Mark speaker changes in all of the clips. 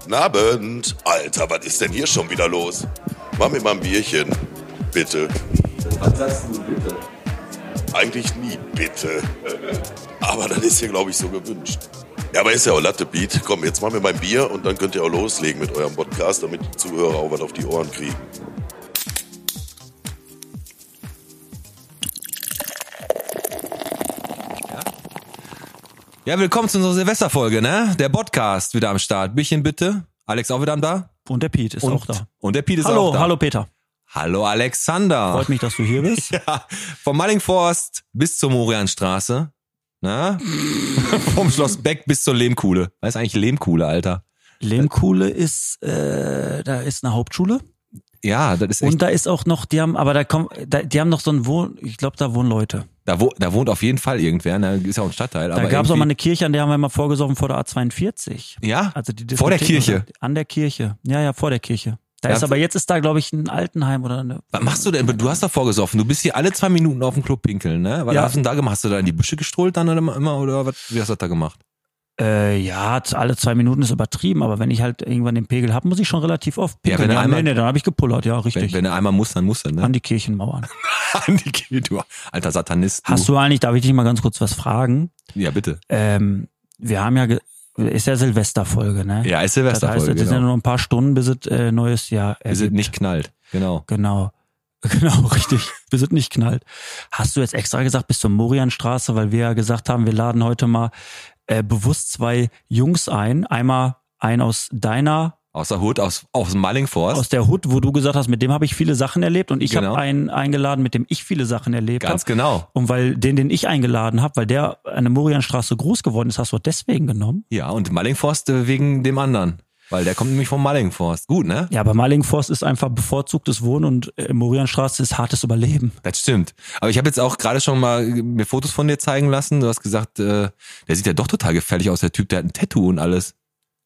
Speaker 1: Guten Abend. Alter, was ist denn hier schon wieder los? Mach mir mal ein Bierchen. Bitte.
Speaker 2: Was sagst du bitte?
Speaker 1: Eigentlich nie bitte. Aber das ist hier, glaube ich, so gewünscht. Ja, aber ist ja auch Latte Beat. Komm, jetzt machen wir mal ein Bier und dann könnt ihr auch loslegen mit eurem Podcast, damit die Zuhörer auch was auf die Ohren kriegen.
Speaker 3: Ja, willkommen zu unserer Silvesterfolge, ne? Der Podcast wieder am Start. Bierchen bitte. Alex auch wieder am da.
Speaker 4: Und der Pete ist
Speaker 3: und,
Speaker 4: auch da.
Speaker 3: Und der Pete ist
Speaker 4: hallo,
Speaker 3: auch da.
Speaker 4: hallo Peter.
Speaker 3: Hallo Alexander.
Speaker 4: Freut mich, dass du hier bist.
Speaker 3: Ja, vom Mallingforst bis zur Morianstraße. Na? Vom Schloss Beck bis zur Lehmkuhle. Was ist eigentlich Lehmkuhle, Alter?
Speaker 4: Lehmkuhle ist, äh, da ist eine Hauptschule.
Speaker 3: Ja, das ist echt.
Speaker 4: Und da ist auch noch, die haben, aber da kommen, da, die haben noch so ein Wohn, ich glaube, da wohnen Leute.
Speaker 3: Da, wo, da wohnt auf jeden Fall irgendwer. Ne? Ist ja auch ein Stadtteil.
Speaker 4: Da
Speaker 3: aber
Speaker 4: gab es auch
Speaker 3: irgendwie-
Speaker 4: mal eine Kirche, an der haben wir mal vorgesoffen vor der A42.
Speaker 3: Ja?
Speaker 4: Also die
Speaker 3: Vor der
Speaker 4: Diskothek-
Speaker 3: Kirche?
Speaker 4: An der Kirche. Ja, ja, vor der Kirche. Da
Speaker 3: Ja,
Speaker 4: ist aber jetzt ist da, glaube ich, ein Altenheim oder eine.
Speaker 3: Was machst du denn? Du hast da vorgesoffen. Du bist hier alle zwei Minuten auf dem Klo pinkeln, ne? Was
Speaker 4: Ja.
Speaker 3: hast du denn da gemacht? Hast du da in die Büsche gestrohlt dann oder immer? Oder was? Wie hast du das da gemacht?
Speaker 4: Äh, ja, z- alle zwei Minuten ist übertrieben, aber wenn ich halt irgendwann den Pegel habe, muss ich schon relativ oft
Speaker 3: Ja, wenn
Speaker 4: pinkeln.
Speaker 3: du
Speaker 4: Ja,
Speaker 3: einmal-
Speaker 4: nee, nee, dann habe ich gepullert, ja,
Speaker 3: Wenn,
Speaker 4: richtig.
Speaker 3: wenn du einmal musst, dann musst du, ne?
Speaker 4: an die Kirchenmauern.
Speaker 3: An die Kirche, du alter Satanist.
Speaker 4: Hast du eigentlich, darf ich dich mal ganz kurz was fragen?
Speaker 3: Ja, bitte.
Speaker 4: Ähm, wir haben ja, ge ist ja Silvesterfolge,
Speaker 3: Ja,
Speaker 4: ne?
Speaker 3: ist
Speaker 4: das heißt,
Speaker 3: Silvesterfolge,
Speaker 4: es sind ja
Speaker 3: genau.
Speaker 4: nur ein paar Stunden, bis es äh, neues Jahr
Speaker 3: Wir sind
Speaker 4: ergibt.
Speaker 3: nicht knallt, genau.
Speaker 4: Genau. Genau, richtig. Wir sind nicht knallt. Hast du jetzt extra gesagt, bis zur Morianstraße, weil wir ja gesagt haben, wir laden heute mal äh, bewusst zwei Jungs ein. Einmal ein aus deiner,
Speaker 3: Aus der Hut, aus, aus dem Mallingforst.
Speaker 4: aus der Hut, wo du gesagt hast, mit dem habe ich viele Sachen erlebt und ich
Speaker 3: Genau.
Speaker 4: habe einen eingeladen, mit dem ich viele Sachen erlebt habe.
Speaker 3: Ganz genau.
Speaker 4: Und weil den, den ich eingeladen habe, weil der an der Morianstraße groß geworden ist, hast du deswegen genommen.
Speaker 3: Ja, und Mallingforst äh, wegen dem anderen. Weil der kommt nämlich vom Mallingforst. Gut, ne?
Speaker 4: Ja, aber Mallingforst ist einfach bevorzugtes Wohnen und äh, Morianstraße ist hartes Überleben.
Speaker 3: Das stimmt. Aber ich habe jetzt auch gerade schon mal äh, mir Fotos von dir zeigen lassen. Du hast gesagt, äh, der sieht ja doch total gefährlich aus, der Typ, der hat ein Tattoo und alles.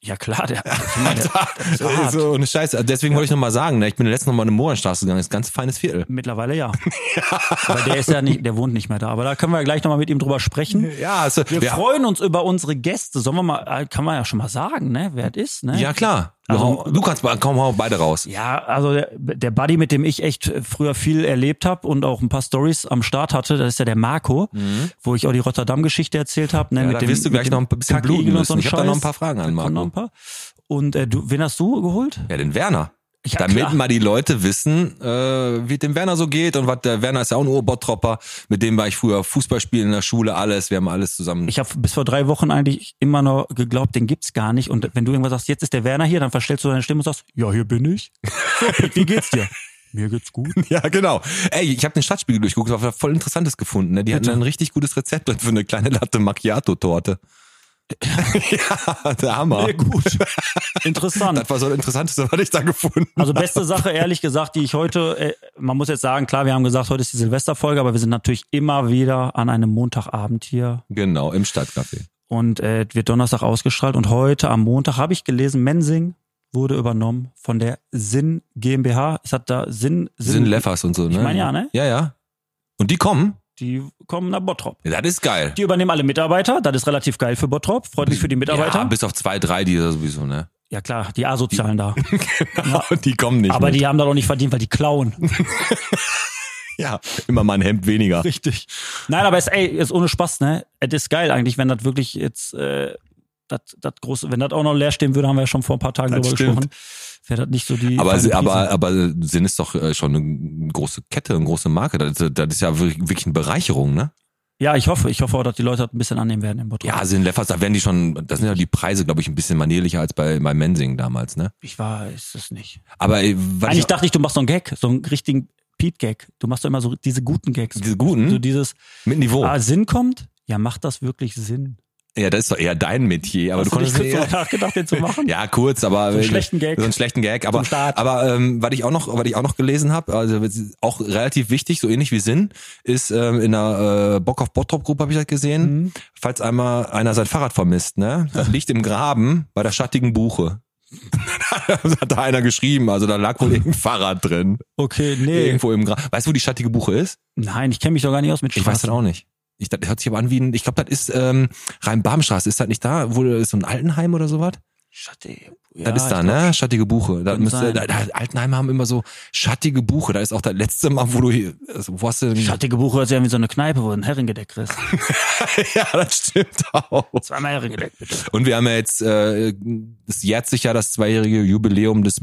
Speaker 4: Ja klar, der, ich meine, der das ist
Speaker 3: so
Speaker 4: hart.
Speaker 3: eine Scheiße. Also Deswegen wollte ich nochmal sagen, ne? ich bin letztens nochmal in eine Mohrenstraße gegangen, das ist ein ganz feines Viertel.
Speaker 4: Mittlerweile ja. Aber der ist ja nicht, der wohnt nicht mehr da. Aber da können wir gleich nochmal mit ihm drüber sprechen.
Speaker 3: Ja, also,
Speaker 4: Wir
Speaker 3: wer-
Speaker 4: freuen uns über unsere Gäste. Sollen wir mal, äh, kann man ja schon mal sagen, ne? Wer es ist, ne?
Speaker 3: ja klar.
Speaker 4: Also-
Speaker 3: du kannst mal- komm, hau beide raus.
Speaker 4: Ja, also der, der Buddy, mit dem ich echt früher viel erlebt habe und auch ein paar Stories am Start hatte, das ist ja der Marco, wo ich auch die Rotterdam-Geschichte erzählt habe. Ne,
Speaker 3: Mhm. Ja,
Speaker 4: mit
Speaker 3: da
Speaker 4: dem,
Speaker 3: wirst du
Speaker 4: mit
Speaker 3: gleich
Speaker 4: dem
Speaker 3: noch ein bisschen
Speaker 4: Kackigel
Speaker 3: bluten
Speaker 4: und
Speaker 3: müssen.
Speaker 4: so'n
Speaker 3: Ich hab da noch
Speaker 4: Scheiß.
Speaker 3: ein paar Fragen an,
Speaker 4: Da
Speaker 3: Marco.
Speaker 4: kommen Noch ein paar. Und äh, du, wen hast du geholt?
Speaker 3: Ja, den Werner.
Speaker 4: Ja,
Speaker 3: Damit
Speaker 4: klar.
Speaker 3: mal die Leute wissen, äh, wie dem Werner so geht und was der Werner ist ja auch ein Urbottropper, mit dem war ich früher Fußball spielen in der Schule, alles, wir haben alles zusammen.
Speaker 4: Ich habe bis vor drei Wochen eigentlich immer noch geglaubt, den gibt's gar nicht. Und wenn du irgendwas sagst, jetzt ist der Werner hier, dann verstellst du deine Stimme und sagst, ja, hier bin ich. So, Piet, wie geht's dir? Mir geht's gut.
Speaker 3: ja, genau. Ey, ich habe den Stadtspiegel durchgeguckt, hab was voll interessantes gefunden, ne? Die hatten da ein richtig gutes Rezept drin für eine kleine Latte Macchiato Torte. ja, der Hammer.
Speaker 4: Mir gut. Interessant.
Speaker 3: Das war so das Interessanteste, was ich da gefunden
Speaker 4: Also beste Sache, ehrlich gesagt, die ich heute, äh, man muss jetzt sagen, klar, wir haben gesagt, heute ist die Silvesterfolge, aber wir sind natürlich immer wieder an einem Montagabend hier
Speaker 3: Genau, im Stadtcafé.
Speaker 4: und äh, wird Donnerstag ausgestrahlt. Und heute am Montag habe ich gelesen, Mensing wurde übernommen von der Sinn GmbH. Es hat da Sinn,
Speaker 3: Sind Leffers und so, ne?
Speaker 4: Ich meine ja, ne?
Speaker 3: Ja, ja. Und die kommen?
Speaker 4: Die kommen nach Bottrop.
Speaker 3: Ja, das ist geil.
Speaker 4: Die übernehmen alle Mitarbeiter. Das ist relativ geil für Bottrop. Freut mich für die Mitarbeiter.
Speaker 3: Ja,
Speaker 4: Ja,
Speaker 3: bis auf zwei, drei, die da sowieso, ne?
Speaker 4: klar, die Asozialen da.
Speaker 3: Die kommen nicht.
Speaker 4: Aber
Speaker 3: mit.
Speaker 4: die haben da doch nicht verdient, weil die klauen.
Speaker 3: Ja, immer mal ein Hemd weniger.
Speaker 4: Richtig. Nein, aber es, ey, ist ohne Spaß, ne? Es ist geil eigentlich, wenn das wirklich jetzt, äh, das, das große, wenn das auch noch leer stehen würde, haben wir ja schon vor ein paar Tagen
Speaker 3: Das
Speaker 4: drüber
Speaker 3: stimmt.
Speaker 4: gesprochen. Wäre das nicht so die.
Speaker 3: Aber,
Speaker 4: feine
Speaker 3: aber,
Speaker 4: Prise.
Speaker 3: aber Sinn ist doch äh, schon eine große Kette, eine große Marke. Das, das ist ja wirklich wirklich eine Bereicherung, ne?
Speaker 4: Ja, ich hoffe, ich hoffe auch, dass die Leute das ein bisschen annehmen werden im Bottrop.
Speaker 3: Ja, Sinn Leffers, da werden die schon, das sind ja die Preise, glaube ich, ein bisschen manierlicher als bei, bei Mensing damals, ne?
Speaker 4: Ich weiß es nicht.
Speaker 3: Aber äh, was
Speaker 4: Eigentlich
Speaker 3: ich,
Speaker 4: dachte ich, du machst so einen Gag, so einen richtigen Pete-Gag. Du machst doch immer so diese guten Gags.
Speaker 3: diese guten,
Speaker 4: So dieses,
Speaker 3: mit Niveau.
Speaker 4: ah, Sinn kommt? Ja, macht das wirklich Sinn?
Speaker 3: ja, das ist doch eher dein Metier, aber
Speaker 4: Hast
Speaker 3: du konntest
Speaker 4: nicht
Speaker 3: ja,
Speaker 4: kurz nachgedacht, den zu machen?
Speaker 3: ja kurz, aber
Speaker 4: So einen schlechten Gag.
Speaker 3: so einen schlechten Gag, aber
Speaker 4: Zum Start.
Speaker 3: aber ähm, was ich auch noch, was ich auch noch gelesen habe, also auch relativ wichtig, so ähnlich wie Sinn, ist ähm, in der äh, Bock auf Bottrop Gruppe habe ich das
Speaker 4: Mhm.
Speaker 3: gesehen.
Speaker 4: Hm.
Speaker 3: Falls einmal einer sein Fahrrad vermisst, ne, das liegt im Graben bei der schattigen Buche. das hat da einer geschrieben, also da lag wohl irgendein Fahrrad drin,
Speaker 4: Okay, nee.
Speaker 3: irgendwo im Graben. Weißt du, wo die schattige Buche ist?
Speaker 4: Nein, ich kenne mich doch gar nicht aus mit
Speaker 3: Ich weiß das
Speaker 4: Straßen.
Speaker 3: auch nicht. Ich, das hört sich aber an wie ein, ich glaube, das ist ähm, Rhein-Barm-Straße. Ist das nicht da? Wo ist so ein Altenheim oder sowas?
Speaker 4: Schatte. Ja,
Speaker 3: Das ist
Speaker 4: ich
Speaker 3: da,
Speaker 4: glaub,
Speaker 3: ne? Schattige Buche. Da
Speaker 4: Kann
Speaker 3: müsste,
Speaker 4: sein.
Speaker 3: da, da, Altenheim haben immer so schattige Buche. Da ist auch das letzte Mal, wo du hier, also, wo hast du denn,
Speaker 4: Schattige Buche ist ja irgendwie so eine Kneipe, wo du ein Herrengedeck kriegst.
Speaker 3: ja, das stimmt auch.
Speaker 4: Zweimal Herrengedeck, bitte.
Speaker 3: Und wir haben ja jetzt, äh, es jährt sich ja das zweijährige Jubiläum des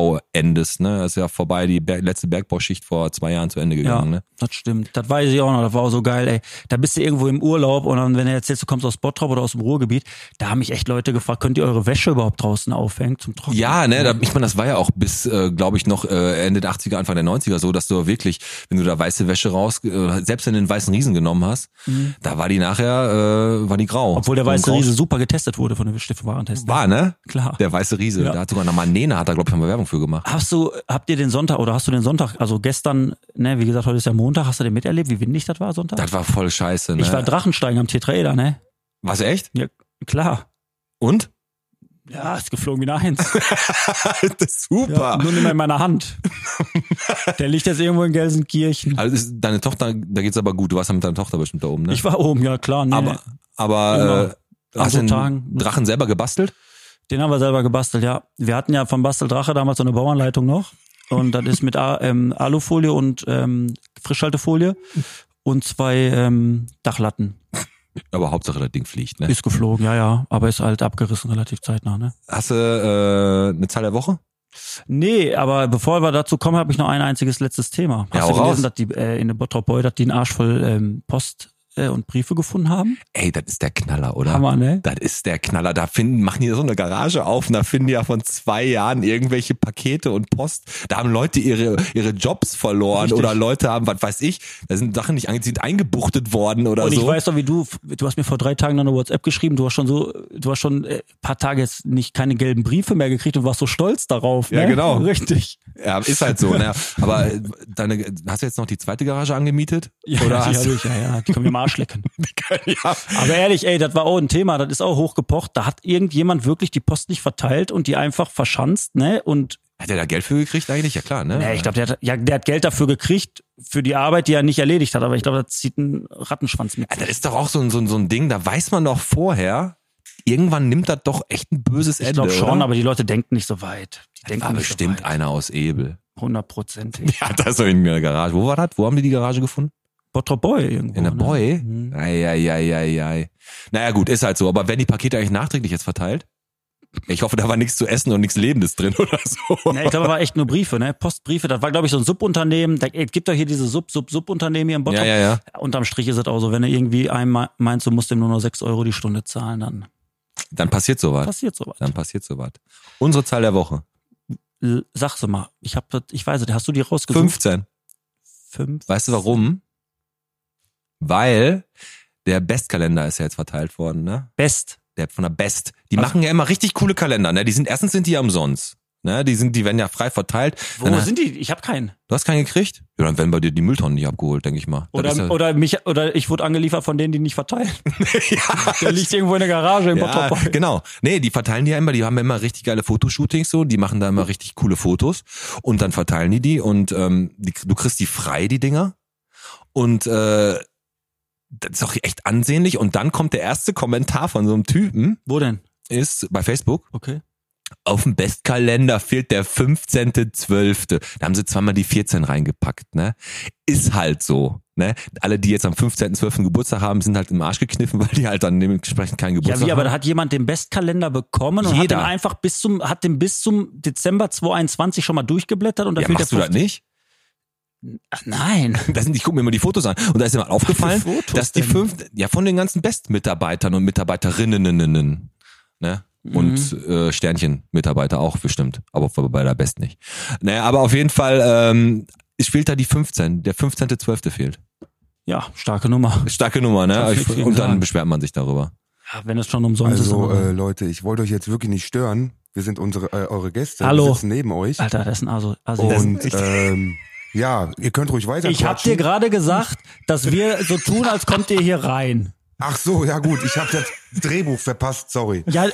Speaker 3: Bergbauendes, ne? Das ist ja vorbei, die Ber letzte Bergbauschicht vor zwei Jahren zu Ende
Speaker 4: Ja,
Speaker 3: gegangen, ne?
Speaker 4: das stimmt. Das weiß ich auch noch. Das war auch so geil, ey. Da bist du irgendwo im Urlaub und dann, wenn du erzählst, du kommst aus Bottrop oder aus dem Ruhrgebiet, da haben mich echt Leute gefragt, könnt ihr eure Wäsche überhaupt draußen aufhängen zum Trocknen?
Speaker 3: Ja, ne, da,
Speaker 4: Mhm.
Speaker 3: ich meine, das war ja auch bis, äh, glaube ich, noch äh, Ende der 80er, Anfang der 90er so, dass du wirklich, wenn du da weiße Wäsche raus, äh, selbst wenn du den weißen Riesen genommen hast, da war die nachher, äh, war die grau.
Speaker 4: Mhm. Obwohl der
Speaker 3: So ein
Speaker 4: weiße
Speaker 3: grau-
Speaker 4: Riese super getestet wurde von der Stiftung Warentest.
Speaker 3: War, ne?
Speaker 4: Klar.
Speaker 3: Der weiße Riese.
Speaker 4: Ja.
Speaker 3: Da hat sogar noch Manene, hat da, glaube ich, mal Werbung für gemacht.
Speaker 4: Hast du, habt ihr den Sonntag oder hast du den Sonntag, also gestern, ne, wie gesagt, heute ist ja Montag, hast du den miterlebt, wie windig das war Sonntag?
Speaker 3: Das war voll scheiße, ne?
Speaker 4: ich war Drachensteigen am Tetraeder, ne?
Speaker 3: Was, echt?
Speaker 4: Ja, klar.
Speaker 3: Und?
Speaker 4: Ja, ist geflogen wie eine Eins.
Speaker 3: das ist
Speaker 4: Ja,
Speaker 3: super.
Speaker 4: nur nicht mehr in meiner Hand. Der liegt jetzt irgendwo in Gelsenkirchen.
Speaker 3: Also ist, deine Tochter, da geht's aber gut. Du warst ja mit deiner Tochter bestimmt da oben, ne?
Speaker 4: Ich war oben, ja klar. Nee,
Speaker 3: aber, aber, äh,
Speaker 4: Genau. An
Speaker 3: hast
Speaker 4: so
Speaker 3: du den
Speaker 4: Tagen-
Speaker 3: Drachen selber gebastelt?
Speaker 4: Den haben wir selber gebastelt, ja. Wir hatten ja vom Basteldrache damals so eine Bauanleitung noch. Und das ist mit A- ähm, Alufolie und ähm, Frischhaltefolie und zwei ähm, Dachlatten.
Speaker 3: Aber Hauptsache, das Ding fliegt, ne?
Speaker 4: Ist geflogen, ja, ja. Aber ist halt abgerissen relativ zeitnah, ne?
Speaker 3: Hast du äh, eine Zahl der Woche?
Speaker 4: Nee, aber bevor wir dazu kommen, habe ich noch ein einziges letztes Thema.
Speaker 3: Ja,
Speaker 4: Hast du
Speaker 3: hau raus.
Speaker 4: gelesen, dass die äh, in der Bottrop Boy, dass die einen Arsch voll ähm, Post äh, und Briefe gefunden haben?
Speaker 3: Ey, das ist der Knaller, oder?
Speaker 4: Hammer, ne?
Speaker 3: Das ist der Knaller. Da finden, machen die so eine Garage auf und da finden die ja von zwei Jahren irgendwelche Pakete und Post. Da haben Leute ihre, ihre Jobs verloren
Speaker 4: Richtig.
Speaker 3: oder Leute haben, was weiß ich, da sind Sachen nicht angeziehen, eingebuchtet worden oder
Speaker 4: Und
Speaker 3: so.
Speaker 4: ich weiß doch, wie du, du hast mir vor drei Tagen dann eine WhatsApp geschrieben, du hast schon so, du hast schon äh, paar Tage jetzt nicht keine gelben Briefe mehr gekriegt und warst so stolz darauf.
Speaker 3: Ja,
Speaker 4: ne?
Speaker 3: genau.
Speaker 4: Richtig.
Speaker 3: ja, ist halt so. ne? Aber äh, deine, hast du jetzt noch die zweite Garage angemietet? oder
Speaker 4: die
Speaker 3: hast
Speaker 4: hab
Speaker 3: du,
Speaker 4: ich, ja, ja, die können mir im Arsch lecken.
Speaker 3: ja.
Speaker 4: Aber ehrlich, ey, das war auch ein Thema, das ist auch hochgepocht. Da hat irgendjemand wirklich die Post nicht verteilt und die einfach verschanzt, ne? Und
Speaker 3: Hat er da Geld für gekriegt eigentlich? Ja klar, ne?
Speaker 4: ne, ich glaube, der, hat- ja, der hat Geld dafür gekriegt, für die Arbeit, die er nicht erledigt hat. Aber ich glaube, das zieht einen Rattenschwanz mit.
Speaker 3: Ja, Das
Speaker 4: sich.
Speaker 3: ist doch auch so ein, so, ein, so ein Ding, da weiß man doch vorher, irgendwann nimmt das doch echt ein böses
Speaker 4: Ich
Speaker 3: Ende.
Speaker 4: glaube schon,
Speaker 3: oder?
Speaker 4: aber die Leute denken nicht so weit. Die
Speaker 3: Das
Speaker 4: denken
Speaker 3: war
Speaker 4: nicht
Speaker 3: bestimmt
Speaker 4: so weit.
Speaker 3: einer aus Ebel.
Speaker 4: Hundertprozentig.
Speaker 3: Ja, das ist doch in der Garage. Wo war das? Wo haben die die Garage gefunden?
Speaker 4: Bottrop Boy irgendwo.
Speaker 3: In der
Speaker 4: ne?
Speaker 3: Boy?
Speaker 4: Mhm.
Speaker 3: Eieieiei. Naja gut, ist halt so. Aber wenn die Pakete eigentlich nachträglich jetzt verteilt? Ich hoffe, da war nichts zu essen und nichts Lebendes drin oder so.
Speaker 4: Ne, ich glaube, war echt nur Briefe, ne? Postbriefe. Das war, glaube ich, so ein Subunternehmen. Da es gibt doch hier diese Sub-Sub-Subunternehmen hier im Bottrop.
Speaker 3: Ja, ja, ja.
Speaker 4: Unterm Strich ist es auch so, wenn du irgendwie einem me- meinst, du musst ihm nur noch 6 Euro die Stunde zahlen, dann
Speaker 3: Dann passiert sowas.
Speaker 4: passiert sowas.
Speaker 3: Dann passiert sowas. Unsere Zahl der Woche.
Speaker 4: L- Sag's doch mal, ich hab das, ich weiß es, hast du die rausgesucht?
Speaker 3: 15.
Speaker 4: Fünf.
Speaker 3: Weißt du warum? Weil der Bestkalender ist ja jetzt verteilt worden, ne?
Speaker 4: Best.
Speaker 3: Der von der Best. Die
Speaker 4: Also-
Speaker 3: machen ja immer richtig coole Kalender, ne? Die sind, erstens sind die ja umsonst. Ne? Die sind, die werden ja frei verteilt.
Speaker 4: Wo
Speaker 3: Dann-
Speaker 4: sind die? Ich hab keinen.
Speaker 3: Du hast keinen gekriegt? Ja, dann werden bei dir die Mülltonnen nicht abgeholt, denke ich mal. Das
Speaker 4: Oder,
Speaker 3: ist ja,
Speaker 4: oder mich, oder ich wurde angeliefert von denen, die nicht verteilen. Der liegt irgendwo in der Garage im
Speaker 3: ja,
Speaker 4: Bottrop.
Speaker 3: genau. Nee, die verteilen die ja immer, die haben immer richtig geile Fotoshootings so, die machen da immer richtig coole Fotos und dann verteilen die die und ähm, die, du kriegst die frei, die Dinger. Und äh, das ist auch echt ansehnlich. Und dann kommt der erste Kommentar von so einem Typen,
Speaker 4: Wo denn?
Speaker 3: ist bei Facebook,
Speaker 4: Okay.
Speaker 3: auf dem Bestkalender fehlt der 15.12. Da haben sie zweimal die 14 reingepackt, ne? Ist halt so. Ne? Alle, die jetzt am 15.12. Geburtstag haben, sind halt im Arsch gekniffen, weil die halt dann dementsprechend keinen
Speaker 4: Ja,
Speaker 3: Geburtstag
Speaker 4: wie, aber da
Speaker 3: haben.
Speaker 4: hat jemand den Bestkalender bekommen und hat
Speaker 3: Jeder.
Speaker 4: den einfach bis zum, hat den bis zum Dezember 2021 schon mal durchgeblättert und da
Speaker 3: Ja,
Speaker 4: fehlt
Speaker 3: machst du
Speaker 4: der
Speaker 3: das nicht?
Speaker 4: Ach, nein.
Speaker 3: Das sind, ich gucke mir immer die Fotos an. Und da ist mir mal aufgefallen,
Speaker 4: für Fotos
Speaker 3: dass die
Speaker 4: denn?
Speaker 3: fünf, ja, von den ganzen Best-Mitarbeitern und Mitarbeiterinnen, ne? Und
Speaker 4: Mhm.
Speaker 3: äh, Sternchen-Mitarbeiter auch bestimmt. Aber bei der Best nicht. Naja, aber auf jeden Fall, ähm, es fehlt da die 15. Der 15.12. fehlt.
Speaker 4: Ja, starke Nummer.
Speaker 3: Starke Nummer,
Speaker 4: Darf
Speaker 3: ne?
Speaker 4: ich
Speaker 3: Ich,
Speaker 4: viel
Speaker 3: und dann
Speaker 4: sagen?
Speaker 3: beschwert man sich darüber.
Speaker 4: Ja, wenn es schon umsonst
Speaker 5: Also
Speaker 4: ist. aber-
Speaker 5: äh, Leute, ich wollte euch jetzt wirklich nicht stören. Wir sind unsere äh, eure Gäste.
Speaker 4: Hallo.
Speaker 5: Wir sitzen neben euch.
Speaker 4: Alter, das ist ein also, also
Speaker 5: Und ähm, ja, ihr könnt ruhig weiter.
Speaker 4: Ich hab
Speaker 5: quatschen.
Speaker 4: dir gerade gesagt, dass wir so tun, als kommt ihr hier rein.
Speaker 5: Ach so, ja gut, ich habe das Drehbuch verpasst. Sorry.
Speaker 4: Ja,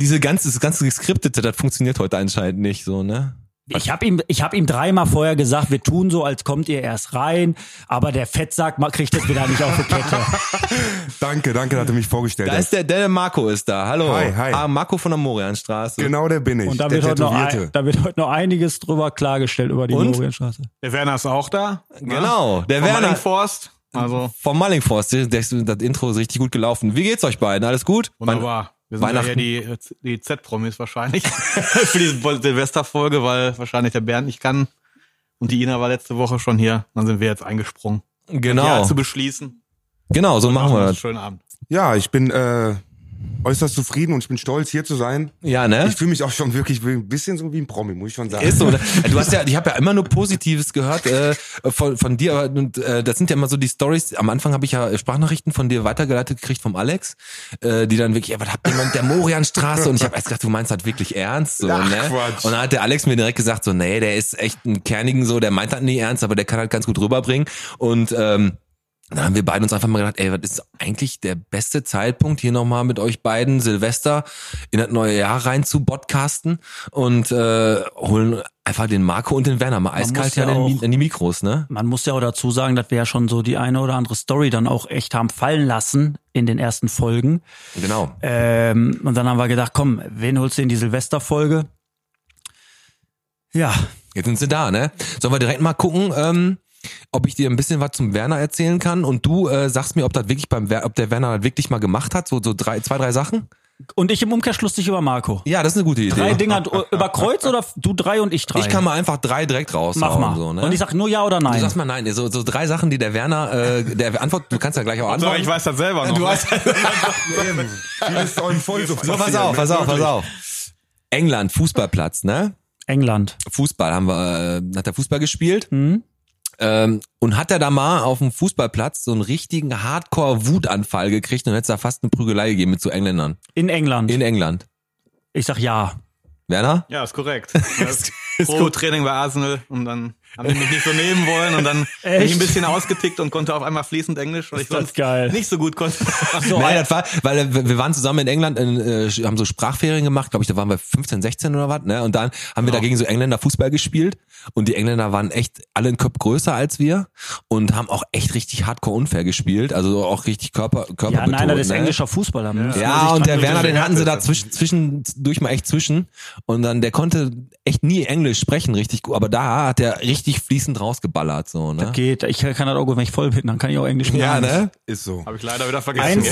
Speaker 3: Diese ganze, das ganze Geskriptete, das funktioniert heute anscheinend nicht so, ne?
Speaker 4: Ich habe ihm, ich hab ihm dreimal vorher gesagt, wir tun so, als kommt ihr erst rein, aber der Fettsack ma- kriegt das wieder nicht auf die Kette.
Speaker 5: Danke, danke, dass du mich vorgestellt
Speaker 3: Da
Speaker 5: hast.
Speaker 3: ist der, der Marco ist da. Hallo.
Speaker 5: Hi, hi.
Speaker 3: Ah, Marco von der Morianstraße.
Speaker 5: Genau der bin ich.
Speaker 4: Und da
Speaker 5: der
Speaker 4: wird, heute noch, ein,
Speaker 5: Tätowierte.
Speaker 4: da wird heute noch einiges drüber klargestellt über die
Speaker 3: Und?
Speaker 4: Morienstraße.
Speaker 6: Der Werner ist auch da. ne?
Speaker 3: Genau, der
Speaker 6: Vom
Speaker 3: Werner.
Speaker 6: Forst. Also
Speaker 3: Vom Mallingforst. Das, das Intro ist richtig gut gelaufen. Wie geht's euch beiden? Alles gut?
Speaker 6: wunderbar. Wir sind ja
Speaker 3: Weihnachten.
Speaker 6: hier die, die Z-Promis wahrscheinlich für diese Bo- Silvesterfolge, weil wahrscheinlich der Bernd nicht kann. Und die Ina war letzte Woche schon hier. Dann sind wir jetzt eingesprungen.
Speaker 3: Man-
Speaker 6: Ja,
Speaker 3: Genau.
Speaker 6: zu beschließen.
Speaker 3: Genau, so machen wir
Speaker 6: Einen
Speaker 3: das.
Speaker 6: Schönen Abend.
Speaker 5: Ja, ich bin äh, äußerst zufrieden und ich bin stolz, hier zu sein.
Speaker 3: Ja, ne?
Speaker 5: Ich fühle mich auch schon wirklich ein bisschen so wie ein Promi, muss ich schon sagen.
Speaker 3: Ist so. ne? Du hast ja, ich habe ja immer nur Positives gehört äh, von, von dir. aber- Und äh, das sind ja immer so die Stories. Am Anfang habe ich ja Sprachnachrichten von dir weitergeleitet gekriegt vom Alex, äh, die dann wirklich, ja, was habt ihr mit der Morianstraße? Und ich habe erst gedacht, du meinst das wirklich ernst, so
Speaker 5: Ach,
Speaker 3: ne?
Speaker 5: Quatsch.
Speaker 3: Und dann hat der Alex mir direkt gesagt, so nee, der ist echt ein Kernigen, so, der meint das nie ernst, aber der kann halt ganz gut rüberbringen. Und ähm, dann haben wir beiden uns einfach mal gedacht, ey, was ist eigentlich der beste Zeitpunkt, hier nochmal mit euch beiden Silvester in das neue Jahr rein zu podcasten und äh, holen einfach den Marco und den Werner mal eiskalt
Speaker 4: muss
Speaker 3: hier
Speaker 4: ja
Speaker 3: an, den, Mi-
Speaker 4: auch-
Speaker 3: an die Mikros, ne?
Speaker 4: Man muss ja auch dazu sagen, dass wir ja schon so die eine oder andere Story dann auch echt haben fallen lassen in den ersten Folgen.
Speaker 3: Genau.
Speaker 4: Ähm, und dann haben wir gedacht, komm, wen holst du in die Silvesterfolge? Ja,
Speaker 3: Jetzt sind sie da, ne? Sollen wir direkt mal gucken, ähm, ob ich dir ein bisschen was zum Werner erzählen kann und du äh, sagst mir, ob das wirklich beim Wer- ob der Werner das wirklich mal gemacht hat, so so drei, zwei, drei Sachen?
Speaker 4: und ich im Umkehrschluss dich über Marco.
Speaker 3: Ja, das ist eine gute Idee.
Speaker 4: Drei Dinger d- über Kreuz oder f- du drei und ich drei?
Speaker 3: ich kann mal einfach drei direkt raushauen.
Speaker 4: Mach mal.
Speaker 3: So, ne?
Speaker 4: Und ich sag nur ja oder
Speaker 3: Du
Speaker 4: nein.
Speaker 3: sagst mal nein, so, so drei Sachen, die der Werner, äh, der antwortet, du kannst ja gleich auch
Speaker 6: So,
Speaker 3: antworten.
Speaker 6: ich weiß das selber noch.
Speaker 3: du weißt,
Speaker 5: Eben. Vieles ist auch im Vollsuff.
Speaker 3: so, pass
Speaker 5: ne?
Speaker 3: auf, pass auf, pass auf. England, Fußballplatz, ne?
Speaker 4: England.
Speaker 3: Fußball haben wir, äh, hat er Fußball gespielt. Ähm, und hat er da mal auf dem Fußballplatz so einen richtigen Hardcore-Wutanfall gekriegt und hätte da fast eine Prügelei gegeben mit so Engländern.
Speaker 4: In England.
Speaker 3: In England.
Speaker 4: ich sag ja.
Speaker 3: Werner?
Speaker 6: Ja, ist korrekt. Pro-Training bei Arsenal und dann haben die mich nicht so nehmen wollen und dann bin ich
Speaker 4: Echt?
Speaker 6: ein bisschen ausgetickt und konnte auf einmal fließend Englisch, weil ich
Speaker 4: Ist das
Speaker 6: sonst
Speaker 4: geil.
Speaker 6: nicht so gut konnte.
Speaker 4: So,
Speaker 3: Nein,
Speaker 4: äh,
Speaker 3: das war, weil äh, wir waren zusammen in England, in, äh, haben so Sprachferien gemacht, glaube ich, da waren wir 15, 16 oder was, ne? Und dann haben
Speaker 4: Genau.
Speaker 3: wir dagegen so Engländer Fußball gespielt und die Engländer waren echt alle einen Kopf größer als wir und haben auch echt richtig hardcore unfair gespielt, also auch richtig Körper Körper
Speaker 4: ja, nein, das ist
Speaker 3: ne?
Speaker 4: englischer Fußball. Da muss man
Speaker 3: Ja,
Speaker 4: sich
Speaker 3: und
Speaker 4: dran
Speaker 3: der Werner, den hatten sie da
Speaker 6: Härte.
Speaker 3: zwischen, zwischendurch mal echt zwischen. Und dann, der konnte echt nie Englisch sprechen, richtig gut. Aber da hat er richtig fließend rausgeballert, so, ne?
Speaker 4: Geht, ich kann das auch, wenn ich voll bin, dann kann ich auch Englisch
Speaker 3: Ja, ne?
Speaker 5: Ist so.
Speaker 6: Habe ich leider wieder vergessen.
Speaker 4: Eins,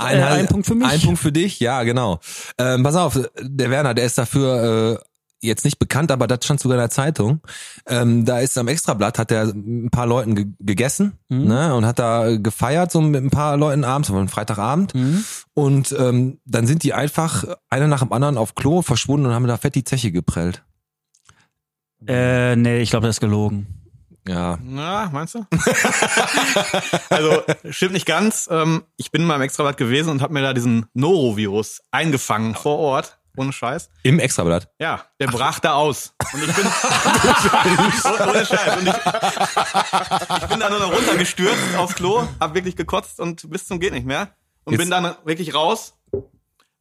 Speaker 4: ein, äh, ein Punkt für mich.
Speaker 3: Ein Punkt für dich, ja, genau. Ähm, pass auf, der Werner, der ist dafür äh, jetzt nicht bekannt, aber das stand sogar in der Zeitung. Ähm, da ist am Extrablatt, hat er ein paar Leuten ge gegessen
Speaker 4: Mhm.
Speaker 3: ne, und hat da äh, gefeiert, so mit ein paar Leuten abends, aber am Freitagabend.
Speaker 4: Mhm.
Speaker 3: Und ähm, dann sind die einfach einer nach dem anderen auf Klo verschwunden und haben da fett die Zeche geprellt.
Speaker 4: Äh, nee, ich glaube, das ist gelogen.
Speaker 3: Ja.
Speaker 6: Na, meinst du? also, stimmt nicht ganz. Ähm, ich bin mal im Extrablatt gewesen und habe mir da diesen Norovirus eingefangen vor Ort. Ohne Scheiß.
Speaker 3: Im Extrablatt.
Speaker 6: Ja, der brach da aus. Und ich bin. ohne Scheiß. Und ich, ich bin da nur noch runtergestürzt aufs Klo, hab wirklich gekotzt und bis zum Geht nicht mehr. Und
Speaker 3: Jetzt-
Speaker 6: bin dann wirklich raus.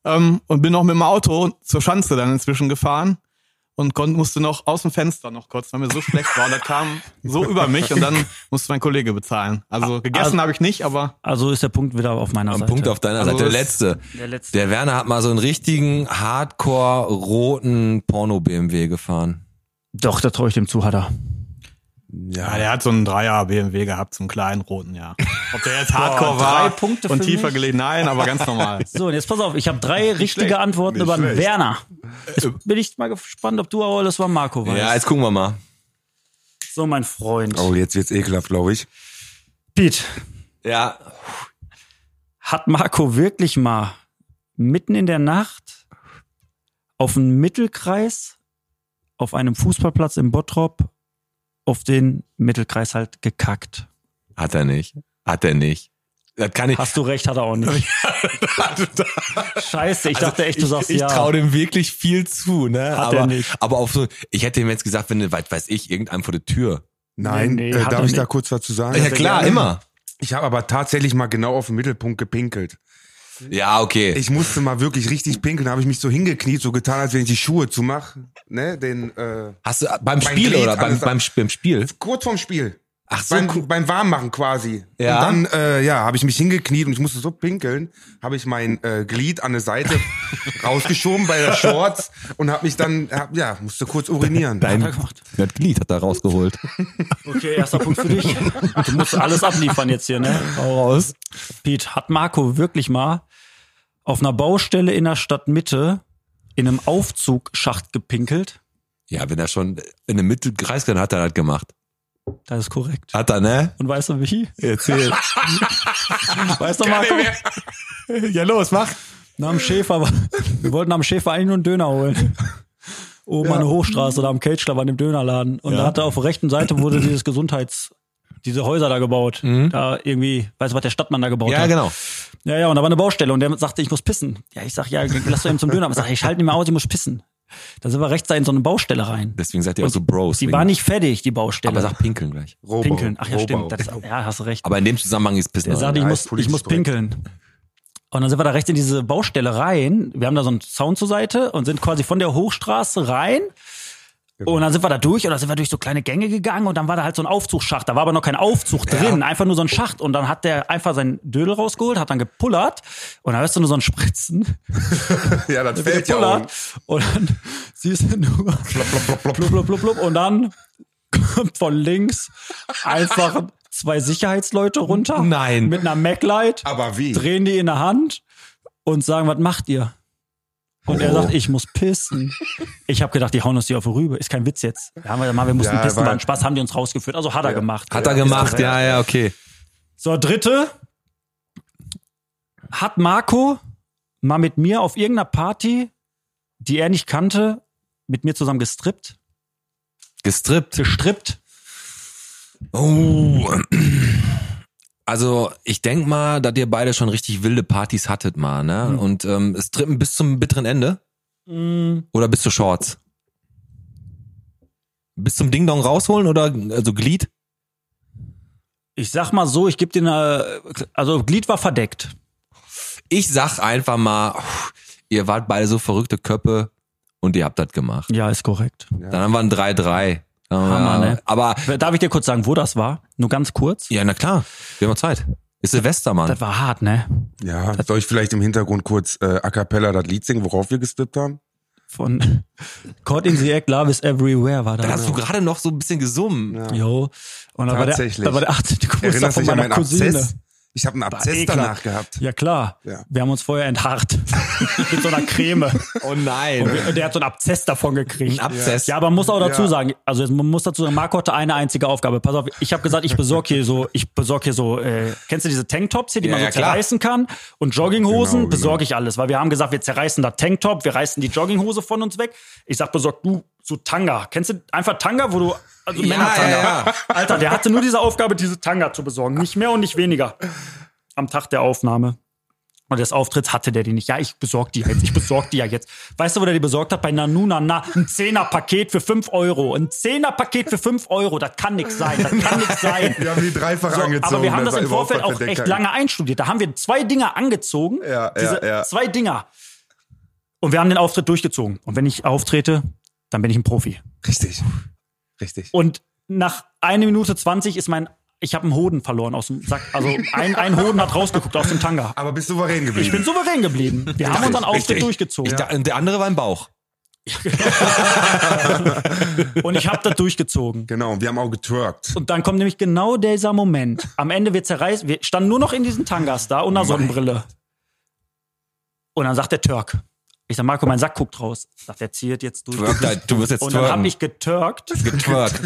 Speaker 6: Ähm, und bin noch mit dem Auto zur Schanze dann inzwischen gefahren und kon- musste noch aus dem Fenster noch kurz, weil mir so schlecht war. Da kam so über mich und dann musste mein Kollege bezahlen. Also gegessen habe ich nicht, aber
Speaker 4: Also ist der Punkt wieder auf meiner
Speaker 3: Am
Speaker 4: Seite.
Speaker 3: Punkt auf deiner
Speaker 6: Also
Speaker 3: Seite. Der
Speaker 6: es-
Speaker 3: letzte.
Speaker 4: der letzte.
Speaker 3: Der Werner hat mal so einen richtigen Hardcore-roten Porno-BMW gefahren.
Speaker 4: Doch, da traue ich dem zu, hat er.
Speaker 6: Ja, Ah, der hat so einen Dreier BMW gehabt, zum kleinen roten, ja. Ob der jetzt Hardcore war
Speaker 4: drei Punkte
Speaker 6: und
Speaker 4: für
Speaker 6: tiefer
Speaker 4: mich.
Speaker 6: gelegt, nein, aber ganz normal.
Speaker 4: So, und jetzt pass auf, ich habe drei richtige Antworten über den Werner. Jetzt bin ich mal gespannt, ob du auch alles über Marco weißt.
Speaker 3: Äh. Ja, jetzt gucken wir mal.
Speaker 4: so, mein Freund.
Speaker 5: Oh, jetzt wird's ekelhaft, glaube ich.
Speaker 4: Pete,
Speaker 3: Ja,
Speaker 4: hat Marco wirklich mal mitten in der Nacht auf einem Mittelkreis auf einem Fußballplatz in Bottrop auf den Mittelkreis halt gekackt?
Speaker 3: Hat er nicht. Hat er nicht. Das kann ich. Also,
Speaker 4: Hast du recht, hat er auch nicht. Scheiße, ich dachte echt, du sagst
Speaker 3: ich, ich
Speaker 4: ja.
Speaker 3: traue dem wirklich viel zu, ne?
Speaker 4: Hat
Speaker 3: aber,
Speaker 4: er nicht.
Speaker 3: aber auf so, ich hätte ihm jetzt gesagt, wenn, weit weiß ich, irgendeinem vor der Tür.
Speaker 5: Nein,
Speaker 4: Nee, nee,
Speaker 5: äh,
Speaker 4: hat
Speaker 5: darf
Speaker 4: er
Speaker 5: ich da
Speaker 4: nicht.
Speaker 5: kurz was zu sagen?
Speaker 3: Ja klar, immer.
Speaker 5: Ich habe aber tatsächlich mal genau auf den Mittelpunkt gepinkelt.
Speaker 3: Ja, okay.
Speaker 5: Ich musste mal wirklich richtig pinkeln, da habe ich mich so hingekniet, so getan, als wenn ich die Schuhe zumache. Ne, den, äh,
Speaker 3: Hast du äh, beim
Speaker 5: Mein
Speaker 3: Spiel
Speaker 5: Glied,
Speaker 3: oder beim,
Speaker 5: alles
Speaker 3: beim, Sp- beim Spiel?
Speaker 5: kurz vorm Spiel.
Speaker 3: Ach so,
Speaker 5: beim,
Speaker 3: cool.
Speaker 5: beim Warmmachen quasi.
Speaker 3: Ja.
Speaker 5: Und dann, äh, ja, habe ich mich hingekniet und ich musste so pinkeln, habe ich mein äh, Glied an der Seite rausgeschoben bei der Shorts und habe mich dann, hab, ja, musste kurz urinieren.
Speaker 3: Dein das Glied hat er rausgeholt.
Speaker 4: Okay, erster Punkt für dich. Du musst alles abliefern jetzt hier, ne?
Speaker 3: Hau raus.
Speaker 4: Pete, hat Marco wirklich mal auf einer Baustelle in der Stadtmitte in einem Aufzugschacht gepinkelt?
Speaker 3: Ja, wenn er schon in der Mitte Kreis kann, hat er das gemacht.
Speaker 4: Das ist korrekt.
Speaker 3: Hat er, ne?
Speaker 4: Und weißt du wie?
Speaker 3: Erzähl.
Speaker 4: Weißt du, Marco?
Speaker 3: ja, los, mach.
Speaker 4: Nach dem Schäfer. war- Wir wollten am Schäfer eigentlich nur einen Döner holen. Oben an der Hochstraße, da am Cage Club, an dem Dönerladen. Und da hat er auf der rechten Seite wurde dieses Gesundheits, diese Häuser da gebaut. Da irgendwie, weißt du, was der Stadtmann da gebaut
Speaker 3: Ja,
Speaker 4: hat?
Speaker 3: genau.
Speaker 4: Mhm. Ja, ja, und da war eine Baustelle und der sagte, ich muss pissen. Ja, ich sag, ja, lass doch eben zum Döner. Aber ich sag, ich halte nicht mehr aus, ich muss pissen. Da sind wir rechts da in so eine Baustelle rein.
Speaker 3: Deswegen seid ihr auch so Bros.
Speaker 4: Die
Speaker 3: wegen-
Speaker 4: war nicht fertig, die Baustelle.
Speaker 3: Aber sag pinkeln gleich.
Speaker 5: Rohbau.
Speaker 4: pinkeln. Ach ja,
Speaker 5: Rohbau.
Speaker 4: stimmt. Das, ja, hast du recht.
Speaker 3: Aber in dem Zusammenhang ist ne? Pissen.
Speaker 4: Der sagte, ich
Speaker 5: ja,
Speaker 4: muss,
Speaker 5: ist
Speaker 4: ich
Speaker 5: politisch
Speaker 4: muss
Speaker 5: korrekt.
Speaker 4: pinkeln. Und dann sind wir da rechts in diese Baustelle rein. Wir haben da so einen Zaun zur Seite und sind quasi von der Hochstraße rein.
Speaker 5: Genau.
Speaker 4: Und dann sind wir da durch und dann sind wir durch so kleine Gänge gegangen und dann war da halt so ein Aufzugsschacht. Da war aber noch kein Aufzug drin, einfach nur so ein Schacht. Und dann hat der einfach seinen Dödel rausgeholt, hat dann gepullert und dann hörst du nur so ein Spritzen.
Speaker 5: Ja, das
Speaker 4: Wieder
Speaker 5: fällt ja auch.
Speaker 4: gepullert. Und dann siehst du nur blub, blub, blub, blub, blub, und dann kommt von links einfach zwei Sicherheitsleute runter.
Speaker 3: Nein.
Speaker 4: Mit einer Mac-Light,
Speaker 5: Aber wie?
Speaker 4: drehen die in der Hand und sagen, was macht ihr? Und er
Speaker 3: Oh.
Speaker 4: sagt, ich muss pissen. Ich habe gedacht, die hauen uns die auf die Rübe. Ist kein Witz jetzt. Da haben wir, mal, wir mussten
Speaker 5: Ja,
Speaker 4: pissen, war
Speaker 5: war-
Speaker 4: ein Spaß, haben die uns rausgeführt. Also hat er gemacht.
Speaker 3: Hat er
Speaker 4: Ist
Speaker 3: gemacht,
Speaker 4: korrekt.
Speaker 3: ja, ja, okay.
Speaker 4: So, dritte. Hat Marco mal mit mir auf irgendeiner Party, die er nicht kannte, mit mir zusammen gestrippt?
Speaker 3: Gestrippt.
Speaker 4: Gestrippt?
Speaker 3: Oh. Also, ich denk mal, dass ihr beide schon richtig wilde Partys hattet mal, ne?
Speaker 4: Hm.
Speaker 3: Und ähm, es trippen bis zum bitteren Ende?
Speaker 4: Mm,
Speaker 3: Oder bis zu Shorts? Bis zum Ding Dong rausholen oder also Glied?
Speaker 4: Ich sag mal so, ich gebe dir eine. Also, Glied war verdeckt.
Speaker 3: Ich sag einfach mal, pff, ihr wart beide so verrückte Köppe und ihr habt das gemacht.
Speaker 4: Ja, ist korrekt.
Speaker 3: Dann haben wir ein 3-3.
Speaker 4: Hammer,
Speaker 3: Äh,
Speaker 4: ne?
Speaker 3: Aber,
Speaker 4: Darf ich dir kurz sagen, wo das war? Nur ganz kurz.
Speaker 3: ja, na klar, wir haben noch Zeit. Ist Silvester, Mann.
Speaker 4: Das war hart, ne?
Speaker 5: Ja, soll ich vielleicht im Hintergrund kurz äh, a cappella das Lied singen, worauf wir gestippt haben?
Speaker 4: Von Caught in the Act, Love is Everywhere war da.
Speaker 3: Dann hast du gerade noch so ein bisschen gesungen.
Speaker 4: Jo. Und da war der,
Speaker 5: Tatsächlich.
Speaker 4: da war der 18. Geburtstag
Speaker 5: Erinnerst du
Speaker 4: von
Speaker 5: dich an
Speaker 4: meiner
Speaker 5: meinen
Speaker 4: Cousine.
Speaker 5: Abszess? Ich habe einen Abszess
Speaker 4: ekelhaft.
Speaker 5: danach gehabt.
Speaker 4: Ja klar,
Speaker 5: Ja.
Speaker 4: wir haben uns vorher enthaart mit so einer Creme.
Speaker 3: Oh nein.
Speaker 4: Und wir- und der hat so einen Abszess davon gekriegt.
Speaker 3: Ein Abszess.
Speaker 4: Ja, aber man muss auch dazu
Speaker 5: Ja.
Speaker 4: sagen, also jetzt, man muss dazu sagen, Marco hatte eine einzige Aufgabe. Pass auf, ich habe gesagt, ich besorge hier so, ich besorge hier so, äh, kennst du diese Tanktops hier, die
Speaker 3: Ja,
Speaker 4: man so
Speaker 3: ja, klar.
Speaker 4: zerreißen kann? Und Jogginghosen
Speaker 5: Genau, genau.
Speaker 4: besorge ich alles, weil wir haben gesagt, wir zerreißen da Tanktop, wir reißen die Jogginghose von uns weg. Ich sag, besorg du so Tanga. Kennst du einfach Tanga, wo du also
Speaker 3: Ja,
Speaker 4: Männer-Tanga.
Speaker 3: ja, ja.
Speaker 4: Alter, der hatte nur diese Aufgabe, diese Tanga zu besorgen, nicht mehr und nicht weniger. Am Tag der Aufnahme. Und des Auftritts hatte der die nicht. Ja, ich besorg die jetzt. Ich besorg die ja jetzt. Weißt du, wo der die besorgt hat? Bei Nanu Nana. Ein Zehner-Paket für 5 Euro. Ein Zehner-Paket für 5 Euro. Das kann nix sein. Das kann nix sein.
Speaker 5: Wir haben die dreifach
Speaker 4: So,
Speaker 5: angezogen.
Speaker 4: aber wir haben
Speaker 5: dass er
Speaker 4: das im
Speaker 5: überhaupt
Speaker 4: Vorfeld
Speaker 5: was
Speaker 4: auch
Speaker 5: entdeckt
Speaker 4: echt
Speaker 5: hat.
Speaker 4: lange einstudiert. Da haben wir zwei Dinger angezogen.
Speaker 5: Ja, ja,
Speaker 4: diese
Speaker 5: ja.
Speaker 4: Zwei Dinger. Und wir haben den Auftritt durchgezogen. Und wenn ich auftrete, dann bin ich ein Profi.
Speaker 5: Richtig. Richtig.
Speaker 4: Und nach eine Minute 20 ist mein, ich habe einen Hoden verloren aus dem Sack. Also ein, ein Hoden hat rausgeguckt aus dem Tanga.
Speaker 5: Aber bist souverän geblieben.
Speaker 4: Ich bin souverän geblieben. Wir haben unseren Auftritt
Speaker 3: richtig.
Speaker 4: durchgezogen.
Speaker 3: Ich da, und der andere war im Bauch.
Speaker 4: Und ich habe das durchgezogen.
Speaker 5: genau, wir haben auch getwerkt.
Speaker 4: Und dann kommt nämlich genau dieser Moment. Am Ende wir zerreißen, wir standen nur noch in diesen Tangas da und einer Sonnenbrille. Und dann sagt der Türk. Ich sag, Marco, mein Sack guckt raus. Sagt, der ziert jetzt durch.
Speaker 3: Twerk da, du wirst jetzt
Speaker 4: Und dann hab
Speaker 3: twerken.
Speaker 4: ich getürkt.
Speaker 3: getwerkt.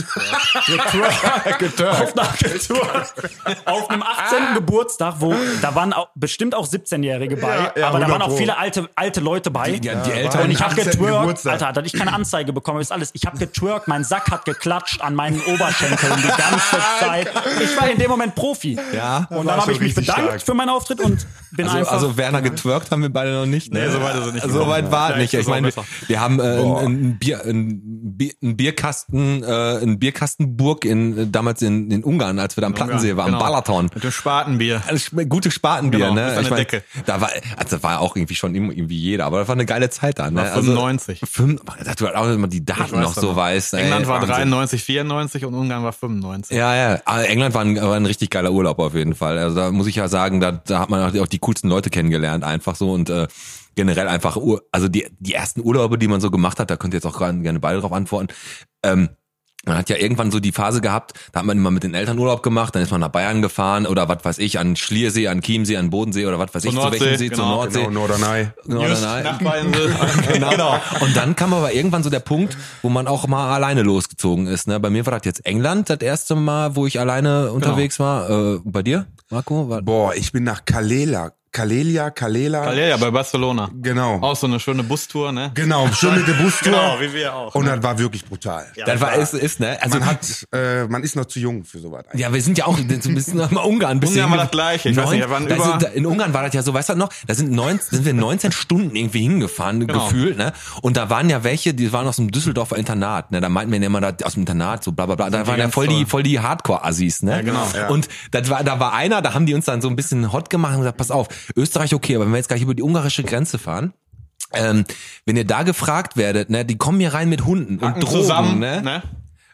Speaker 4: Getwerkt. Auf, einer, getwerkt. auf einem 18. Geburtstag, wo da waren auch, bestimmt auch 17-Jährige bei,
Speaker 5: Ja, ja,
Speaker 4: aber da
Speaker 5: 100
Speaker 4: waren auch
Speaker 5: Pro.
Speaker 4: viele alte, alte Leute bei.
Speaker 3: Die, die
Speaker 5: war
Speaker 3: Eltern.
Speaker 4: Und ich habe
Speaker 5: 18.
Speaker 4: getwerkt,
Speaker 5: Geburtstag.
Speaker 4: Alter, da hatte ich keine Anzeige bekommen, ist alles. Ich habe getwerkt, mein Sack hat geklatscht an meinen Oberschenkeln die ganze Zeit. Ich war in dem Moment Profi.
Speaker 3: Ja.
Speaker 4: Und dann habe ich mich bedankt für meinen Auftritt und bin
Speaker 3: Also,
Speaker 4: einfach.
Speaker 3: also Werner getwerkt haben wir beide noch nicht. Ne?
Speaker 6: Nee, so weit ist es nicht
Speaker 3: So weit warten.
Speaker 6: Vielleicht
Speaker 3: Ich, ich
Speaker 6: ist auch
Speaker 3: meine,
Speaker 6: besser.
Speaker 3: wir haben äh, einen Bier, ein Bier, ein Bierkasten, äh, ein Bierkastenburg in äh, damals in, in Ungarn, als wir da am Plattensee waren,
Speaker 6: Genau.
Speaker 3: Balaton.
Speaker 6: Mit dem Spatenbier.
Speaker 3: Also, schme- gute Spatenbier,
Speaker 6: Genau,
Speaker 3: ne?
Speaker 6: ist an
Speaker 3: Ich
Speaker 6: der
Speaker 3: mein,
Speaker 6: Decke.
Speaker 3: da war, also war auch irgendwie schon immer irgendwie jeder, aber das war eine geile Zeit da, ne?
Speaker 6: War
Speaker 3: also,
Speaker 6: 95.
Speaker 3: Fünf, dass du halt auch immer die Daten noch so weißt. ey,
Speaker 6: England war
Speaker 3: Wahnsinn.
Speaker 6: 93, 94 und Ungarn war 95.
Speaker 3: Ja, ja. Aber England war ein, war ein richtig geiler Urlaub auf jeden Fall. Also da muss ich ja sagen, da, da hat man auch die coolsten Leute kennengelernt, einfach so und äh, generell einfach, Ur also die, die ersten Urlaube, die man so gemacht hat, da könnt ihr jetzt auch gerne gerne beide drauf antworten. Ähm, man hat ja irgendwann so die Phase gehabt, da hat man immer mit den Eltern Urlaub gemacht, dann ist man nach Bayern gefahren oder was weiß ich, an Schliersee, an Chiemsee, an Bodensee oder was weiß
Speaker 6: Zur
Speaker 3: ich,
Speaker 6: Nordsee,
Speaker 3: zu welchem See,
Speaker 6: genau,
Speaker 3: zur Nordsee.
Speaker 5: Genau, Norderney.
Speaker 3: Genau,
Speaker 6: Just
Speaker 3: dann-
Speaker 6: Nachbarinsel.
Speaker 3: genau. Und dann kam aber irgendwann so der Punkt, wo man auch mal alleine losgezogen ist. Ne? Bei mir war das jetzt England, das erste Mal, wo ich alleine unterwegs war. Äh, bei dir, Marco? War,
Speaker 5: Boah, ich bin nach Kalela. Kalelia, Kalela.
Speaker 6: ja, bei Barcelona.
Speaker 5: Genau.
Speaker 6: Auch so eine schöne Bustour, ne?
Speaker 5: Genau, schön mit der Bustour.
Speaker 6: Genau, wie wir auch,
Speaker 4: ne?
Speaker 5: Und das war wirklich brutal.
Speaker 3: das war, ist, ist, ne? Also,
Speaker 5: man hat, äh, man ist noch zu jung für sowas. eigentlich.
Speaker 3: ja, wir sind ja auch, wir sind noch mal Ungarn. bis
Speaker 6: Ungarn
Speaker 3: hingef-
Speaker 6: war das Gleiche. Ich weiß nicht, wir waren
Speaker 3: da
Speaker 6: über-
Speaker 3: sind, da- in Ungarn war das ja so, weißt du noch, da sind, neun, sind wir 19 Stunden irgendwie hingefahren,
Speaker 6: Genau.
Speaker 3: gefühlt, ne? Und da waren ja welche, die waren aus dem Düsseldorfer Internat, ne? Da meinten wir immer, da, aus dem Internat, so bla bla bla. Da waren ja
Speaker 6: ganz
Speaker 3: voll die,
Speaker 6: toll.
Speaker 3: voll die Hardcore-Assis, ne? Ja,
Speaker 6: genau.
Speaker 5: Ja.
Speaker 3: Und das war, da war einer, da haben die uns dann so ein bisschen hot gemacht und gesagt, pass auf, Österreich okay, aber wenn wir jetzt gleich über die ungarische Grenze fahren, ähm, wenn ihr da gefragt werdet, ne, die kommen hier rein mit Hunden und Drogen,
Speaker 6: Zusammen,
Speaker 3: ne?
Speaker 6: ne?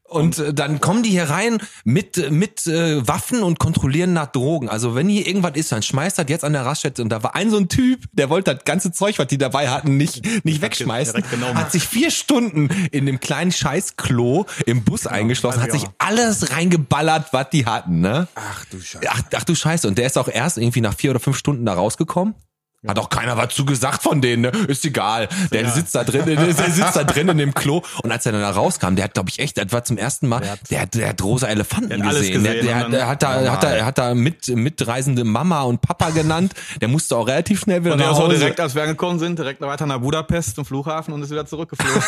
Speaker 3: Und äh, dann kommen die hier rein mit, äh, mit äh, Waffen und kontrollieren nach Drogen. Also wenn hier irgendwas ist, dann schmeißt das jetzt an der Raststätte. Und da war ein so ein Typ, der wollte das ganze Zeug, was die dabei hatten, nicht, nicht wegschmeißen.
Speaker 6: direkt genommen.
Speaker 3: Hat sich vier Stunden in dem kleinen Scheißklo im Bus eingeschlossen, hat
Speaker 6: also
Speaker 3: sich
Speaker 6: ja.
Speaker 3: alles reingeballert, was die hatten. Ne?
Speaker 6: Ah,
Speaker 5: Ach du Scheiße.
Speaker 3: Ach, ach du Scheiße. Und der ist auch erst irgendwie nach vier oder fünf Stunden da rausgekommen. Hat auch keiner was zu gesagt von denen, ne? Ist egal. Der sitzt da drin, der sitzt da drin in dem Klo. Und als er dann da rauskam, der hat, glaube ich, echt, das war zum ersten Mal, der hat, der hat rosa Elefanten
Speaker 6: hat alles
Speaker 3: gesehen. Der,
Speaker 6: gesehen
Speaker 3: der,
Speaker 6: und
Speaker 3: hat-
Speaker 6: dann-
Speaker 3: der hat da, hat da, hat da mit, mitreisende Mama und Papa genannt. Der musste auch relativ schnell wieder
Speaker 6: Und der
Speaker 3: nach
Speaker 6: ist auch
Speaker 3: Hause.
Speaker 6: direkt, als wir angekommen sind, direkt weiter nach Budapest zum Flughafen und ist wieder zurückgeflogen.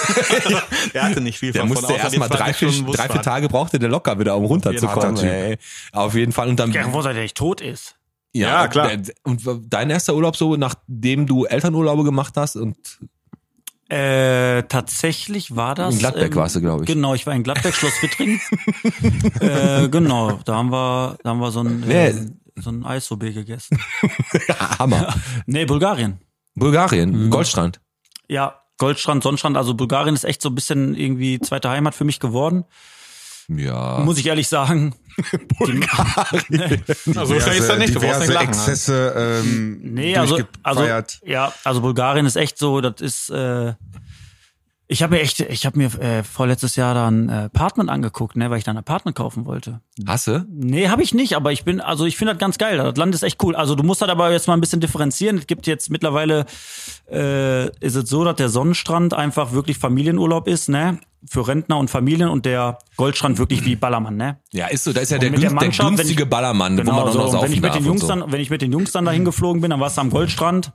Speaker 6: er hatte nicht viel
Speaker 3: Der musste
Speaker 6: außer die
Speaker 3: erstmal drei,
Speaker 6: 20
Speaker 3: vier,
Speaker 6: Stunden
Speaker 3: drei, vier
Speaker 6: Busfahrt.
Speaker 3: Tage brauchte der locker wieder, um runterzukommen.
Speaker 5: Fall.
Speaker 3: ey. Auf jeden Fall. Und dann,
Speaker 4: Ja, wo seid ihr nicht tot ist?
Speaker 3: Ja,
Speaker 6: Ja, klar.
Speaker 3: der- Und dein erster Urlaub so, nachdem du Elternurlaube gemacht hast und
Speaker 4: Äh, tatsächlich war das.
Speaker 3: In Gladbeck warst du, glaub ich.
Speaker 4: Genau, ich war in Gladbeck, Schloss Bittring. äh, genau, da haben wir, da haben wir so ein, äh, so ein Eissobe gegessen.
Speaker 3: Hammer.
Speaker 4: Nee, Bulgarien.
Speaker 3: Bulgarien, Goldstrand.
Speaker 4: Ja, Goldstrand, Sonnenstrand, also Bulgarien ist echt so ein bisschen irgendwie zweite Heimat für mich geworden.
Speaker 3: Ja.
Speaker 4: Muss ich ehrlich sagen. Bulgarien.
Speaker 6: Also, so schlecht ist das nicht, du brauchst nicht
Speaker 5: diverse
Speaker 6: lachen. ne?
Speaker 5: Exzesse ähm,
Speaker 4: Nee, also, also
Speaker 5: durchgefeiert.
Speaker 4: ja, also Bulgarien ist echt so, das ist äh, ich habe mir echt ich habe mir äh, vorletztes Jahr da ein äh, Apartment angeguckt, ne, weil ich da ein Apartment kaufen wollte.
Speaker 3: Hasse?
Speaker 4: Nee, habe ich nicht, aber ich bin also ich finde das ganz geil, das Land ist echt cool. Also du musst halt aber jetzt mal ein bisschen differenzieren. Es gibt jetzt mittlerweile äh, ist es so, dass der Sonnenstrand einfach wirklich Familienurlaub ist, ne? Für Rentner und Familien und der Goldstrand wirklich wie Ballermann, ne?
Speaker 3: Ja, ist so. Da ist ja der,
Speaker 4: mit
Speaker 3: günst,
Speaker 4: der
Speaker 3: der,
Speaker 4: Mannschaft, wenn
Speaker 3: günstige
Speaker 4: ich-
Speaker 3: Ballermann, wo
Speaker 4: Genau,
Speaker 3: man auch
Speaker 4: so.
Speaker 3: noch
Speaker 4: und wenn
Speaker 3: saufen
Speaker 4: ich mit
Speaker 3: darf
Speaker 4: den Jungs
Speaker 3: und so.
Speaker 4: dann, wenn ich mit den Jungs dann dahin geflogen bin, dann warst du am Goldstrand.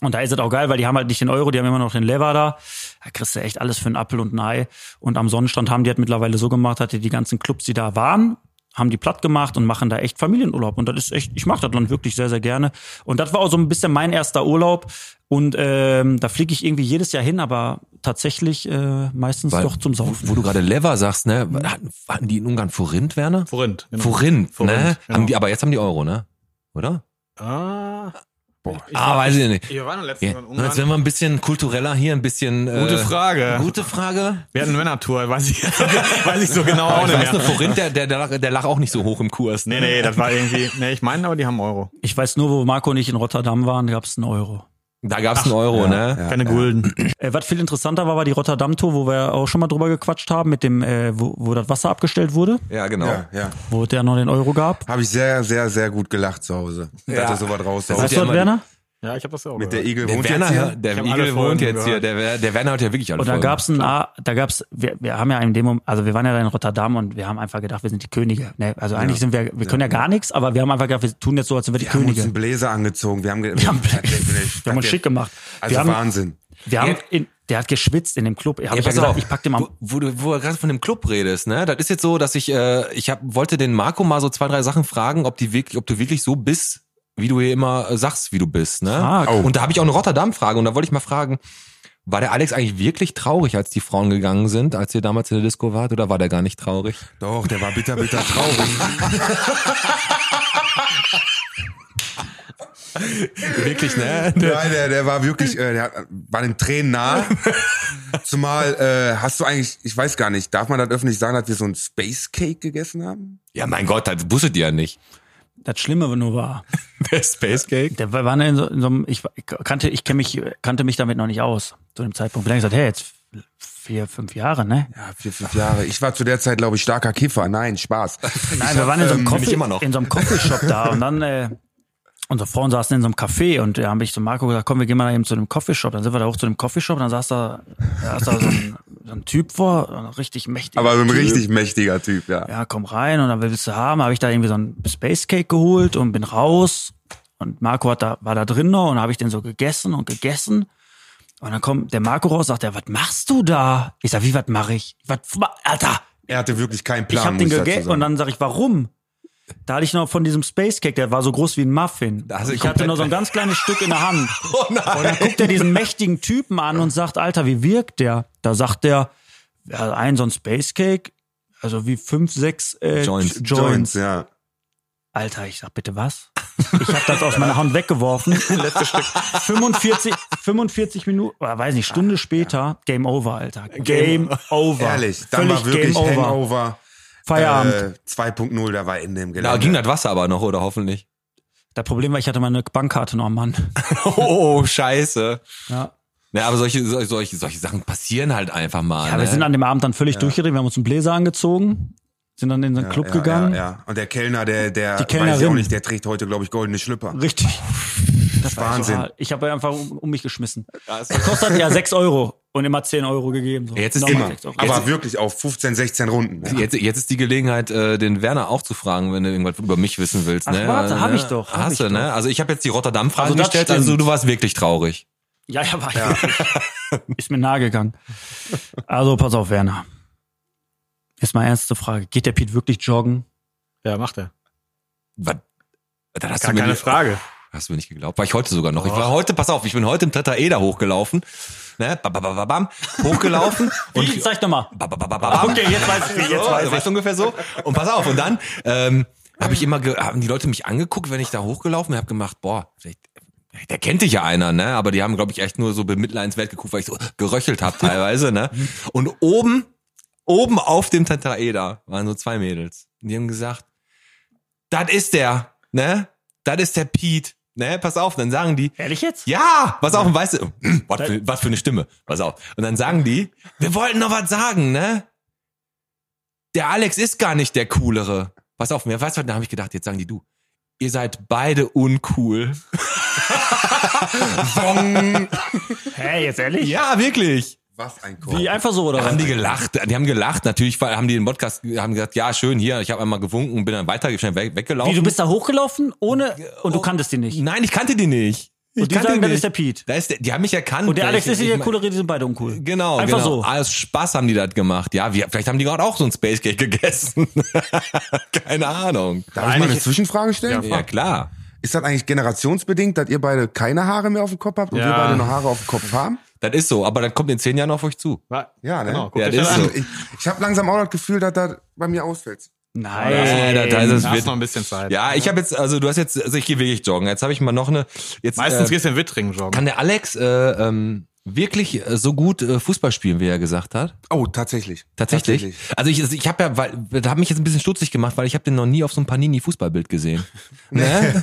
Speaker 4: Und da ist es auch geil, weil die haben halt nicht den Euro, die haben immer noch den Lever da. Da kriegst du echt alles für einen Apfel und ein Ei. Und am Sonnenstrand haben die halt mittlerweile so gemacht, hatte die ganzen Clubs, die da waren, haben die platt gemacht und machen da echt Familienurlaub. Und das ist echt, ich mag das Land wirklich sehr, sehr gerne. Und das war auch so ein bisschen mein erster Urlaub. Und ähm, da fliege ich irgendwie jedes Jahr hin, aber tatsächlich äh, meistens
Speaker 3: Weil-
Speaker 4: doch zum Mhm. Saufen.
Speaker 3: Wo du gerade Lever sagst, ne? Hatten, hatten die in Ungarn Forint, Werner?
Speaker 6: Forint. genau.
Speaker 3: Forint, ne?
Speaker 6: Forint,
Speaker 3: Haben
Speaker 6: genau.
Speaker 3: die, aber jetzt haben die Euro, ne? Oder?
Speaker 6: Ah,
Speaker 3: ah, weiß ich nicht.
Speaker 6: wir waren letztens
Speaker 3: Ja.
Speaker 6: Mal in
Speaker 3: Jetzt
Speaker 6: Ungarn.
Speaker 3: werden wir ein bisschen kultureller hier, ein bisschen.
Speaker 6: Gute
Speaker 3: äh,
Speaker 6: Frage.
Speaker 3: Gute Frage.
Speaker 6: Wir hatten Männertour, weiß ich, weiß ich so genau auch
Speaker 3: Ich
Speaker 6: nicht
Speaker 3: weiß
Speaker 6: mehr.
Speaker 3: nur, Forint, der, der, der, lag- der lag auch nicht so hoch im Kurs.
Speaker 6: Nee, nee, das war irgendwie, nee, ich meine aber, die haben Euro.
Speaker 4: Ich weiß nur, wo Marco und ich in Rotterdam waren, gab es einen Euro.
Speaker 3: Da gab's einen Euro, ne?
Speaker 6: Keine Gulden.
Speaker 4: Äh, was viel interessanter war, war die Rotterdam-Tour, wo wir auch schon mal drüber gequatscht haben, mit dem, äh, wo, wo das Wasser abgestellt wurde,
Speaker 3: Ja, genau.
Speaker 5: ja, ja.
Speaker 4: wo es ja noch den Euro gab.
Speaker 5: Habe ich sehr, sehr, sehr gut gelacht zu Hause. Ja. Dass er sowas raushaut.
Speaker 4: Weißt
Speaker 3: ja
Speaker 4: du das,
Speaker 3: immer-
Speaker 4: Werner?
Speaker 6: Ja, ich habe das ja auch
Speaker 5: Mit der
Speaker 6: gehört.
Speaker 5: Igel
Speaker 3: Der
Speaker 5: wohnt jetzt
Speaker 3: Werner,
Speaker 5: hier.
Speaker 3: der
Speaker 6: Ich hab alle
Speaker 3: Igel wohnt
Speaker 6: Folgen
Speaker 3: jetzt hier.
Speaker 6: gehört.
Speaker 3: Der, Wer- der Werner hat ja wirklich alle
Speaker 4: Und da
Speaker 3: Folgen.
Speaker 4: gab's ein, ah, da gab's, wir, wir haben ja in dem Moment, also wir waren ja da in Rotterdam und wir haben einfach gedacht, wir sind die Könige. Ne? Also eigentlich sind wir, wir können ja gar nichts, aber wir haben einfach gedacht, wir tun jetzt so, als sind wir die
Speaker 5: Wir haben uns
Speaker 4: Könige.
Speaker 5: einen Bläser angezogen. Wir haben, ge-
Speaker 4: haben-
Speaker 5: Das- das- das-
Speaker 4: Wir haben uns schick gemacht.
Speaker 5: Also
Speaker 4: wir haben,
Speaker 5: Wahnsinn.
Speaker 4: wir haben in, der hat geschwitzt in dem Club. Hab
Speaker 3: Ja,
Speaker 4: ich ja
Speaker 3: pass
Speaker 4: gesagt,
Speaker 3: auf,
Speaker 4: ich pack den mal.
Speaker 3: Wo, wo du wo du gerade von dem Club redest, ne? Das ist jetzt so, dass ich, äh, ich hab, wollte den Marco mal so zwei, drei Sachen fragen, ob, die wirklich, ob du wirklich so bist, wie du hier immer äh, sagst, wie du bist. Ne?
Speaker 4: Frag.
Speaker 3: Und da habe ich auch eine Rotterdam-Frage und da wollte ich mal fragen, war der Alex eigentlich wirklich traurig, als die Frauen gegangen sind, als ihr damals in der Disco wart, oder war der gar nicht traurig?
Speaker 5: Doch, der war bitter, bitter traurig.
Speaker 3: Wirklich, ne?
Speaker 5: Nein, der, der war wirklich, äh, der hat- war den Tränen nah. Zumal äh, hast du eigentlich, ich weiß gar nicht, darf man das öffentlich sagen, dass wir so einen Space Cake gegessen haben?
Speaker 3: Ja, mein Gott, das wusstet ihr ja nicht.
Speaker 4: Das Schlimme nur war,
Speaker 3: Der Space Cake.
Speaker 4: der war war in so, in so einem, ich kannte, ich kenn mich, kannte mich damit noch nicht aus zu dem Zeitpunkt. Vielleicht gesagt, hey, jetzt vier, fünf Jahre, ne?
Speaker 5: Ja, vier, fünf Jahre. Ich war zu der Zeit, glaube ich, starker Kiffer. Nein, Spaß.
Speaker 4: Nein, wir waren in so einem,
Speaker 5: ähm,
Speaker 3: bin ich
Speaker 4: Coffee,
Speaker 3: immer noch.
Speaker 4: in so einem Coffeeshop da und dann äh, unsere Frauen saßen in so einem Café und da habe ich zu Marco gesagt, komm, wir gehen mal eben zu dem Coffeeshop. Dann sind wir da hoch zu dem Coffeeshop und dann saß da, da, saß da so, ein, so ein Typ vor, ein richtig mächtig.
Speaker 5: Aber so ein richtig mächtiger Typ, ja.
Speaker 4: ja, komm rein und dann willst du haben, habe ich da irgendwie so einen Space Cake geholt und bin raus und Marco hat da, war da drin noch und habe ich den so gegessen und gegessen und dann kommt der Marco raus, sagt er, was machst du da? Ich sag, wie, was mache ich? Was, ma- Alter,
Speaker 5: Er hatte wirklich keinen Plan.
Speaker 4: ich habe den
Speaker 5: muss ich dazu
Speaker 4: gegessen
Speaker 5: sagen.
Speaker 4: und dann sag ich, warum? Da hatte ich noch von diesem Space Cake, der war so groß wie ein Muffin.
Speaker 3: hast du
Speaker 4: ich hatte
Speaker 3: komplett-
Speaker 4: nur so ein ganz kleines Stück in der Hand.
Speaker 5: Oh
Speaker 4: Und dann guckt er diesen mächtigen Typen an und sagt, Alter, wie wirkt der? Da sagt der, ja, ein so ein Space Cake, also wie fünf, sechs äh,
Speaker 3: Joints.
Speaker 4: Joints.
Speaker 5: Joints, ja.
Speaker 4: Alter, ich sag, bitte was? Ich habe das aus meiner Hand weggeworfen. Letztes Stück. 45, 45 Minuten, oder weiß nicht,
Speaker 5: Ah,
Speaker 4: Stunde später, Game Over, Alter. Game, Over.
Speaker 5: Ehrlich, dann
Speaker 4: Völlig
Speaker 5: war wirklich
Speaker 4: Game Over.
Speaker 5: Hangover.
Speaker 4: Feierabend.
Speaker 5: Äh, 2.0, da war in dem Gelände.
Speaker 3: Da ging das Wasser aber noch, oder hoffentlich?
Speaker 4: Das Problem war, ich hatte meine Bankkarte noch am Hand.
Speaker 3: Oh, scheiße.
Speaker 4: Ja.
Speaker 3: Ja, Ne, aber solche, sol- solche, solche Sachen passieren halt einfach mal.
Speaker 4: Ja,
Speaker 3: ne?
Speaker 5: Äh,
Speaker 4: wir sind an dem Abend dann völlig durchgedreht. Wir haben uns einen Bläser angezogen, sind dann in den Club
Speaker 5: ja,
Speaker 4: gegangen.
Speaker 5: Ja, ja. Und der Kellner, der, der
Speaker 4: Die
Speaker 5: weiß ich auch
Speaker 4: Kellnerin.
Speaker 5: nicht, der trägt heute, glaube ich, goldene Schlüpper.
Speaker 4: Richtig. Das war
Speaker 5: Wahnsinn.
Speaker 4: total- Ich habe einfach um, um mich geschmissen. Das kostet ja 6 Euro und immer 10 Euro gegeben. So.
Speaker 3: Jetzt ist
Speaker 4: Nochmal
Speaker 5: Immer.
Speaker 4: 6 Euro.
Speaker 5: Aber wirklich auf 15, 16 Runden. Ja.
Speaker 3: Jetzt, jetzt ist die Gelegenheit, äh, den Werner auch zu fragen, wenn du irgendwas über mich wissen willst.
Speaker 4: Ach,
Speaker 3: ne?
Speaker 4: warte,
Speaker 3: ne?
Speaker 4: hab ich doch, hab
Speaker 3: Hast
Speaker 4: ich
Speaker 3: du,
Speaker 4: doch.
Speaker 3: ne? Also ich habe jetzt die Rotterdam-Fragen
Speaker 4: Also das
Speaker 3: gestellt,
Speaker 4: stimmt.
Speaker 3: also du warst wirklich traurig.
Speaker 4: ja, ja, war ich. Ist mir nahe gegangen. Also pass auf, Werner. Jetzt mal ernste Frage. Geht der Piet wirklich joggen?
Speaker 6: Ja, macht er.
Speaker 3: Was? Dann hast
Speaker 6: Gar
Speaker 3: du mir
Speaker 6: keine
Speaker 3: nicht,
Speaker 6: Frage.
Speaker 3: Hast du mir nicht geglaubt? War ich heute sogar noch. Ich war heute, pass auf, ich bin heute im Tetraeder hochgelaufen. Ne? Bam, bam, bam, bam, bam, hochgelaufen.
Speaker 4: Wie?
Speaker 3: und
Speaker 4: Zeig doch mal.
Speaker 3: Bam, bam, bam, bam, bam.
Speaker 4: Okay, jetzt weiß ich, jetzt
Speaker 3: so,
Speaker 4: weiß ich.
Speaker 3: weißt du, ungefähr so. Und pass auf, und dann ähm, habe ich immer, ge- haben die Leute mich angeguckt, wenn ich da hochgelaufen bin, habe gemacht, boah, vielleicht, der kennt dich ja einer, ne? Aber die haben, glaube ich, echt nur so bemitleidenswert geguckt, weil ich so geröchelt habe teilweise, ne? Und oben, oben auf dem Tetraeder waren so zwei Mädels. Und die haben gesagt, das ist der, ne? Das ist der Pete. Ne, pass auf, dann sagen die,
Speaker 4: Ehrlich jetzt?
Speaker 3: ja, pass auf, und weißt du, mm, was für, was für eine Stimme, pass auf. Und dann sagen die, wir wollten noch was sagen, ne? Der Alex ist gar nicht der Coolere. Pass auf, mir weißt du, was, da habe ich gedacht, jetzt sagen die du. Ihr seid beide uncool.
Speaker 4: Hey, jetzt ehrlich?
Speaker 3: Ja, wirklich.
Speaker 5: Was ein Korb.
Speaker 4: Wie einfach so oder
Speaker 3: Haben
Speaker 4: was?
Speaker 3: die gelacht, die haben gelacht, natürlich weil- haben die den Podcast, haben gesagt, ja, schön, hier, ich habe einmal gewunken, bin dann weiter, schnell weg, weggelaufen.
Speaker 4: Wie, du bist da hochgelaufen ohne und du
Speaker 3: Oh.
Speaker 4: kanntest ihn nicht.
Speaker 3: Nein, ich kannte die nicht. Ich
Speaker 4: Und die
Speaker 3: kannte die
Speaker 4: sagen, das
Speaker 3: nicht.
Speaker 4: ist der Pete.
Speaker 3: Da ist der, die haben mich erkannt.
Speaker 4: Und der Alex
Speaker 3: Ich-
Speaker 4: ist
Speaker 3: ich
Speaker 4: hier der
Speaker 3: mein-
Speaker 4: coolere, die sind beide uncool.
Speaker 3: Genau,
Speaker 4: Einfach
Speaker 3: genau.
Speaker 4: so.
Speaker 3: Aus Spaß haben die das gemacht. Ja, wir, vielleicht haben die gerade auch so ein Space Cake gegessen. Keine Ahnung.
Speaker 5: Darf ich mal eine Zwischenfrage stellen?
Speaker 3: Ja, klar.
Speaker 5: Ist das eigentlich generationsbedingt, dass ihr beide keine Haare mehr auf dem Kopf habt und
Speaker 6: Ja.
Speaker 5: wir beide noch Haare auf dem Kopf haben?
Speaker 3: Das ist so, aber dann kommt in zehn Jahren auf euch zu.
Speaker 6: War-
Speaker 5: Ja, ne?
Speaker 6: Genau, guck
Speaker 3: Ja,
Speaker 6: dir
Speaker 3: das
Speaker 6: das
Speaker 3: ist
Speaker 6: an.
Speaker 3: so.
Speaker 5: Ich, ich habe langsam auch das Gefühl, dass das bei mir ausfällt.
Speaker 4: Nein,
Speaker 3: da- da ist es-
Speaker 6: Da
Speaker 3: wird-
Speaker 6: hast noch ein bisschen Zeit.
Speaker 3: Ja, ich habe jetzt, also du hast jetzt, also ich gehe wirklich joggen. Jetzt habe ich mal noch eine. Jetzt,
Speaker 6: Meistens
Speaker 3: äh,
Speaker 6: gehst du in Wittringen joggen.
Speaker 3: kann der Alex äh, ähm, wirklich äh, so gut äh, Fußball spielen, wie er gesagt hat.
Speaker 5: Oh, tatsächlich.
Speaker 3: Tatsächlich. Also ich, ich habe ja, weil, da hat mich jetzt ein bisschen stutzig gemacht, weil ich habe den noch nie auf so einem Panini-Fußballbild gesehen. ne?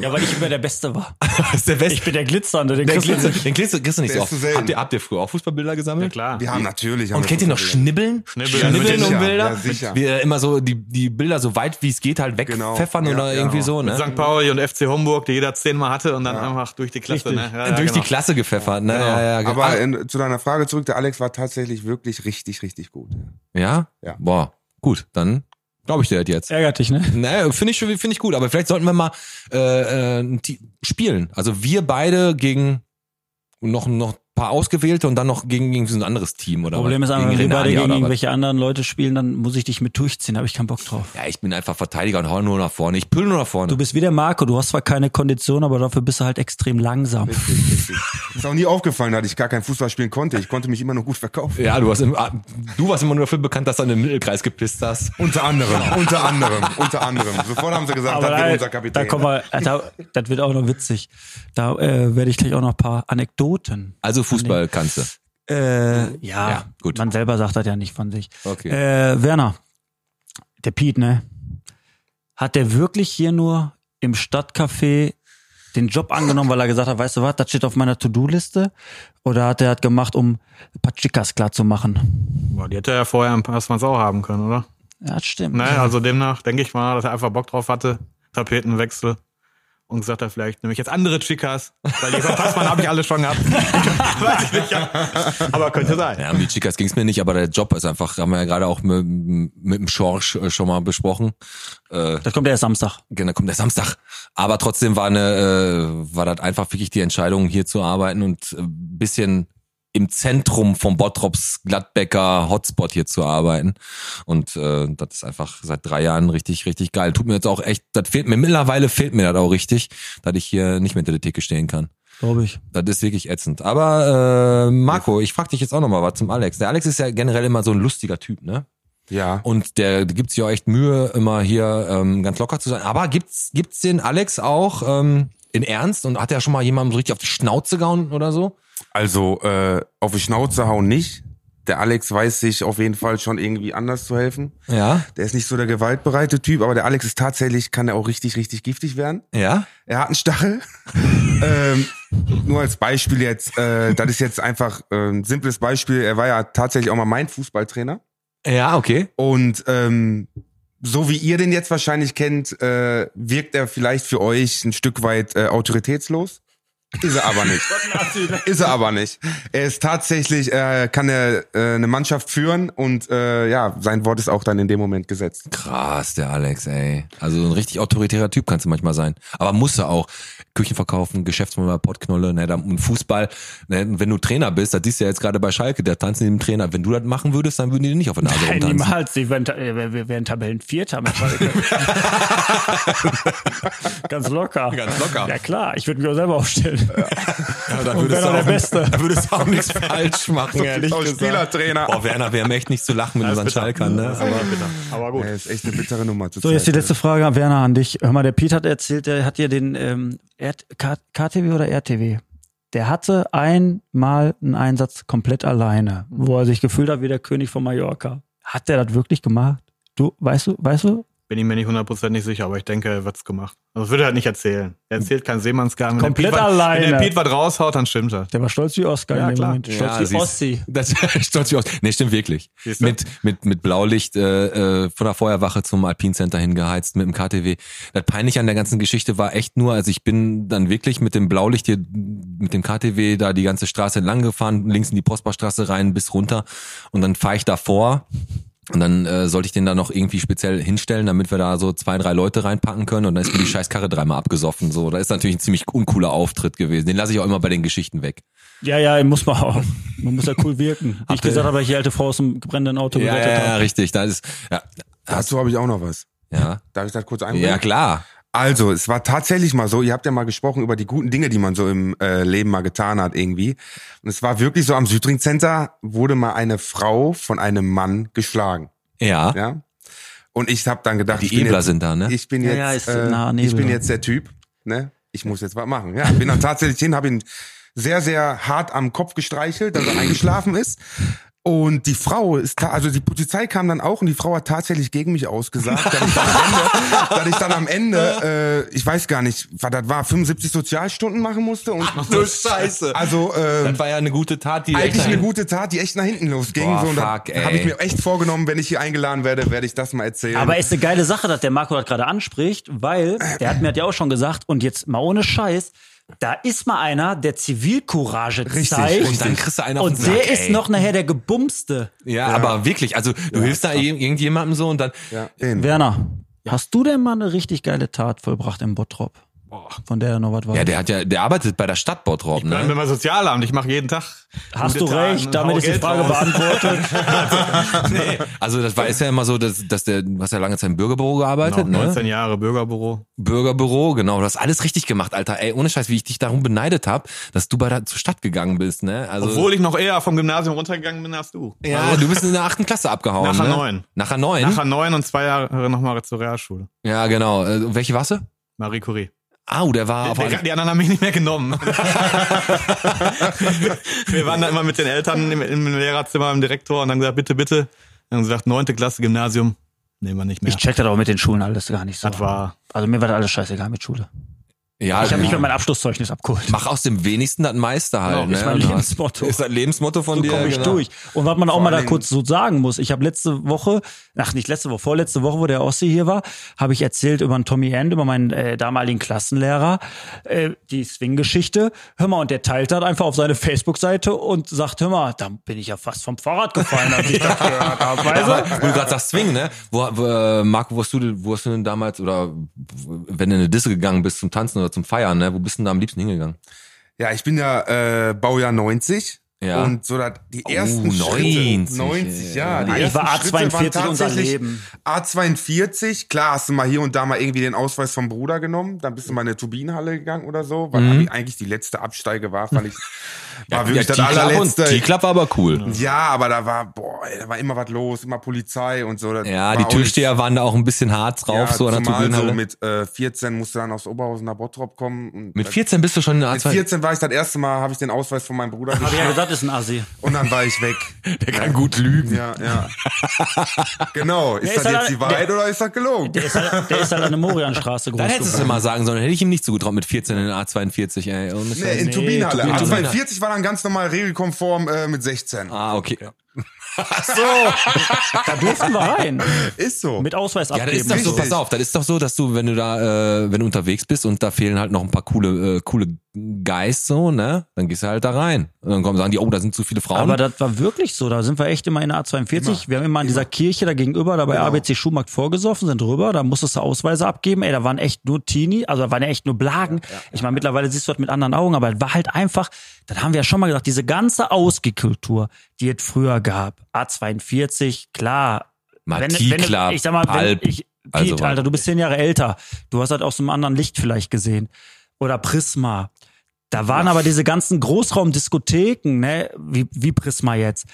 Speaker 4: Ja, weil ich immer der Beste war.
Speaker 3: Das ist der
Speaker 4: Ich
Speaker 3: Beste.
Speaker 4: bin der Glitzernde, den
Speaker 3: Den
Speaker 4: kriegst du
Speaker 3: kriegst du-
Speaker 4: nicht.
Speaker 3: den kriegst du kriegst du nicht
Speaker 5: Der
Speaker 3: so
Speaker 5: ist zu
Speaker 3: oft.
Speaker 5: selten.
Speaker 3: Habt ihr, habt ihr früher auch Fußballbilder
Speaker 6: Ja,
Speaker 3: gesammelt?
Speaker 6: klar.
Speaker 5: Wir haben natürlich. haben
Speaker 3: Und
Speaker 5: wir
Speaker 3: kennt ihr noch
Speaker 5: Fußball
Speaker 3: Schnibbeln?
Speaker 6: Schnibbeln.
Speaker 3: Schnibbeln
Speaker 5: Sicher,
Speaker 3: und Bilder?
Speaker 5: ja, sicher.
Speaker 3: Wie er immer so die, die Bilder so weit wie es geht halt
Speaker 5: Genau.
Speaker 3: wegpfeffern
Speaker 5: Ja,
Speaker 3: oder
Speaker 5: genau.
Speaker 3: irgendwie so, ne?
Speaker 6: St. Pauli und FC Homburg, die jeder zehnmal hatte und dann einfach durch die Klasse. Ne? Ja, ja,
Speaker 3: Durch
Speaker 6: genau.
Speaker 3: die Klasse gepfeffert, ne? Ja, ja,
Speaker 5: gespielt.
Speaker 3: ja.
Speaker 5: Aber in, zu deiner Frage zurück, der Alex war tatsächlich wirklich richtig, richtig gut.
Speaker 3: ja?
Speaker 5: Ja.
Speaker 3: Boah, gut, dann glaube ich dir das jetzt.
Speaker 4: Ärgert dich, ne?
Speaker 3: Naja, finde ich, schon- finde ich gut, aber vielleicht sollten wir mal äh, äh, ein Team- spielen. Also wir beide gegen noch, noch paar ausgewählte und dann noch gegen, gegen so ein anderes Team oder
Speaker 4: Problem
Speaker 3: was?
Speaker 4: ist einfach,
Speaker 3: gegen
Speaker 4: wenn wir beide
Speaker 3: Renania
Speaker 4: gegen
Speaker 3: oder was?
Speaker 4: irgendwelche anderen Leute spielen, dann muss ich dich mit durchziehen, da habe ich keinen Bock drauf.
Speaker 3: Ja, ich bin einfach Verteidiger und hau nur nach vorne. Ich püll nur nach vorne.
Speaker 4: Du bist wie der Marco, du hast zwar keine Kondition, aber dafür bist du halt extrem langsam.
Speaker 5: Ist auch nie aufgefallen, dass ich gar kein Fußball spielen konnte. Ich konnte mich immer nur gut verkaufen.
Speaker 3: ja, du warst, im, ah, du warst immer nur dafür bekannt, dass du an den Mittelkreis gepisst hast.
Speaker 5: Unter anderem, unter anderem, unter anderem. Sofort haben sie gesagt, das wird unser Kapitän. ne?
Speaker 4: da kommen
Speaker 3: ne?
Speaker 4: wir, da, das wird auch noch witzig. Da äh, werde ich gleich auch noch ein paar Anekdoten.
Speaker 3: Also Fußball kannst du.
Speaker 4: Äh, ja,
Speaker 3: Ja, gut.
Speaker 4: gut. man selber sagt das ja nicht von sich.
Speaker 3: Okay.
Speaker 4: Äh, Werner, der Piet, ne? Hat der wirklich hier nur im Stadtcafé den Job angenommen, weil er gesagt hat, weißt du was, das steht auf meiner To-Do-Liste? Oder hat er das gemacht, um ein paar Chicas klar zu machen?
Speaker 6: Boah, die hätte er ja vorher ein paar Mal sauer haben können, oder?
Speaker 4: Ja, das stimmt.
Speaker 6: Ne, also demnach denke ich mal, dass er einfach Bock drauf hatte, Tapetenwechsel. Und gesagt hat, vielleicht nehme ich jetzt andere Chicas. Weil die Passmann habe ich alle schon gehabt. Weiß ich nicht. ja. Aber könnte sein.
Speaker 3: Ja, um die Chicas ging's mir nicht, aber der Job ist einfach, haben wir ja gerade auch mit, mit dem Schorsch äh, schon mal besprochen.
Speaker 4: Das kommt erst Samstag.
Speaker 3: Genau, kommt der Samstag. Aber trotzdem war eine, äh, war das einfach wirklich die Entscheidung, hier zu arbeiten und äh, ein bisschen im Zentrum vom Bottrops Gladbecker Hotspot hier zu arbeiten. Und äh, das ist einfach seit drei Jahren richtig, richtig geil. Tut mir jetzt auch echt, das fehlt mir, mittlerweile fehlt mir das auch richtig, dass ich hier nicht mehr hinter der Theke stehen kann.
Speaker 4: Glaube ich.
Speaker 3: Das ist wirklich ätzend. Aber äh, Marco, ich frag dich jetzt auch nochmal was zum Alex. Der Alex ist ja generell immer so ein lustiger Typ, ne?
Speaker 5: Ja.
Speaker 3: Und der gibt sich auch echt Mühe, immer hier ähm, ganz locker zu sein. Aber gibt's gibt's den Alex auch ähm, in Ernst und hat er schon mal jemandem so richtig auf die Schnauze gehauen oder so?
Speaker 5: Also, äh, auf die Schnauze hauen nicht. Der Alex weiß sich auf jeden Fall schon irgendwie anders zu helfen.
Speaker 3: Ja,
Speaker 5: Der ist nicht so der gewaltbereite Typ, aber der Alex ist tatsächlich, kann er auch richtig, richtig giftig werden.
Speaker 3: ja.
Speaker 5: Er hat einen Stachel. ähm, nur als Beispiel jetzt, äh, das ist jetzt einfach äh, ein simples Beispiel. Er war ja tatsächlich auch mal mein Fußballtrainer.
Speaker 3: Ja, okay.
Speaker 5: Und ähm, so wie ihr den jetzt wahrscheinlich kennt, äh, wirkt er vielleicht für euch ein Stück weit äh, autoritätslos. Ist er aber nicht.
Speaker 3: ne?
Speaker 5: ist er aber nicht. Er ist tatsächlich, äh, kann er äh, eine Mannschaft führen und äh, ja, sein Wort ist auch dann in dem Moment gesetzt.
Speaker 3: Krass, der Alex, ey. Also ein richtig autoritärer Typ kannst du manchmal sein. Aber muss er auch. Küchen verkaufen, Geschäftsmodell, Pottknolle, ne, dann- und Fußball. Ne, und wenn du Trainer bist, das siehst du ja jetzt gerade bei Schalke, der tanzt neben dem Trainer. Wenn du das machen würdest, dann würden die dir nicht auf der Nase rumtanzen.
Speaker 4: Niemals, die werden, äh, wir werden Tabellenvierter mit Schalke. Ganz locker.
Speaker 3: Ganz locker.
Speaker 4: Ja klar, ich würde mich auch selber aufstellen.
Speaker 3: Ja, dann
Speaker 4: Und
Speaker 3: würdest
Speaker 4: wenn
Speaker 3: du
Speaker 4: auch der Beste.
Speaker 3: Dann würdest du auch nichts falsch machen, ehrlich
Speaker 5: Auch
Speaker 3: gesagt.
Speaker 5: Spielertrainer.
Speaker 3: Boah, Werner, wir haben echt nicht zu lachen mit unseren Schalkern, ne? Aber
Speaker 6: Aber gut.
Speaker 4: Äh,
Speaker 5: Er ist echt eine bittere Nummer.
Speaker 4: So, jetzt die letzte Frage, Werner, an dich. Hör mal, der Piet hat erzählt, der hat hier den ähm, R K KTW oder RTW? Der hatte einmal einen Einsatz komplett alleine, wo er sich gefühlt hat wie der König von Mallorca. Hat der das wirklich gemacht? Du, weißt du, weißt du?
Speaker 6: Bin ich mir nicht hundertprozentig sicher, aber ich denke, er wird's gemacht. Also würde er halt nicht erzählen. Er erzählt kein Seemannsgarn. Wenn der
Speaker 4: Komplett
Speaker 6: Piet was- Wenn
Speaker 4: alleine.
Speaker 6: der Piet was raushaut, dann halt. stimmt das.
Speaker 4: Der war stolz wie Oscar
Speaker 6: Ja,
Speaker 4: in dem
Speaker 6: klar.
Speaker 4: Moment. Stolz
Speaker 3: Ja,
Speaker 4: wie
Speaker 3: siehst-
Speaker 4: Ossi.
Speaker 3: das stolz wie aus. Nee, stimmt wirklich.
Speaker 6: Siehst du?
Speaker 3: Mit, mit, mit Blaulicht äh, äh, von der Feuerwache zum Alpine Center hingeheizt, mit dem KTW. Das peinliche an der ganzen Geschichte war echt nur, also ich bin dann wirklich mit dem Blaulicht hier, mit dem KTW da die ganze Straße entlang gefahren, links in die Prosperstraße rein bis runter und dann fahre ich davor Und dann äh, sollte ich den da noch irgendwie speziell hinstellen, damit wir da so zwei, drei Leute reinpacken können. Und dann ist mir die scheiß Karre dreimal abgesoffen. So, da ist natürlich ein ziemlich uncooler Auftritt gewesen. Den lasse ich auch immer bei den Geschichten weg.
Speaker 4: Ja, ja, muss man auch. Man muss ja cool wirken. Wie ich
Speaker 3: Hatte-
Speaker 4: gesagt habe, ich die alte Frau aus dem brennenden Auto
Speaker 3: Ja,
Speaker 4: gerettet
Speaker 3: ja, ja
Speaker 4: habe.
Speaker 3: richtig. Da ist ja,
Speaker 5: Dazu habe ich auch noch was.
Speaker 3: ja,
Speaker 5: Darf ich das kurz einbringen?
Speaker 3: ja klar.
Speaker 5: Also, es war tatsächlich mal so, ihr habt ja mal gesprochen über die guten Dinge, die man so im äh, Leben mal getan hat irgendwie. Und es war wirklich so, am Südring Center wurde mal eine Frau von einem Mann geschlagen,
Speaker 3: Ja,
Speaker 5: ja? Und ich habe dann gedacht,
Speaker 3: die
Speaker 5: ich bin
Speaker 3: Ebler
Speaker 5: jetzt,
Speaker 3: sind da, ne?
Speaker 5: ich bin
Speaker 4: Ja,
Speaker 5: jetzt,
Speaker 4: ja, ist
Speaker 5: äh,
Speaker 4: nah Nebel.
Speaker 5: ich bin jetzt der Typ, ne? Ich muss jetzt was machen. Ja, bin dann tatsächlich hin, habe ihn sehr, sehr hart am Kopf gestreichelt, dass er eingeschlafen ist. Und die Frau ist, ta- also die Polizei kam dann auch und die Frau hat tatsächlich gegen mich ausgesagt, dass ich dann am Ende, dass ich, dann am Ende äh, ich weiß gar nicht, was das war, 75 Sozialstunden machen musste. Und
Speaker 3: Scheiße.
Speaker 5: also äh,
Speaker 3: Das war ja eine gute Tat, die
Speaker 5: eigentlich
Speaker 3: echt-
Speaker 5: eine gute Tat, die echt nach hinten losging.
Speaker 3: Boah,
Speaker 5: so, und da
Speaker 3: fuck, ey.
Speaker 5: habe ich mir echt vorgenommen, wenn ich hier eingeladen werde, werde ich das mal erzählen.
Speaker 4: Aber ist eine geile Sache, dass der Marco das gerade anspricht, weil der hat mir das ja auch schon gesagt und jetzt mal ohne Scheiß, da ist mal einer, der Zivilcourage zeigt
Speaker 3: Und dann kriegst du einen auf
Speaker 4: und
Speaker 3: den Sack,
Speaker 4: der ist
Speaker 3: ey.
Speaker 4: noch nachher der gebumste.
Speaker 3: Ja, aber wirklich. Also du hilfst da ir- irgendjemandem so und dann.
Speaker 5: ja, den.
Speaker 4: Werner, hast du denn mal eine richtig geile Tat vollbracht im Bottrop? von der da noch was war.
Speaker 3: Ja, der hat ja, der arbeitet bei der Stadt Bottrop,
Speaker 6: Ich bin
Speaker 3: ne?
Speaker 6: beim Sozialamt, ich mache jeden Tag.
Speaker 4: Hast
Speaker 6: gute
Speaker 4: du
Speaker 6: Taten
Speaker 4: recht,
Speaker 6: und
Speaker 4: damit
Speaker 6: hau
Speaker 4: ist die
Speaker 6: Geld
Speaker 4: Frage
Speaker 6: raus.
Speaker 4: beantwortet.
Speaker 3: Nee. Also das war ist ja immer so, dass, dass der, du hast ja lange Zeit im Bürgerbüro gearbeitet,
Speaker 6: Genau,
Speaker 3: ne?
Speaker 6: 19 Jahre Bürgerbüro.
Speaker 3: Bürgerbüro, genau. Du hast alles richtig gemacht, Alter. Ey, ohne Scheiß, wie ich dich darum beneidet hab, dass du bei der zur Stadt gegangen bist, ne? Also,
Speaker 6: Obwohl ich noch eher vom Gymnasium runtergegangen bin als du.
Speaker 3: ja, du bist in der achten Klasse abgehauen.
Speaker 6: Nachher
Speaker 3: ne?
Speaker 6: neun.
Speaker 3: Nachher neun?
Speaker 6: Nachher neun und zwei Jahre nochmal zur Realschule.
Speaker 3: ja, genau. Äh, welche warst du?
Speaker 6: Marie Curie.
Speaker 3: Au, der war auf
Speaker 6: Die, die anderen haben mich nicht mehr genommen. Wir waren da immer mit den Eltern im, im Lehrerzimmer, im Direktor und haben gesagt, bitte, bitte. Und dann haben sie gesagt, neunte Klasse Gymnasium, nehmen wir nicht mehr.
Speaker 4: Ich check das aber mit den Schulen alles gar nicht so.
Speaker 6: das war,
Speaker 4: Also mir war das alles scheißegal mit Schule.
Speaker 3: ja, genau. Also
Speaker 4: Ich habe mich
Speaker 3: ja.
Speaker 4: für mein Abschlusszeugnis abgeholt.
Speaker 3: mach aus dem wenigsten das meiste halt.
Speaker 4: Genau,
Speaker 3: ne?
Speaker 4: ist mein
Speaker 3: Und du hast-
Speaker 4: Lebensmotto.
Speaker 3: Ist das Lebensmotto von
Speaker 4: so
Speaker 3: dir?
Speaker 4: komme ich
Speaker 3: genau.
Speaker 4: durch. Und was man auch mal da
Speaker 5: allen
Speaker 4: kurz so sagen muss, ich habe letzte Woche, ach nicht letzte Woche, vorletzte Woche, wo der Ossi hier war, habe ich erzählt über einen Tommy End, über meinen äh, damaligen Klassenlehrer, äh, die Swing-Geschichte. Hör mal, und der teilt das einfach auf seine Facebook-Seite und sagt, hör mal, da bin ich ja fast vom Fahrrad gefallen, als ich das gehört habe. Weißt
Speaker 3: Aber,
Speaker 4: du?
Speaker 3: wo du gerade sagst Swing, ne? Wo, wo, äh, Marco, wo hast, du, denn- wo hast du denn damals, oder wenn du in eine Disse gegangen bist zum Tanzen oder zum Feiern, ne? Wo bist du denn da am liebsten hingegangen?
Speaker 5: Ja, ich bin ja äh, Baujahr 90.
Speaker 3: Ja. Oh,
Speaker 5: Und so da, die ersten
Speaker 3: 90,
Speaker 5: Schritte. 90, ja.
Speaker 3: ey.
Speaker 5: Die
Speaker 4: Ich
Speaker 5: ersten
Speaker 4: war
Speaker 5: Schritte waren
Speaker 4: A42 unser
Speaker 5: tatsächlich
Speaker 4: Leben.
Speaker 5: A42, klar, hast du mal hier und da mal irgendwie den Ausweis vom Bruder genommen, dann bist du mal in eine Turbinenhalle gegangen oder so,
Speaker 3: Mhm.
Speaker 5: weil Abi eigentlich die letzte Absteige war, fand ich, war wirklich das allerletzte.
Speaker 3: T-Club war aber cool.
Speaker 5: Ja, aber da war, boah, ey, da war immer was los, immer Polizei und so. Das
Speaker 3: Ja,
Speaker 5: war
Speaker 3: die
Speaker 5: auch
Speaker 3: Türsteher waren da auch ein bisschen hart drauf,
Speaker 5: nicht-
Speaker 3: so an der
Speaker 5: zumal so
Speaker 3: Tribüne. ne? halt. mit,
Speaker 5: mit äh, 14 musste dann aus Oberhausen nach Bottrop kommen. Und
Speaker 3: mit 14 bist du schon in der
Speaker 5: mit
Speaker 3: A2.
Speaker 5: 14 war ich das erste Mal, habe ich den Ausweis von meinem Bruder
Speaker 4: Hab ich ja
Speaker 5: geschickt
Speaker 4: gesagt, ist ein Assi.
Speaker 5: und dann war ich weg.
Speaker 3: Der kann gut lügen.
Speaker 5: Ja, ja. genau. Ist
Speaker 4: ist
Speaker 5: das
Speaker 4: halt
Speaker 5: jetzt die
Speaker 4: der-
Speaker 5: Wahrheit oder ist das gelogen?
Speaker 4: Der ist halt, der ist halt an der Morianstraße groß
Speaker 3: Dann hättest du
Speaker 4: geworden.
Speaker 3: mal sagen sollen, hätte ich ihm nicht zugetraut mit 14 in der A42, ey. Oh, Ohne
Speaker 5: Nee,
Speaker 3: Scheiß.
Speaker 5: in Turbinenhalle.
Speaker 3: Turbinenhalle.
Speaker 5: Also bei 40 war dann ganz normal regelkonform äh, mit 16.
Speaker 3: Ah, okay.
Speaker 4: Da durften wir rein.
Speaker 5: Ist so.
Speaker 4: Mit Ausweis
Speaker 3: Ja, das
Speaker 4: abgeben.
Speaker 3: ist doch so,
Speaker 5: Richtig.
Speaker 3: pass auf, das ist doch so, dass du, wenn du da, äh, wenn du unterwegs bist und da fehlen halt noch ein paar coole, äh, coole Guys so, ne, dann gehst du halt da rein. Und dann kommen sagen die, oh, da sind zu viele Frauen.
Speaker 4: Aber das war wirklich so. Da sind wir echt immer in der A42. wir haben immer Genau. an dieser Kirche da gegenüber, da bei ABC Schuhmarkt vorgesoffen, sind rüber, da musstest du Ausweise abgeben. Ey, da waren echt nur Teenie, also da waren ja echt nur Blagen. Ich meine, mittlerweile siehst du das mit anderen Augen, aber es war halt einfach, das haben wir ja schon mal gesagt, diese ganze Ausgekultur, die es früher gab. A42, klar.
Speaker 3: Mal
Speaker 4: Wenn-
Speaker 3: Tea
Speaker 4: wenn-
Speaker 3: Club,
Speaker 4: ich sag mal,
Speaker 3: Pulp,
Speaker 4: wenn ich, Pete,
Speaker 3: also was.
Speaker 4: Alter, du bist zehn Jahre älter. Du hast halt aus einem anderen Licht vielleicht gesehen. Oder Prisma. Da waren aber diese ganzen Großraumdiskotheken, ne, wie, wie Prisma jetzt.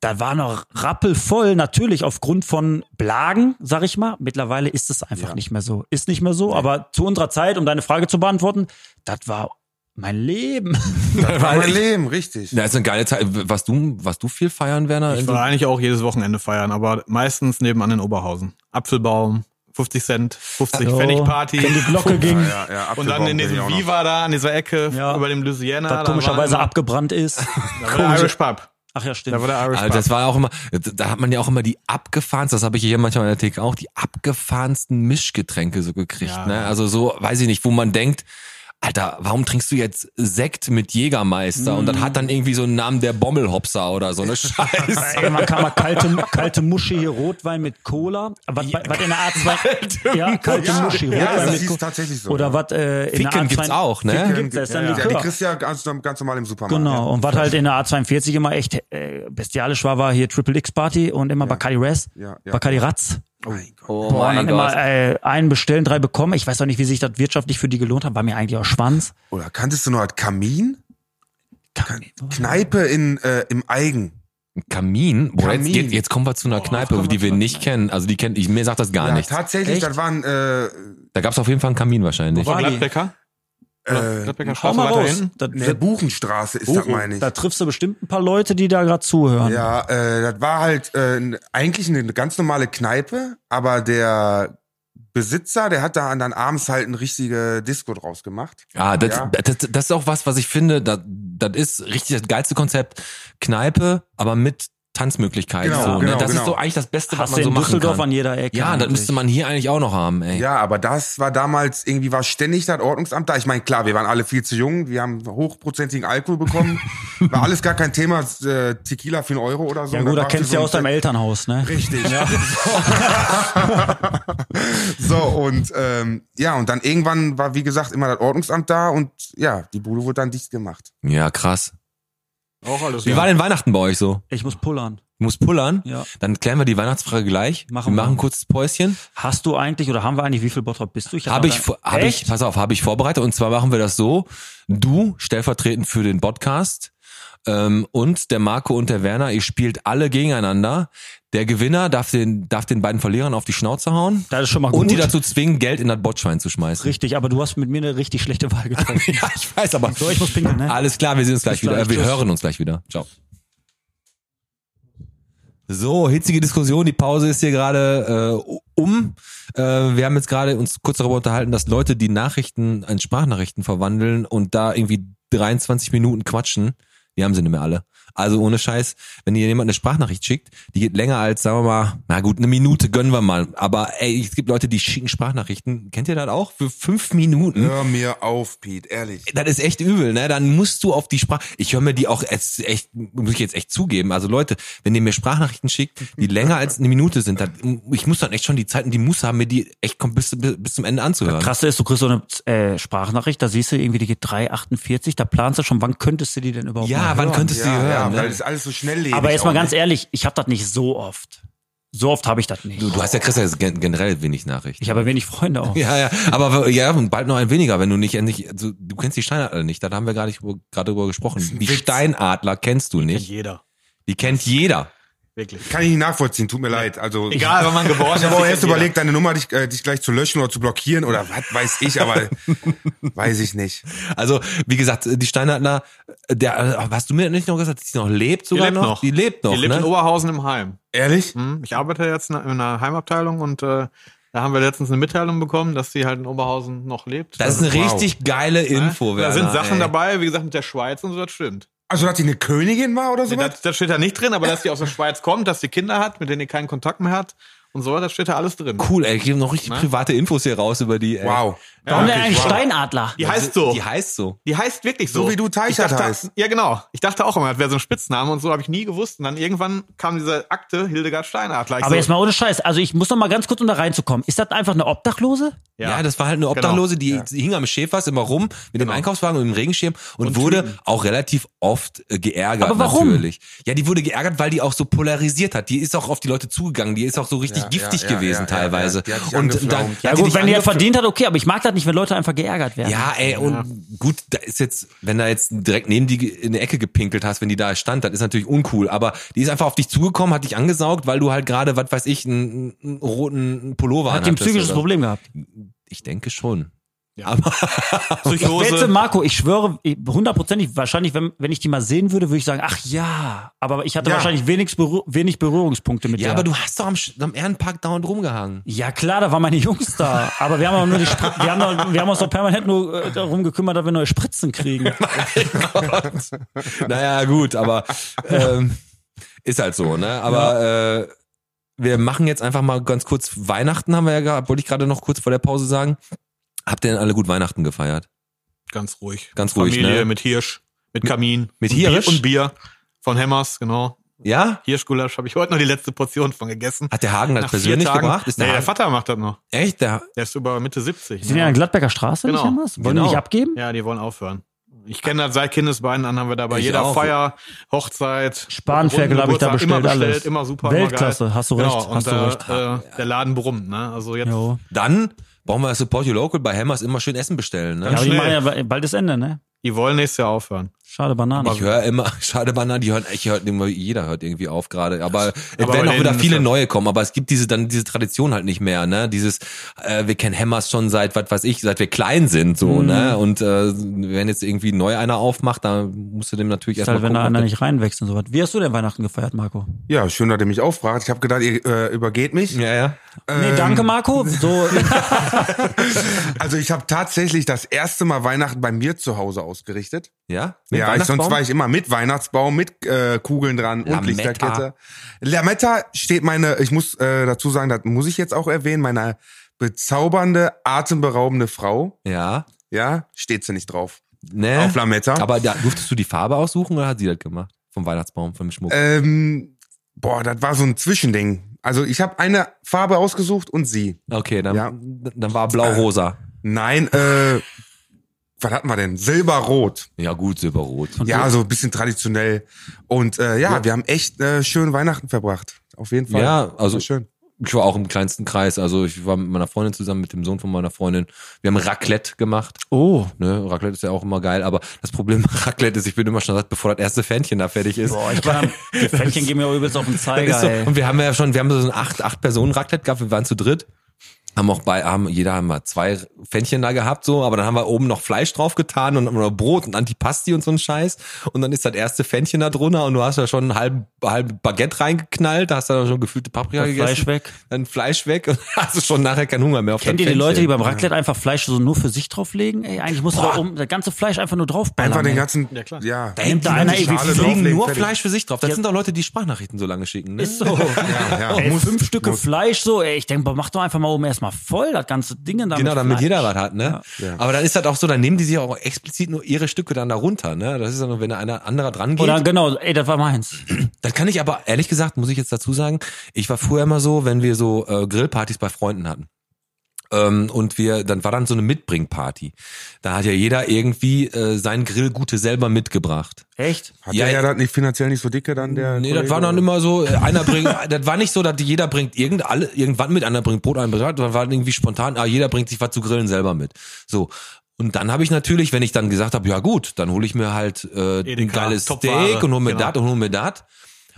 Speaker 4: Da war noch rappelvoll, natürlich aufgrund von Blagen, sag ich mal. Mittlerweile ist es einfach nicht mehr so. Ist nicht mehr so, aber zu unserer Zeit, um deine Frage zu beantworten, das war mein Leben.
Speaker 5: das war mein Leben, richtig.
Speaker 3: Na, ist eine geile Zeit. Was du, was du viel feiern, Werner? Also,
Speaker 6: ich war eigentlich auch jedes Wochenende feiern, aber meistens nebenan in Oberhausen. Apfelbaum, 50 Cent, 50
Speaker 4: Hallo.
Speaker 6: Pfennig Party.
Speaker 4: Wenn die Glocke ging,
Speaker 5: Ja, ja,
Speaker 6: Und dann
Speaker 5: Apfelbaum
Speaker 6: in
Speaker 5: bin ich
Speaker 6: diesem
Speaker 5: auch noch.
Speaker 6: Viva da, an dieser Ecke,
Speaker 4: Ja.
Speaker 6: über dem Louisiana.
Speaker 4: das
Speaker 6: da
Speaker 4: komischerweise
Speaker 6: waren-
Speaker 4: abgebrannt ist.
Speaker 6: Da war der Irish Pub.
Speaker 4: Ach ja,
Speaker 6: Da
Speaker 4: stimmt.
Speaker 6: war der Irish
Speaker 3: Also
Speaker 6: Pub.
Speaker 3: das war auch immer, da hat man ja auch immer die abgefahrensten, das habe ich hier manchmal in der Theke auch, die abgefahrensten Mischgetränke so gekriegt.
Speaker 6: Ja.
Speaker 3: Ne? Also so, weiß ich nicht, wo man denkt, Alter, warum trinkst du jetzt Sekt mit Jägermeister? Und
Speaker 6: Mhm.
Speaker 3: dann hat dann irgendwie so einen Namen der Bommelhopser oder so eine Scheiße.
Speaker 4: Irgendwann kam mal kalte, kalte Muschi hier, Rotwein mit Cola. Was, was, was in der A2? ja, kalte
Speaker 5: Ja,
Speaker 4: Muschi,
Speaker 5: ja,
Speaker 4: Rotwein
Speaker 5: das
Speaker 4: mit
Speaker 5: hieß
Speaker 4: Cola.
Speaker 5: tatsächlich so.
Speaker 4: Oder was äh, in der
Speaker 3: Ficken
Speaker 4: A2?
Speaker 3: gibt's auch, ne?
Speaker 4: Ficken gibt's, da ist dann
Speaker 5: ja, die
Speaker 4: Likör.
Speaker 5: kriegst du ja ganz, ganz normal im Supermarkt.
Speaker 4: Genau,
Speaker 5: Ja.
Speaker 4: und was halt in der A42 immer echt äh, bestialisch war, war hier Triple X Party und immer Bacardi Res,
Speaker 5: Ja, ja.
Speaker 4: Bacardi Ratz.
Speaker 5: Mein Gott.
Speaker 3: Oh
Speaker 4: Boah, und
Speaker 3: mein
Speaker 4: dann
Speaker 3: Gott.
Speaker 4: immer äh, einen bestellen, drei bekommen. Ich weiß auch nicht, wie sich das wirtschaftlich für die gelohnt hat, war mir eigentlich auch Schwanz.
Speaker 5: Oder kanntest du noch halt Kamin? Kneipe in, äh, im Eigen.
Speaker 3: Kamin? Boah,
Speaker 5: Kamin.
Speaker 3: Jetzt, jetzt, jetzt kommen wir zu einer Kneipe, die wir nicht kennen. Also die kennt, ich, mir sagt das gar
Speaker 5: Ja,
Speaker 3: nichts.
Speaker 5: tatsächlich,
Speaker 4: Echt?
Speaker 5: das waren, äh,
Speaker 3: Da gab's auf jeden Fall einen Kamin wahrscheinlich.
Speaker 4: Wo war die?
Speaker 6: Gladbecker? Oder
Speaker 5: äh,
Speaker 6: Gladbecker
Speaker 4: Hau
Speaker 6: Straße
Speaker 4: mal
Speaker 6: weiter
Speaker 4: raus.
Speaker 6: hinten?
Speaker 4: Da,
Speaker 5: ne,
Speaker 4: da,
Speaker 5: Buchenstraße ist das, meine ich.
Speaker 4: Oh, da triffst du bestimmt ein paar Leute, die da gerade zuhören.
Speaker 5: Ja, äh, das war halt äh, eigentlich eine ganz normale Kneipe, aber der Besitzer, der hat da dann abends halt eine richtige Disco draus gemacht.
Speaker 3: Ah, das,
Speaker 5: Ja.
Speaker 3: das, das ist auch was, was ich finde, das, das ist richtig das geilste Konzept. Kneipe, aber mit Tanzmöglichkeiten.
Speaker 5: Genau,
Speaker 3: so, ne?
Speaker 5: genau,
Speaker 3: Das ist
Speaker 5: genau.
Speaker 3: so eigentlich das Beste, was
Speaker 4: Hast
Speaker 3: man
Speaker 4: du
Speaker 3: so
Speaker 4: in
Speaker 3: machen
Speaker 4: Düsseldorf
Speaker 3: kann.
Speaker 4: an jeder Ecke.
Speaker 3: ja, das
Speaker 4: eigentlich.
Speaker 3: müsste man hier eigentlich auch noch haben, ey.
Speaker 5: Ja, aber das war damals, irgendwie war ständig das Ordnungsamt da. Ich meine, klar, wir waren alle viel zu jung, wir haben hochprozentigen Alkohol bekommen. war alles gar kein Thema, äh, Tequila für einen Euro oder so.
Speaker 4: Ja gut, da
Speaker 5: war
Speaker 4: kennst
Speaker 5: für
Speaker 4: du ja
Speaker 5: so
Speaker 4: aus deinem
Speaker 5: ein-
Speaker 4: Elternhaus, ne?
Speaker 5: Richtig. So, und ähm, ja, und dann irgendwann war, wie gesagt, immer das Ordnungsamt da und ja, die Bude wurde dann dicht gemacht.
Speaker 3: Ja, krass.
Speaker 6: Auch alles.
Speaker 3: Wie war denn Weihnachten bei euch so?
Speaker 4: Ich muss pullern.
Speaker 3: Du musst pullern.
Speaker 4: Ja.
Speaker 3: Dann klären wir die Weihnachtsfrage gleich.
Speaker 4: Machen
Speaker 3: wir machen
Speaker 4: wir.
Speaker 3: ein kurzes Päuschen.
Speaker 4: Hast du eigentlich oder haben wir eigentlich, wie viel Bottrop bist du? hab
Speaker 3: Habe
Speaker 4: noch
Speaker 3: ich,
Speaker 4: gar-
Speaker 3: vor- hab ich,
Speaker 4: Echt?
Speaker 3: pass auf, habe ich vorbereitet. Und zwar machen wir das so. Du, stellvertretend für den Podcast, ähm, und der Marco und der Werner, ihr spielt alle gegeneinander. Der Gewinner darf den, darf den beiden Verlierern auf die Schnauze hauen.
Speaker 4: Das ist schon mal gut.
Speaker 3: Und die dazu zwingen, Geld in das Botschwein zu schmeißen.
Speaker 4: Richtig, aber du hast mit mir eine richtig schlechte Wahl getroffen.
Speaker 3: Ja, ich weiß, aber.
Speaker 4: So, ich muss pinkeln, ne?
Speaker 3: Alles klar, wir sehen uns gleich
Speaker 4: Bis
Speaker 3: wieder.
Speaker 4: gleich,
Speaker 3: Äh, wir
Speaker 4: tschüss.
Speaker 3: hören uns gleich wieder. Ciao. So, hitzige Diskussion. Die Pause ist hier gerade äh, um. Äh, wir haben jetzt gerade uns kurz darüber unterhalten, dass Leute die Nachrichten in Sprachnachrichten verwandeln und da irgendwie 23 Minuten quatschen. Die haben sie nicht mehr alle. Also ohne Scheiß, wenn dir jemand eine Sprachnachricht schickt, die geht länger als, sagen wir mal, na gut, eine Minute gönnen wir mal. Aber ey, es gibt Leute, die schicken Sprachnachrichten. Kennt ihr das auch? Für fünf Minuten.
Speaker 5: Hör mir auf, Pete, ehrlich.
Speaker 3: Das ist echt übel, ne? Dann musst du auf die Sprache. Ich höre mir die auch jetzt echt, muss ich jetzt echt zugeben. Also Leute, wenn ihr mir Sprachnachrichten schickt, die länger als eine Minute sind, dann, ich muss dann echt schon die Zeit und die Muße haben, mir die echt kom- bis, bis bis zum Ende anzuhören.
Speaker 4: Krasse ist, du kriegst so eine äh, Sprachnachricht, da siehst du irgendwie, die geht 3,48, da planst du schon, wann könntest du die denn überhaupt
Speaker 3: Ja,
Speaker 4: mal
Speaker 3: wann ne?
Speaker 4: hören?
Speaker 3: könntest du die
Speaker 5: Ja, ja,
Speaker 3: hören?
Speaker 5: weil
Speaker 3: ne?
Speaker 5: das alles so schnelllebig.
Speaker 4: Aber jetzt mal
Speaker 5: auch
Speaker 4: ganz
Speaker 5: nicht.
Speaker 4: ehrlich, ich habe das nicht so oft. So oft habe ich das nicht.
Speaker 3: du, du hast ja Chris ja gen- generell wenig Nachrichten.
Speaker 4: Ich habe wenig Freunde auch.
Speaker 3: Ja, ja, aber w- ja, und bald noch ein weniger, wenn du nicht endlich, also, du kennst die Steinadler nicht, da haben wir gar nicht drüber- gerade drüber gesprochen. Die Steinadler kennst du nicht.
Speaker 6: Jeder.
Speaker 3: Die kennt jeder.
Speaker 6: Wirklich.
Speaker 5: Kann ich nicht nachvollziehen, tut mir leid. Also,
Speaker 6: Egal, wann man geboren ist.
Speaker 5: Ich habe auch erst
Speaker 6: jeder.
Speaker 5: überlegt, deine Nummer dich, äh, dich gleich zu löschen oder zu blockieren oder was weiß ich, aber weiß ich nicht.
Speaker 3: Also, wie gesagt, die Steinadler, äh, der, hast du mir nicht noch gesagt, dass die noch lebt sogar
Speaker 6: lebt
Speaker 3: noch?
Speaker 6: noch.
Speaker 3: Die lebt noch,
Speaker 6: Die lebt
Speaker 3: ne?
Speaker 6: in Oberhausen im Heim.
Speaker 5: Ehrlich?
Speaker 6: Hm? Ich arbeite jetzt in einer Heimabteilung und äh, da haben wir letztens eine Mitteilung bekommen, dass sie halt in Oberhausen noch lebt.
Speaker 3: das ist eine
Speaker 5: Wow.
Speaker 3: richtig geile
Speaker 6: Ja?
Speaker 3: Info,
Speaker 6: Da
Speaker 3: Werner,
Speaker 6: sind Sachen
Speaker 3: ey.
Speaker 6: dabei, wie gesagt, mit der Schweiz und so, das stimmt.
Speaker 5: Also, dass die eine Königin war oder
Speaker 6: Nee,
Speaker 5: sowas?
Speaker 6: das, das steht da nicht drin, aber dass die aus der Schweiz kommt, dass die Kinder hat, mit denen die keinen Kontakt mehr hat und so, das steht da alles drin.
Speaker 3: Cool, ey, geben noch richtig
Speaker 6: Ne?
Speaker 3: private Infos hier raus über die, ey.
Speaker 5: Wow.
Speaker 4: Warum denn
Speaker 6: wirklich,
Speaker 4: eigentlich
Speaker 6: wow.
Speaker 4: Steinadler?
Speaker 6: Die heißt so.
Speaker 3: Die heißt so.
Speaker 6: Die heißt wirklich so.
Speaker 5: So wie du Teichert
Speaker 6: Ich dachte-
Speaker 5: heißt.
Speaker 6: Ja, genau. Ich dachte auch immer, das wäre so ein Spitzname und so habe ich nie gewusst. Und dann irgendwann kam diese Akte Hildegard Steinadler. Ich
Speaker 4: Aber
Speaker 6: so,
Speaker 4: jetzt mal ohne Scheiß. Also ich muss noch mal ganz kurz, um da reinzukommen. Ist das einfach eine Obdachlose?
Speaker 3: Ja. das war halt eine Obdachlose, die hing am Schäfers immer rum mit dem Einkaufswagen und dem Regenschirm und, wurde auch relativ oft äh, geärgert
Speaker 4: Aber warum?
Speaker 3: natürlich. Ja, die wurde geärgert, weil die auch so polarisiert hat. Die ist auch auf die Leute zugegangen, die ist auch so richtig
Speaker 5: Ja,
Speaker 3: giftig
Speaker 5: ja, ja,
Speaker 3: gewesen
Speaker 5: ja, ja,
Speaker 3: teilweise.
Speaker 5: ja. Die hat sich
Speaker 3: und dann
Speaker 5: angeflaumt.
Speaker 3: hat
Speaker 4: Ja,
Speaker 3: die
Speaker 4: gut,
Speaker 3: dich
Speaker 4: wenn die das
Speaker 3: angefl-
Speaker 4: verdient hat, okay, aber ich mag das nicht, wenn Leute einfach geärgert werden.
Speaker 3: Ja, ey, und gut, da ist jetzt, wenn da jetzt direkt neben die ge- in der Ecke gepinkelt hast, wenn die da stand, das ist natürlich uncool. Aber die ist einfach auf dich zugekommen, hat dich angesaugt, weil du halt gerade, was weiß ich, einen, einen roten Pullover
Speaker 4: Hat die ein psychisches
Speaker 3: oder-
Speaker 4: Problem gehabt.
Speaker 3: Ich denke schon.
Speaker 4: Wette,
Speaker 6: Psychose.
Speaker 4: Marco, ich schwöre, eh, hundertprozentig, wahrscheinlich, wenn, wenn ich die mal sehen würde, würde ich sagen, ach ja. Aber ich hatte
Speaker 5: Ja.
Speaker 4: wahrscheinlich wenig, Berühr wenig Berührungspunkte mit
Speaker 3: Ja,
Speaker 4: der.
Speaker 3: aber du hast doch am, Sch- am Ehrenpark dauernd rumgehangen.
Speaker 4: ja klar, da waren meine Jungs da. Aber wir haben, auch nur die Spr- wir haben, doch- wir haben uns doch permanent nur äh, darum gekümmert, dass wir neue Spritzen kriegen.
Speaker 3: naja, gut, aber ähm, ist halt so, ne? Aber äh, wir machen jetzt einfach mal ganz kurz Weihnachten haben wir ja gehabt, wollte ich gerade noch kurz vor der Pause sagen. Habt ihr denn alle gut Weihnachten gefeiert?
Speaker 6: Ganz ruhig.
Speaker 3: Ganz ruhig,
Speaker 6: Familie
Speaker 3: ne?
Speaker 6: mit Hirsch, mit Kamin.
Speaker 3: mit
Speaker 6: und
Speaker 3: Hirsch?
Speaker 6: Bier Und Bier von Hemmers, genau.
Speaker 3: Ja?
Speaker 6: Hirschgulasch habe ich heute noch die letzte Portion von gegessen.
Speaker 3: Hat der Hagen das persönlich gemacht?
Speaker 6: Ist
Speaker 3: Ist
Speaker 6: der,
Speaker 3: der
Speaker 6: nee, der
Speaker 3: Hagen-
Speaker 6: Vater macht das noch.
Speaker 3: Echt? Der,
Speaker 6: Der ist über Mitte 70.
Speaker 4: Sind die an
Speaker 6: ne?
Speaker 4: der Gladbecker Straße
Speaker 6: Genau.
Speaker 4: nicht irgendwas? Wollen
Speaker 3: Genau.
Speaker 4: die nicht abgeben?
Speaker 6: Ja, die wollen aufhören. Ich kenne das seit Kindesbeinen an, haben wir da bei
Speaker 3: Ich
Speaker 6: jeder
Speaker 3: auch.
Speaker 6: Feier, Hochzeit,
Speaker 4: Spanferkel
Speaker 6: Runden,
Speaker 4: habe ich da
Speaker 6: Geburtstag, immer
Speaker 4: bestellt,
Speaker 6: bestellt,
Speaker 4: alles.
Speaker 6: immer super,
Speaker 4: Weltklasse,
Speaker 6: immer geil. Genau,
Speaker 4: hast du recht,
Speaker 6: und
Speaker 4: hast du
Speaker 6: da,
Speaker 4: recht.
Speaker 6: Äh, der Laden brummt, ne? Also jetzt
Speaker 4: Jo.
Speaker 3: dann brauchen wir Support Your Local bei Hammers immer schön Essen bestellen, ne?
Speaker 4: Ja, aber die
Speaker 6: schnell.
Speaker 4: machen ja ba- bald ist Ende, ne?
Speaker 6: Die wollen nächstes Jahr aufhören.
Speaker 4: Schade Banane.
Speaker 3: Ich höre immer, schade Banane, die hören, ich höre immer, jeder hört irgendwie auf gerade. Aber es
Speaker 6: Aber
Speaker 3: werden
Speaker 6: bei
Speaker 3: auch wieder
Speaker 6: denen
Speaker 3: viele
Speaker 6: ist das-
Speaker 3: neue kommen, aber es gibt diese dann diese Tradition halt nicht mehr, ne? Dieses, äh, wir kennen Hammers schon seit was weiß ich, seit wir klein sind so, ne? Und äh, wenn jetzt irgendwie neu einer aufmacht, dann musst du dem natürlich
Speaker 4: Ist halt,
Speaker 3: erstmal
Speaker 4: wenn da
Speaker 3: gucken.
Speaker 4: einer
Speaker 3: ob
Speaker 4: nicht reinwächst und sowas. Wie hast du denn Weihnachten gefeiert, Marco?
Speaker 5: Ja, schön, dass ihr mich auffragt. Ich habe gedacht, ihr äh, übergeht mich.
Speaker 3: der- ja, ja.
Speaker 4: nee, danke, Marco. So,
Speaker 5: Ähm, Also ich habe tatsächlich das erste Mal Weihnachten bei mir zu Hause ausgerichtet.
Speaker 3: Ja?
Speaker 5: Ja, Ja, ich, sonst
Speaker 3: Weihnachtsbaum?
Speaker 5: war ich immer mit Weihnachtsbaum, mit äh, Kugeln dran und
Speaker 3: Lametta.
Speaker 5: Lichterkette. Lametta steht meine, ich muss äh, dazu sagen, das muss ich jetzt auch erwähnen, meine bezaubernde, atemberaubende Frau,
Speaker 3: Ja.
Speaker 5: ja, steht sie nicht drauf.
Speaker 3: Ne?
Speaker 5: Auf Lametta.
Speaker 3: Aber da, durftest du die Farbe aussuchen oder hat sie das gemacht? Vom Weihnachtsbaum, vom Schmuck?
Speaker 5: ähm, boah, das war so ein Zwischending. Also ich habe eine Farbe ausgesucht und sie.
Speaker 3: okay, dann,
Speaker 5: ja. Äh.
Speaker 3: dann war blau-rosa.
Speaker 5: Nein, äh, was hatten wir denn? Silberrot.
Speaker 3: Ja gut, silberrot.
Speaker 5: Ja, so ein bisschen traditionell. Und äh, ja, wir haben echt äh, schön Weihnachten verbracht. Auf jeden Fall.
Speaker 3: Ja, also-
Speaker 5: War schön.
Speaker 3: Ich war auch im kleinsten Kreis. Also ich war mit meiner Freundin zusammen, mit dem Sohn von meiner Freundin. Wir haben Raclette gemacht.
Speaker 4: Oh.
Speaker 3: Ne, Raclette ist ja auch immer geil, aber das Problem bei Raclette ist, ich bin immer schon satt, bevor das erste Fähnchen da fertig ist.
Speaker 4: Boah, ich kann, die Fännchen geben mir auch übelst auf den Zeiger,
Speaker 3: ist so,
Speaker 4: ey.
Speaker 3: und wir haben ja schon, wir haben so ein acht, acht Personen Raclette gehabt, wir waren zu dritt. Haben auch bei, haben, jeder haben mal zwei Fännchen da gehabt, so, aber dann haben wir oben noch Fleisch drauf getan und oder Brot und Antipasti und so ein Scheiß. Und dann ist das erste Fännchen da drunter und du hast ja schon ein halb, halb Baguette reingeknallt, da hast du dann schon gefüllte Paprika
Speaker 4: Das
Speaker 3: gegessen.
Speaker 4: Fleisch weg.
Speaker 3: Dann Fleisch weg und hast du schon nachher keinen Hunger mehr auf
Speaker 4: Kennt
Speaker 3: das
Speaker 4: ihr die
Speaker 3: Fännchen.
Speaker 4: Leute, die beim Raclette einfach Fleisch so nur für sich drauflegen? Ey, eigentlich musst du da oben das ganze Fleisch einfach nur draufballern.
Speaker 5: Einfach den
Speaker 4: ey.
Speaker 5: ganzen.
Speaker 6: Ja, klar.
Speaker 5: Ja.
Speaker 3: Da nimmt da
Speaker 4: Die
Speaker 3: einer
Speaker 4: ganze
Speaker 3: irgendwie
Speaker 5: Schale
Speaker 3: fliegen
Speaker 5: drauflegen,
Speaker 3: nur
Speaker 5: fertig.
Speaker 3: Fleisch für sich drauf. Das sind doch Leute, die Sprachnachrichten so lange schicken, ne?
Speaker 4: Ist so.
Speaker 5: ja,
Speaker 4: Ey,
Speaker 5: muss-
Speaker 4: fünf Stücke
Speaker 5: muss-
Speaker 4: Fleisch so, ey, ich denke, boah, mach doch einfach mal oben erstmal voll das ganze Ding dann
Speaker 3: Genau, damit
Speaker 4: Fleisch.
Speaker 3: jeder was hat, ne?
Speaker 5: Ja.
Speaker 3: Aber dann ist das auch so, dann nehmen die sich auch explizit nur ihre Stücke dann darunter, ne? Das ist dann, nur, wenn da einer anderer dran geht.
Speaker 4: Oder genau, ey, das war meins.
Speaker 3: dann kann ich aber, ehrlich gesagt, muss ich jetzt dazu sagen, ich war früher immer so, wenn wir so äh, Grillpartys bei Freunden hatten. Ähm, und wir, dann war dann so eine Mitbringparty. Da hat ja jeder irgendwie äh, sein Grillgute selber mitgebracht.
Speaker 4: Echt?
Speaker 5: Hat
Speaker 3: Ja,
Speaker 5: der ja
Speaker 3: ich-
Speaker 5: das nicht finanziell nicht so dicke dann der.
Speaker 3: Nee,
Speaker 5: Kollege?
Speaker 3: das war dann immer so, äh, einer bringt, das war nicht so, dass jeder bringt irgend, alle, irgendwann mit, einer bringt Brot, einer bringt, das war irgendwie spontan, ah, jeder bringt sich was zu grillen selber mit. So. Und dann habe ich natürlich, wenn ich dann gesagt habe, ja gut, dann hole ich mir halt äh, ein
Speaker 6: Edeka,
Speaker 3: geiles
Speaker 6: Topware,
Speaker 3: Steak und hol mir
Speaker 6: genau.
Speaker 3: dat und hol mir dat.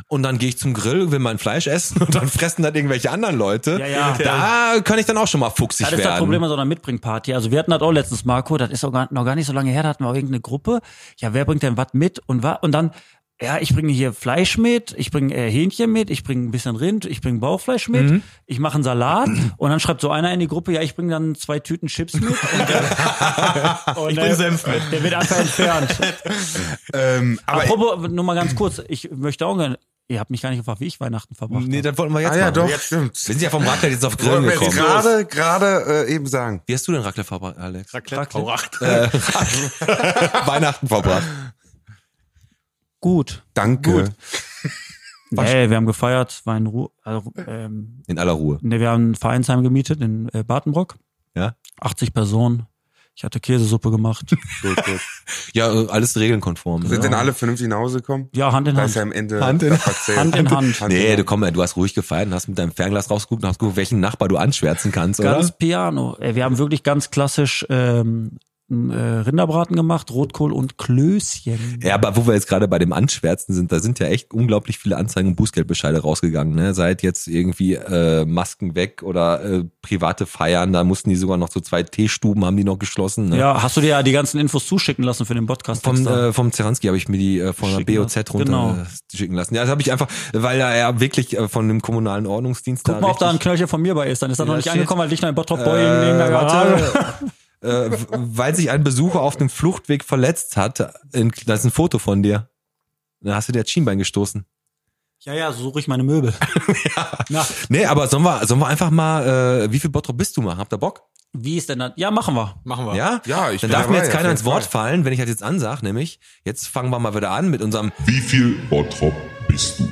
Speaker 3: Und dann gehe ich zum Grill, will mein Fleisch essen und dann fressen das irgendwelche anderen Leute.
Speaker 4: Ja, ja.
Speaker 3: Da kann ich dann auch schon mal fuchsig
Speaker 4: Das ist das
Speaker 3: werden.
Speaker 4: Problem an so einer Mitbringparty. Also wir hatten das auch letztens, Marco, das ist auch gar, noch gar nicht so lange her, da hatten wir auch irgendeine Gruppe. Ja, wer bringt denn was mit und was? Und dann, ja, ich bringe hier Fleisch mit, ich bringe äh, Hähnchen mit, ich bringe ein bisschen Rind, ich bringe Bauchfleisch mit, ich mache einen Salat und dann schreibt so einer in die Gruppe, ja, ich bringe dann zwei Tüten Chips mit. Und, äh, und,
Speaker 6: Ich bin
Speaker 4: äh,
Speaker 6: Senf mit.
Speaker 4: Der wird einfach entfernt.
Speaker 5: Ähm, aber
Speaker 4: Apropos, nur mal ganz kurz, ich möchte auch gerne, ihr habt mich gar nicht gefragt, wie ich Weihnachten verbracht
Speaker 3: Nee,
Speaker 4: habe.
Speaker 3: das wollten wir jetzt
Speaker 5: ah ja,
Speaker 3: machen.
Speaker 5: doch,
Speaker 3: Wir
Speaker 5: stimmt.
Speaker 3: sind ja vom Raclette jetzt auf
Speaker 5: Wollen
Speaker 3: Grillen
Speaker 5: wir jetzt
Speaker 3: gekommen.
Speaker 5: gerade gerade äh, eben sagen.
Speaker 3: Wie hast du denn Raclette verbracht, Alex?
Speaker 6: Raclette.
Speaker 3: Äh, Weihnachten verbracht.
Speaker 4: Gut.
Speaker 5: Danke.
Speaker 4: Nee, wir haben gefeiert, war in Ruhe, also, ähm,
Speaker 3: In aller Ruhe.
Speaker 4: Ne, wir haben ein Vereinsheim gemietet in äh, Bartenbrock.
Speaker 3: Ja.
Speaker 4: 80 Personen. Ich hatte Käsesuppe gemacht.
Speaker 5: Gut, gut.
Speaker 3: Ja, äh, alles regelkonform.
Speaker 5: Sind
Speaker 3: ne?
Speaker 5: denn alle vernünftig nach Hause gekommen?
Speaker 4: Ja, Hand in
Speaker 5: Da ist
Speaker 4: Hand.
Speaker 5: ja am Ende
Speaker 3: Hand in-
Speaker 5: das erzählt.
Speaker 4: Hand in Hand.
Speaker 3: Nee, du komm, ey, du hast ruhig gefeiert und hast mit deinem Fernglas rausgeguckt und hast geguckt, welchen Nachbar du anschwärzen kannst,
Speaker 4: Ganz
Speaker 3: oder?
Speaker 4: piano. Äh, Wir haben wirklich ganz klassisch ähm, einen, äh, Rinderbraten gemacht, Rotkohl und Klößchen.
Speaker 3: Ja, aber wo wir jetzt gerade bei dem Anschwärzen sind, da sind ja echt unglaublich viele Anzeigen und Bußgeldbescheide rausgegangen. Ne? Seit jetzt irgendwie äh, Masken weg oder äh, private Feiern, da mussten die sogar noch so zwei Teestuben haben die noch geschlossen. Ne?
Speaker 4: Ja, hast du dir ja die ganzen Infos zuschicken lassen für den Podcast?
Speaker 3: Vom,
Speaker 4: extra?
Speaker 3: äh, vom Zeranski habe ich mir die äh, von der
Speaker 4: Schicken
Speaker 3: BOZ
Speaker 4: lassen.
Speaker 3: runter
Speaker 4: Genau.
Speaker 3: äh, schicken lassen. Ja, das habe ich einfach, weil er ja wirklich äh, von dem kommunalen Ordnungsdienst
Speaker 4: Guck mal, ob da ein
Speaker 3: richtig-
Speaker 4: Knöllchen von mir bei ist. Dann ist das
Speaker 3: Ja,
Speaker 4: noch nicht
Speaker 3: steht-
Speaker 4: angekommen, weil ich noch in Bottrop äh, in der
Speaker 3: Äh,
Speaker 4: Garage.
Speaker 3: warte. äh, w- weil sich ein Besucher auf dem Fluchtweg verletzt hat. In, da ist ein Foto von dir. Da hast du dir das Schienbein gestoßen.
Speaker 4: Ja, ja, so suche ich meine Möbel. Na,
Speaker 3: Nee, aber sollen wir, sollen wir einfach mal, äh, wie viel Bottrop bist du machen? Habt ihr Bock?
Speaker 4: wie ist denn das? Ja, machen wir.
Speaker 6: Machen wir.
Speaker 3: Ja?
Speaker 5: Ah, Ja, ich
Speaker 3: Dann
Speaker 5: bin
Speaker 3: darf mir
Speaker 5: dabei,
Speaker 3: jetzt
Speaker 5: auf
Speaker 3: keiner
Speaker 5: jeden
Speaker 3: ins Wort
Speaker 5: Fall.
Speaker 3: fallen, wenn ich das jetzt ansage, nämlich, jetzt fangen wir mal wieder an mit unserem
Speaker 7: Wie viel Bottrop bist du?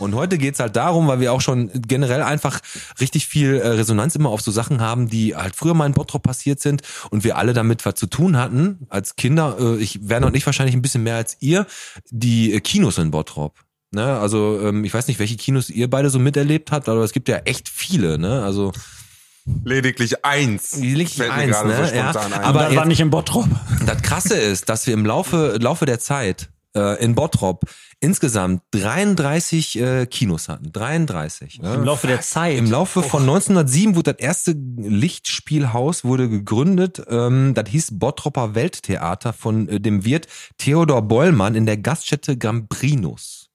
Speaker 3: Und heute geht's halt darum, weil wir auch schon generell einfach richtig viel äh, Resonanz immer auf so Sachen haben, die halt früher mal in Bottrop passiert sind und wir alle damit was zu tun hatten. Als Kinder, äh, ich Werner und ich wahrscheinlich ein bisschen mehr als ihr, die äh, Kinos in Bottrop. Ne? Also ähm, ich weiß nicht, welche Kinos ihr beide so miterlebt habt, aber es gibt ja echt viele. Ne? Also
Speaker 5: Lediglich eins.
Speaker 3: lediglich
Speaker 5: Fällt mir
Speaker 3: eins,
Speaker 5: gerade so
Speaker 3: ne?
Speaker 5: spontan
Speaker 3: Ja,
Speaker 5: ein.
Speaker 3: aber-
Speaker 4: Das war
Speaker 3: jetzt-
Speaker 4: nicht in Bottrop.
Speaker 3: das Krasse ist, dass wir im Laufe, Laufe der Zeit äh, in Bottrop insgesamt 33 äh, Kinos hatten. 33. ne?
Speaker 4: Im Laufe der Zeit.
Speaker 3: Im Laufe von
Speaker 4: Oh.
Speaker 3: 1907 wurde das erste Lichtspielhaus wurde gegründet. Ähm, das hieß Bottropper Welttheater von äh, dem Wirt Theodor Bollmann in der Gaststätte Gambrinus.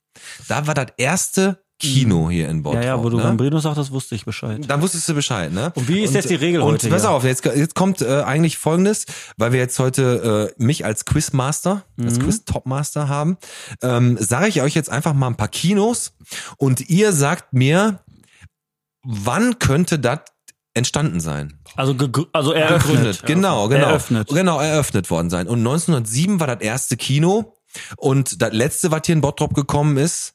Speaker 3: Da war das erste Kino hier in
Speaker 4: Mhm. Ja,
Speaker 3: Bottrop.
Speaker 4: ja, wo du
Speaker 3: ne?
Speaker 4: Lambrino sagtest, wusste ich Bescheid.
Speaker 3: Dann wusstest du Bescheid, ne?
Speaker 4: Und wie ist jetzt die Regel
Speaker 3: und
Speaker 4: heute
Speaker 3: Pass
Speaker 4: hier?
Speaker 3: auf, jetzt, jetzt kommt äh, eigentlich Folgendes, weil wir jetzt heute äh, mich als Quizmaster,
Speaker 4: Mhm.
Speaker 3: als Quiz-Topmaster haben, ähm, sage ich euch jetzt einfach mal ein paar Kinos und ihr sagt mir, wann könnte das entstanden sein?
Speaker 4: Also, gegr- also eröffnet.
Speaker 3: Genau, genau.
Speaker 4: Eröffnet.
Speaker 3: Genau, eröffnet worden sein. Und 1907 war das erste Kino und das letzte, was hier in Bottrop gekommen ist,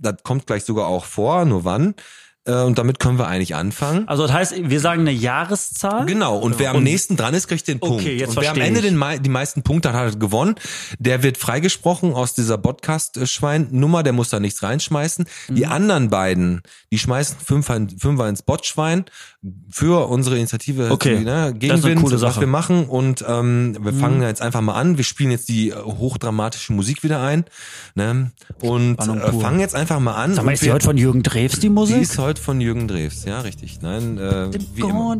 Speaker 3: das kommt gleich sogar auch vor, nur wann. Äh, Und damit können wir eigentlich anfangen.
Speaker 4: Also das heißt, wir sagen eine Jahreszahl.
Speaker 3: Genau, und wer am nächsten dran ist, kriegt den
Speaker 4: Okay,
Speaker 3: Punkt.
Speaker 4: jetzt
Speaker 3: und wer am
Speaker 4: versteh
Speaker 3: Ende
Speaker 4: ich.
Speaker 3: den, mei- die meisten Punkte hat, hat gewonnen. Der wird freigesprochen aus dieser Podcast-Schwein-Nummer, der muss da nichts reinschmeißen. Die
Speaker 4: Mhm.
Speaker 3: anderen beiden, die schmeißen Fünfer, in- Fünfer ins Botschwein für unsere Initiative
Speaker 4: Okay,
Speaker 3: die, ne,
Speaker 4: das ist eine
Speaker 3: Gegenwind,
Speaker 4: coole
Speaker 3: was
Speaker 4: Sache. Mhm.
Speaker 3: wir machen. Und ähm, wir fangen jetzt einfach mal an. Wir spielen jetzt die äh, hochdramatische Musik wieder ein. Ne? Und
Speaker 4: Spannung
Speaker 3: äh,
Speaker 4: pur.
Speaker 3: fangen jetzt einfach mal an.
Speaker 4: Sag mal,
Speaker 3: Und
Speaker 4: ist die
Speaker 3: wir-
Speaker 4: heute von Jürgen Drews die
Speaker 3: die
Speaker 4: Musik?
Speaker 3: ist heute von Jürgen Drews, ja, richtig. Nein, äh, wie immer.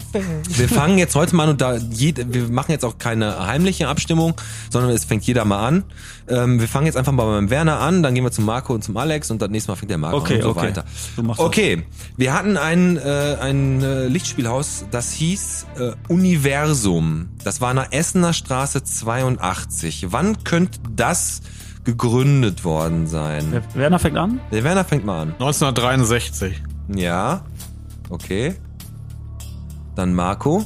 Speaker 3: Wir fangen jetzt heute mal an und da jed, wir machen jetzt auch keine heimliche Abstimmung, sondern es fängt jeder mal an. Ähm, wir fangen jetzt einfach mal beim Werner an, dann gehen wir zu Marco und zum Alex und das nächste Mal fängt der Marco
Speaker 4: Okay,
Speaker 3: an und so
Speaker 4: okay.
Speaker 3: weiter.
Speaker 4: Du machst das.
Speaker 3: okay, wir hatten ein, äh, ein äh, Lichtspielhaus, das hieß äh, Universum. Das war in der Essener Straße 82. Wann könnte das gegründet worden sein?
Speaker 4: Wer- Werner fängt an.
Speaker 3: Der Werner fängt mal an.
Speaker 6: 1963.
Speaker 3: Ja. Okay. Dann Marco.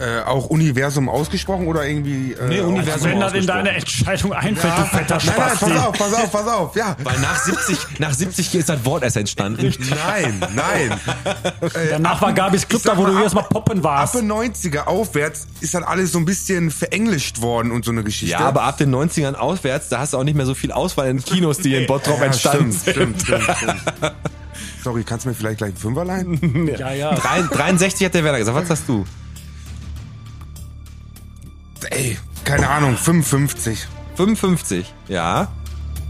Speaker 5: Äh, auch Universum ausgesprochen oder irgendwie. Äh,
Speaker 3: Nee, Universum.
Speaker 5: auch-
Speaker 3: Also wenn da denn deine
Speaker 4: Entscheidung einfällt,
Speaker 5: Ah, nein, nein, pass auf, pass auf, pass auf, ja.
Speaker 3: Weil nach 70, nach 70 ist das Wort erst entstanden.
Speaker 5: Nein, nein.
Speaker 4: Danach war Gabis Club
Speaker 5: Ich sag
Speaker 4: da, wo
Speaker 5: mal,
Speaker 4: du
Speaker 5: ab-
Speaker 4: erstmal poppen
Speaker 5: Ab
Speaker 4: warst.
Speaker 5: den 90er aufwärts ist dann alles so ein bisschen verenglischt worden und so eine Geschichte.
Speaker 3: Ja, aber ab den 90ern aufwärts, da hast du auch nicht mehr so viel Auswahl in Kinos, die in Bottrop
Speaker 5: Ja,
Speaker 3: entstanden
Speaker 5: stimmt, stimmt,
Speaker 3: sind.
Speaker 5: stimmt, stimmt. Sorry, kannst du mir vielleicht gleich einen Fünfer leihen?
Speaker 4: Ja, ja.
Speaker 3: Drei- 63 hat der Werner gesagt. Was hast du?
Speaker 5: Ey, keine Ahnung, 55.
Speaker 3: 55. Ja.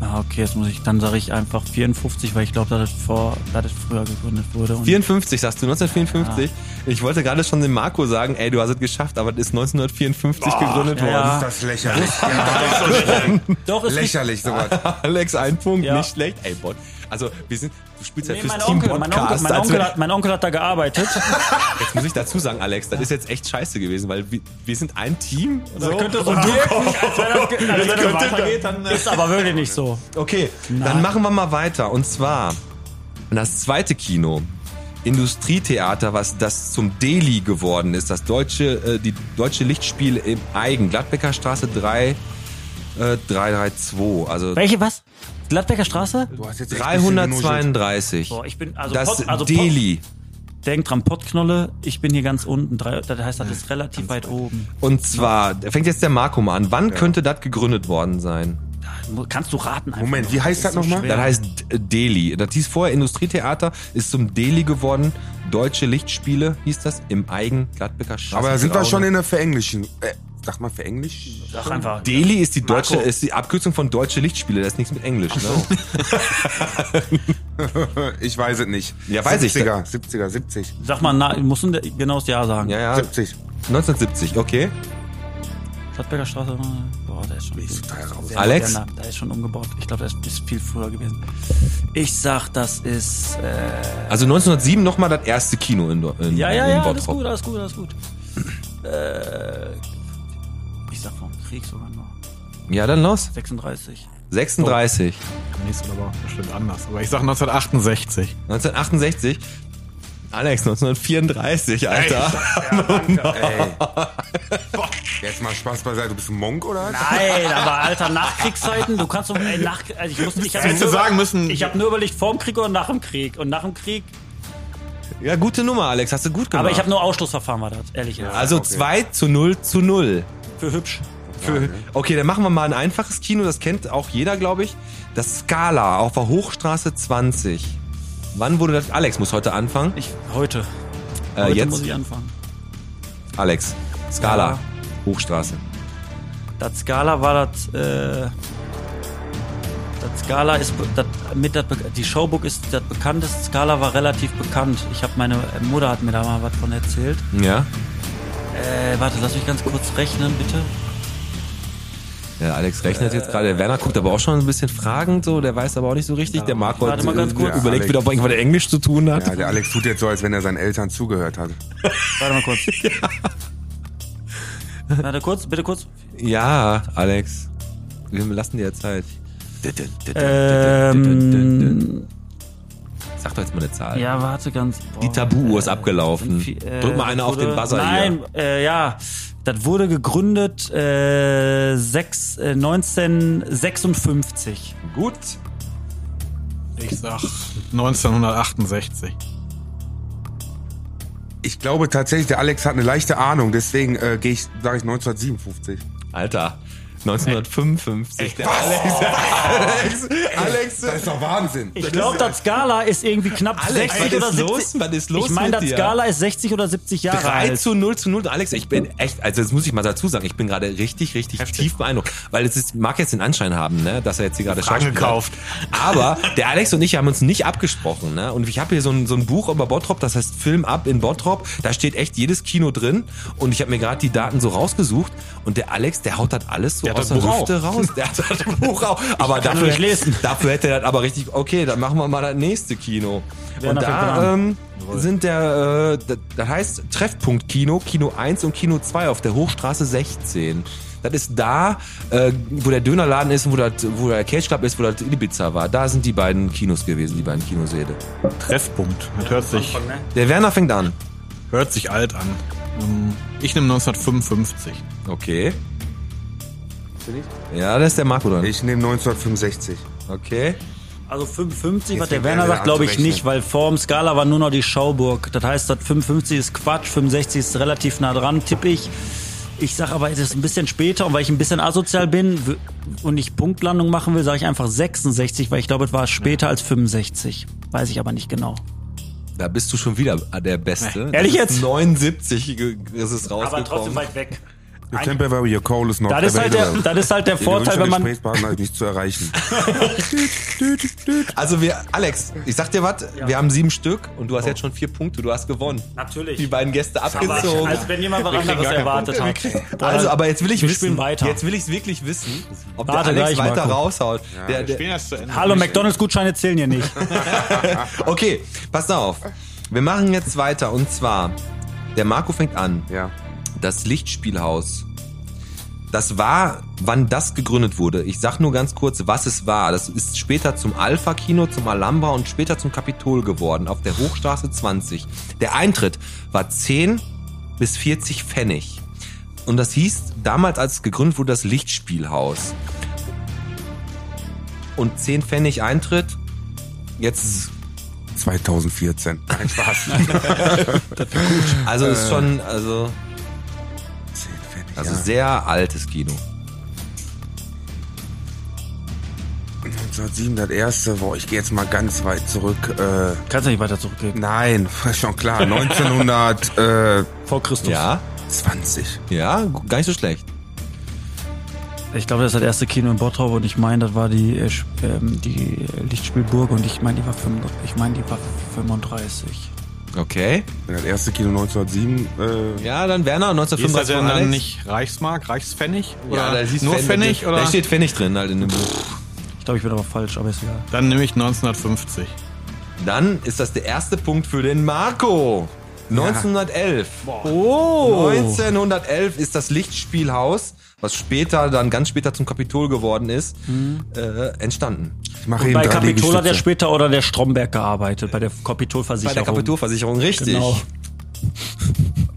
Speaker 4: Ah, okay, jetzt muss ich, dann sage ich einfach 54, weil ich glaube, dass das vor, dass das früher gegründet wurde. Und
Speaker 3: 54 sagst du, 1954. Ich wollte gerade schon dem Marco sagen, ey, du hast es geschafft, aber das ist 1954 gegründet
Speaker 4: ja,
Speaker 3: worden.
Speaker 4: ja.
Speaker 5: Ist das lächerlich? Ja, doch,
Speaker 4: Doch, ist richtig.
Speaker 5: lächerlich sowas.
Speaker 3: Alex, ein Punkt,
Speaker 4: Ja.
Speaker 3: nicht schlecht. Ey, Bot. Also, wir sind, du spielst ja
Speaker 4: Nee,
Speaker 3: fürs
Speaker 4: mein,
Speaker 3: Team
Speaker 4: Onkel, mein, Onkel,
Speaker 3: Podcast.
Speaker 4: mein,
Speaker 3: also-
Speaker 4: Onkel hat, mein Onkel hat da gearbeitet.
Speaker 3: Jetzt muss ich dazu sagen, Alex, das ist jetzt echt scheiße gewesen, weil wir, wir sind ein Team. So.
Speaker 4: so wirken, als wäre das, ge- als wenn das weitergeht, dann äh, ist aber wirklich nicht so.
Speaker 3: Okay, dann machen wir mal weiter. Und zwar das zweite Kino. Industrietheater, was das zum Deli geworden ist, das deutsche, äh, die deutsche Lichtspiel im Eigen, Gladbecker Straße 3, äh, 332, also
Speaker 4: Welche, was? Gladbecker Straße?
Speaker 5: Du hast jetzt echt ein bisschen genuschelt.
Speaker 3: 332.
Speaker 4: Boah, ich bin, also,
Speaker 3: Das
Speaker 4: Pott- also Pott-
Speaker 3: Deli.
Speaker 4: Denk dran, Pottknolle, ich bin hier ganz unten. Drei, das heißt, das ist relativ weit oben.
Speaker 3: Und zwar, da fängt jetzt der Marco mal an. Wann könnte das gegründet worden sein?
Speaker 4: Mu- Kannst du raten einfach.
Speaker 5: Moment, wie heißt das nochmal?
Speaker 4: schwer.
Speaker 3: Das heißt D- Delhi. Das hieß vorher Industrietheater, ist zum Delhi geworden. Deutsche Lichtspiele hieß das im eigen Gladbecker Straße.
Speaker 5: Aber da sind wir
Speaker 3: Graune.
Speaker 5: schon in der Verenglischen. Äh, sag mal Verenglisch?
Speaker 4: Sag einfach.
Speaker 3: Delhi ist die deutsche,
Speaker 4: Marco.
Speaker 3: ist die Abkürzung von deutsche Lichtspiele. Da ist nichts mit Englisch. Ne?
Speaker 5: Ich weiß es nicht.
Speaker 3: Ja, weiß ich.
Speaker 5: 70er, 70er, 70.
Speaker 4: Sag mal, na, musst du ein genaues Ja sagen.
Speaker 3: Ja, ja.
Speaker 5: 70.
Speaker 3: 1970. Okay.
Speaker 4: Gladbecker Straße. äh, Boah, der ist schon.
Speaker 5: total raus.
Speaker 4: Der-
Speaker 3: Alex?
Speaker 4: Der, der ist schon umgebaut. Ich glaube, das ist viel früher gewesen. Ich sag, das ist. Äh,
Speaker 3: Also 1907 nochmal das erste Kino in, Do- in,
Speaker 4: ja, ja,
Speaker 3: in
Speaker 4: ja, alles
Speaker 3: Bottrop.
Speaker 4: gut, alles gut, alles gut. Äh, ich sag vom Krieg sogar noch.
Speaker 3: Ja, dann los.
Speaker 4: 36.
Speaker 3: 36.
Speaker 6: Am nächsten aber bestimmt anders. Aber ich sag 1968.
Speaker 3: 1968. Alex, 1934, Alter.
Speaker 5: Jetzt mal Spaß beiseite, du bist ein Monk oder? was?
Speaker 4: Nein, aber Alter, Nachkriegszeiten, du kannst doch. Ey, nach, also ich muss nicht.
Speaker 6: Hättest du sagen müssen,
Speaker 4: Ich habe nur überlegt, vorm Krieg oder nach dem Krieg. Und nach dem Krieg.
Speaker 3: Ja, gute Nummer, Alex. Hast du gut gemacht.
Speaker 4: Aber ich habe nur Ausschlussverfahren, war das, ehrlich gesagt.
Speaker 3: Genau. also
Speaker 5: Okay.
Speaker 3: 2 zu 0 zu 0.
Speaker 4: Für hübsch.
Speaker 3: Für, okay, dann machen wir mal ein einfaches Kino, das kennt auch jeder, glaube ich. Das Scala auf der Hochstraße 20. Wann wurde das? Alex muss heute anfangen.
Speaker 4: Ich, heute.
Speaker 3: Äh,
Speaker 4: heute muss
Speaker 3: jetzt,
Speaker 4: ich anfangen.
Speaker 3: Alex. Scala,
Speaker 4: Ja.
Speaker 3: Hochstraße.
Speaker 4: Das Skala war das. Äh, das Skala ist be- das, mit das, be- die Showbook ist das bekannteste. Skala war relativ bekannt. Ich habe meine Mutter hat mir da mal was von erzählt.
Speaker 3: Ja.
Speaker 4: Äh, warte, lass mich ganz kurz rechnen, bitte.
Speaker 3: Der Alex rechnet jetzt gerade. Der Werner guckt aber auch schon ein bisschen fragend so. Der weiß aber auch nicht so richtig. Der Marco
Speaker 4: Warte
Speaker 3: hat
Speaker 4: mal ganz kurz.
Speaker 3: äh, überlegt,
Speaker 5: Alex.
Speaker 3: wieder, ob irgendwas Englisch zu tun hat.
Speaker 5: Ja, der Alex tut jetzt so, als wenn er seinen Eltern zugehört hat.
Speaker 4: Warte mal kurz. Warte kurz, bitte kurz.
Speaker 3: Ja, Alex. Wir lassen dir Zeit.
Speaker 4: Ähm,
Speaker 3: Sag doch jetzt mal eine Zahl.
Speaker 4: ja, warte ganz. Boah.
Speaker 3: Die Tabu-Uhr ist abgelaufen.
Speaker 4: Wie, äh,
Speaker 3: Drück mal eine auf
Speaker 4: wurde-
Speaker 3: den Buzzer
Speaker 4: Nein,
Speaker 3: hier.
Speaker 4: äh, ja. Das wurde gegründet äh, sechs, äh, 1956.
Speaker 3: Gut.
Speaker 6: Ich sag 1968.
Speaker 5: Ich glaube tatsächlich, der Alex hat eine leichte Ahnung, deswegen äh, gehe ich, sage ich 1957.
Speaker 3: Alter. 1955. der
Speaker 5: Alex, das ist doch Wahnsinn.
Speaker 4: Ich glaube, das Skala ist irgendwie knapp
Speaker 3: Alex,
Speaker 4: 60
Speaker 3: was
Speaker 4: oder
Speaker 3: ist
Speaker 4: 70.
Speaker 3: los? Was ist los
Speaker 4: ich meine,
Speaker 3: mit
Speaker 4: das
Speaker 3: dir?
Speaker 4: Skala ist 60 oder 70 Jahre
Speaker 3: 3
Speaker 4: alt.
Speaker 3: zu 0 zu 0. Alex, ich bin echt, also das muss ich mal dazu sagen, ich bin gerade richtig, richtig tief beeindruckt. Weil es ist, mag jetzt den Anschein haben, ne, dass er jetzt hier gerade
Speaker 6: Fragen
Speaker 3: Schauspieler-
Speaker 6: gekauft.
Speaker 3: Aber der Alex und ich haben uns nicht abgesprochen. Ne? Und ich habe hier so ein, so ein Buch über Bottrop, das heißt Film ab in Bottrop. Da steht echt jedes Kino drin. Und ich habe mir gerade die Daten so rausgesucht. Und der Alex, der haut das alles so
Speaker 6: hat
Speaker 3: aus
Speaker 6: das
Speaker 3: der
Speaker 6: Buch
Speaker 3: Hüfte raus. Der hat das Buch auch. Aber
Speaker 4: kann
Speaker 3: dafür,
Speaker 4: nicht lesen.
Speaker 3: dafür hätte er das aber richtig, okay, dann machen wir mal das nächste Kino.
Speaker 4: Werner
Speaker 3: und
Speaker 4: fängt mal
Speaker 3: da
Speaker 4: an.
Speaker 3: ähm, sind der, äh, das- das heißt Treffpunkt Kino, Kino 1 und Kino 2 auf der Hochstraße 16. Das ist da, äh, wo der Dönerladen ist, und wo, das, wo der Cage Club ist, wo das Ibiza war. Da sind die beiden Kinos gewesen, die beiden Kinosäle.
Speaker 6: Treffpunkt. Das hört sich,
Speaker 3: Der Werner fängt an.
Speaker 6: hört sich alt an. Ähm, Ich nehme 1955.
Speaker 3: Okay. Ja, das ist der Marco dann.
Speaker 5: Ich nehme 1965.
Speaker 3: Okay.
Speaker 4: Also
Speaker 5: Jetzt
Speaker 4: 55, was der
Speaker 5: fängt
Speaker 4: Werner
Speaker 5: er
Speaker 4: sagt,
Speaker 5: an
Speaker 4: glaube
Speaker 5: zu
Speaker 4: ich
Speaker 5: rechnen.
Speaker 4: nicht, weil vorm Skala war nur noch die Schauburg. Das heißt, das 55 ist Quatsch, 65 ist relativ nah dran, tippe ich. Ich sage aber, es ist ein bisschen später und weil ich ein bisschen asozial bin w- und ich Punktlandung machen will, sage ich einfach 66, weil ich glaube, es war später als 65. Weiß ich aber nicht genau.
Speaker 3: Da bist du schon wieder äh, der Beste.
Speaker 4: Ehrlich
Speaker 3: Das ist
Speaker 4: jetzt?
Speaker 3: 79 ge- äh, ist es rausgekommen.
Speaker 4: weit weg.
Speaker 5: Your temporary call is not
Speaker 4: Das ist, halt der,
Speaker 5: available.
Speaker 4: das ist halt der
Speaker 5: Ihr
Speaker 4: Vorteil,
Speaker 5: gewünschter
Speaker 4: wenn man
Speaker 5: Gesprächspartner ist nicht zu erreichen.
Speaker 3: Also wir, Alex, ich sag dir was, wir haben sieben Stück und du hast jetzt schon vier Punkte, du hast gewonnen.
Speaker 4: Natürlich.
Speaker 3: Die beiden Gäste
Speaker 4: Aber
Speaker 3: abgezogen.
Speaker 4: als wenn jemand was
Speaker 3: kriegen
Speaker 4: anderes
Speaker 3: gar keinen
Speaker 4: erwartet hat. Boah,
Speaker 3: Also, aber jetzt will ich
Speaker 4: wir
Speaker 3: wissen,
Speaker 4: spielen weiter.
Speaker 3: jetzt will ich es wirklich wissen, ob
Speaker 4: Warte
Speaker 3: der Alex
Speaker 4: gleich,
Speaker 3: weiter
Speaker 4: Marco.
Speaker 3: raushaut. der, der,
Speaker 6: Spielen das zu Ende.
Speaker 4: Hallo, McDonalds-Gutscheine zählen hier nicht.
Speaker 3: okay, pass auf. Wir machen jetzt weiter und zwar, der Marco fängt an.
Speaker 5: Ja.
Speaker 3: Das Lichtspielhaus. Das war, wann das gegründet wurde. Ich sag nur ganz kurz, was es war. Das ist später zum Alpha-Kino, zum Alhambra und später zum Kapitol geworden, auf der Hochstraße 20. Der Eintritt war 10 bis 40 Pfennig. Und das hieß damals, als es gegründet wurde, das Lichtspielhaus. Und 10 Pfennig Eintritt. Jetzt
Speaker 5: 2014. Nein, Spaß.
Speaker 3: Also ist schon, also,
Speaker 5: Zehn Pfennig,
Speaker 3: also
Speaker 5: ja.
Speaker 3: sehr altes Kino.
Speaker 5: 1907 das erste. Boah, ich gehe jetzt mal ganz weit zurück. Äh,
Speaker 4: Kannst du nicht weiter zurückgehen.
Speaker 5: nein, schon klar. 1920.
Speaker 4: Vor Christus.
Speaker 3: Ja, ja, gar nicht so schlecht.
Speaker 4: Ich glaube, das ist das erste Kino in Bottrop und ich meine, das war die, äh, Sch- ähm, die äh, Lichtspielburg und ich meine, die war 35. Ich meine, die war 35.
Speaker 3: Okay.
Speaker 5: Das erste Kino 1907. Äh,
Speaker 3: Ja, dann Werner,
Speaker 6: Ist das
Speaker 3: 1935
Speaker 6: denn
Speaker 3: von
Speaker 6: dann
Speaker 3: Alex.
Speaker 6: nicht Reichsmark, Reichspfennig?
Speaker 3: Ja,
Speaker 6: Oder
Speaker 3: da siehst
Speaker 6: nur
Speaker 3: Pfennig,
Speaker 6: Pfennig?
Speaker 3: da-
Speaker 6: Oder?
Speaker 3: Da steht Pfennig drin halt in dem Buch.
Speaker 4: Ich glaube, ich bin aber falsch, aber ist egal.
Speaker 6: Dann nehme ich 1950.
Speaker 3: Dann ist das der erste Punkt für den Marco. 1911.
Speaker 4: Oh!
Speaker 3: 1911 ist das Lichtspielhaus, was später dann ganz später zum Kapitol geworden ist, äh, entstanden.
Speaker 5: ich mache
Speaker 4: Und
Speaker 5: eben
Speaker 4: bei
Speaker 5: 3D
Speaker 4: Capitol hat der
Speaker 5: Gestütze.
Speaker 4: später oder der Stromberg gearbeitet, bei der Kapitolversicherung.
Speaker 3: Kapitolversicherung, richtig.
Speaker 4: Genau.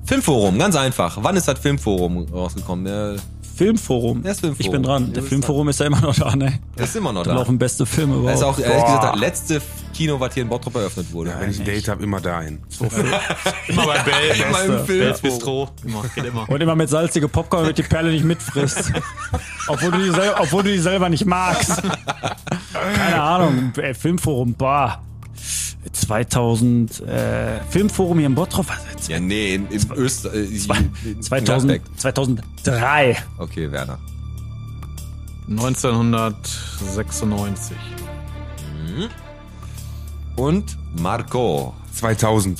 Speaker 3: Filmforum, ganz einfach. Wann ist das Filmforum rausgekommen? Der
Speaker 4: Filmforum.
Speaker 3: Das Filmforum.
Speaker 4: Ich bin dran. Der
Speaker 3: Du bist
Speaker 4: Filmforum ist ja immer noch da, ne?
Speaker 3: ist immer noch
Speaker 4: Da
Speaker 3: da.
Speaker 4: laufen beste Filme
Speaker 3: Das
Speaker 4: überhaupt.
Speaker 3: ist auch ehrlich gesagt das letzte Kino, was hier in Bottrop eröffnet wurde.
Speaker 5: Ja, wenn ich ein Date habe, immer dahin.
Speaker 6: Immer bei Bell.
Speaker 3: Immer im Film.
Speaker 6: Bells Bistro. Immer, geht immer.
Speaker 4: Und immer mit salzige Popcorn, damit die Perle nicht mitfrisst. obwohl, du die sel- obwohl du die selber nicht magst. Keine Ahnung. Äh, Filmforum, bah. 2000, äh, Filmforum hier in Bottrop, was ist
Speaker 3: Ja, nee, in, äh, in Österreich.
Speaker 4: 2000, 2003.
Speaker 3: Okay, Werner.
Speaker 6: 1996.
Speaker 3: Und Marco.
Speaker 5: 2000.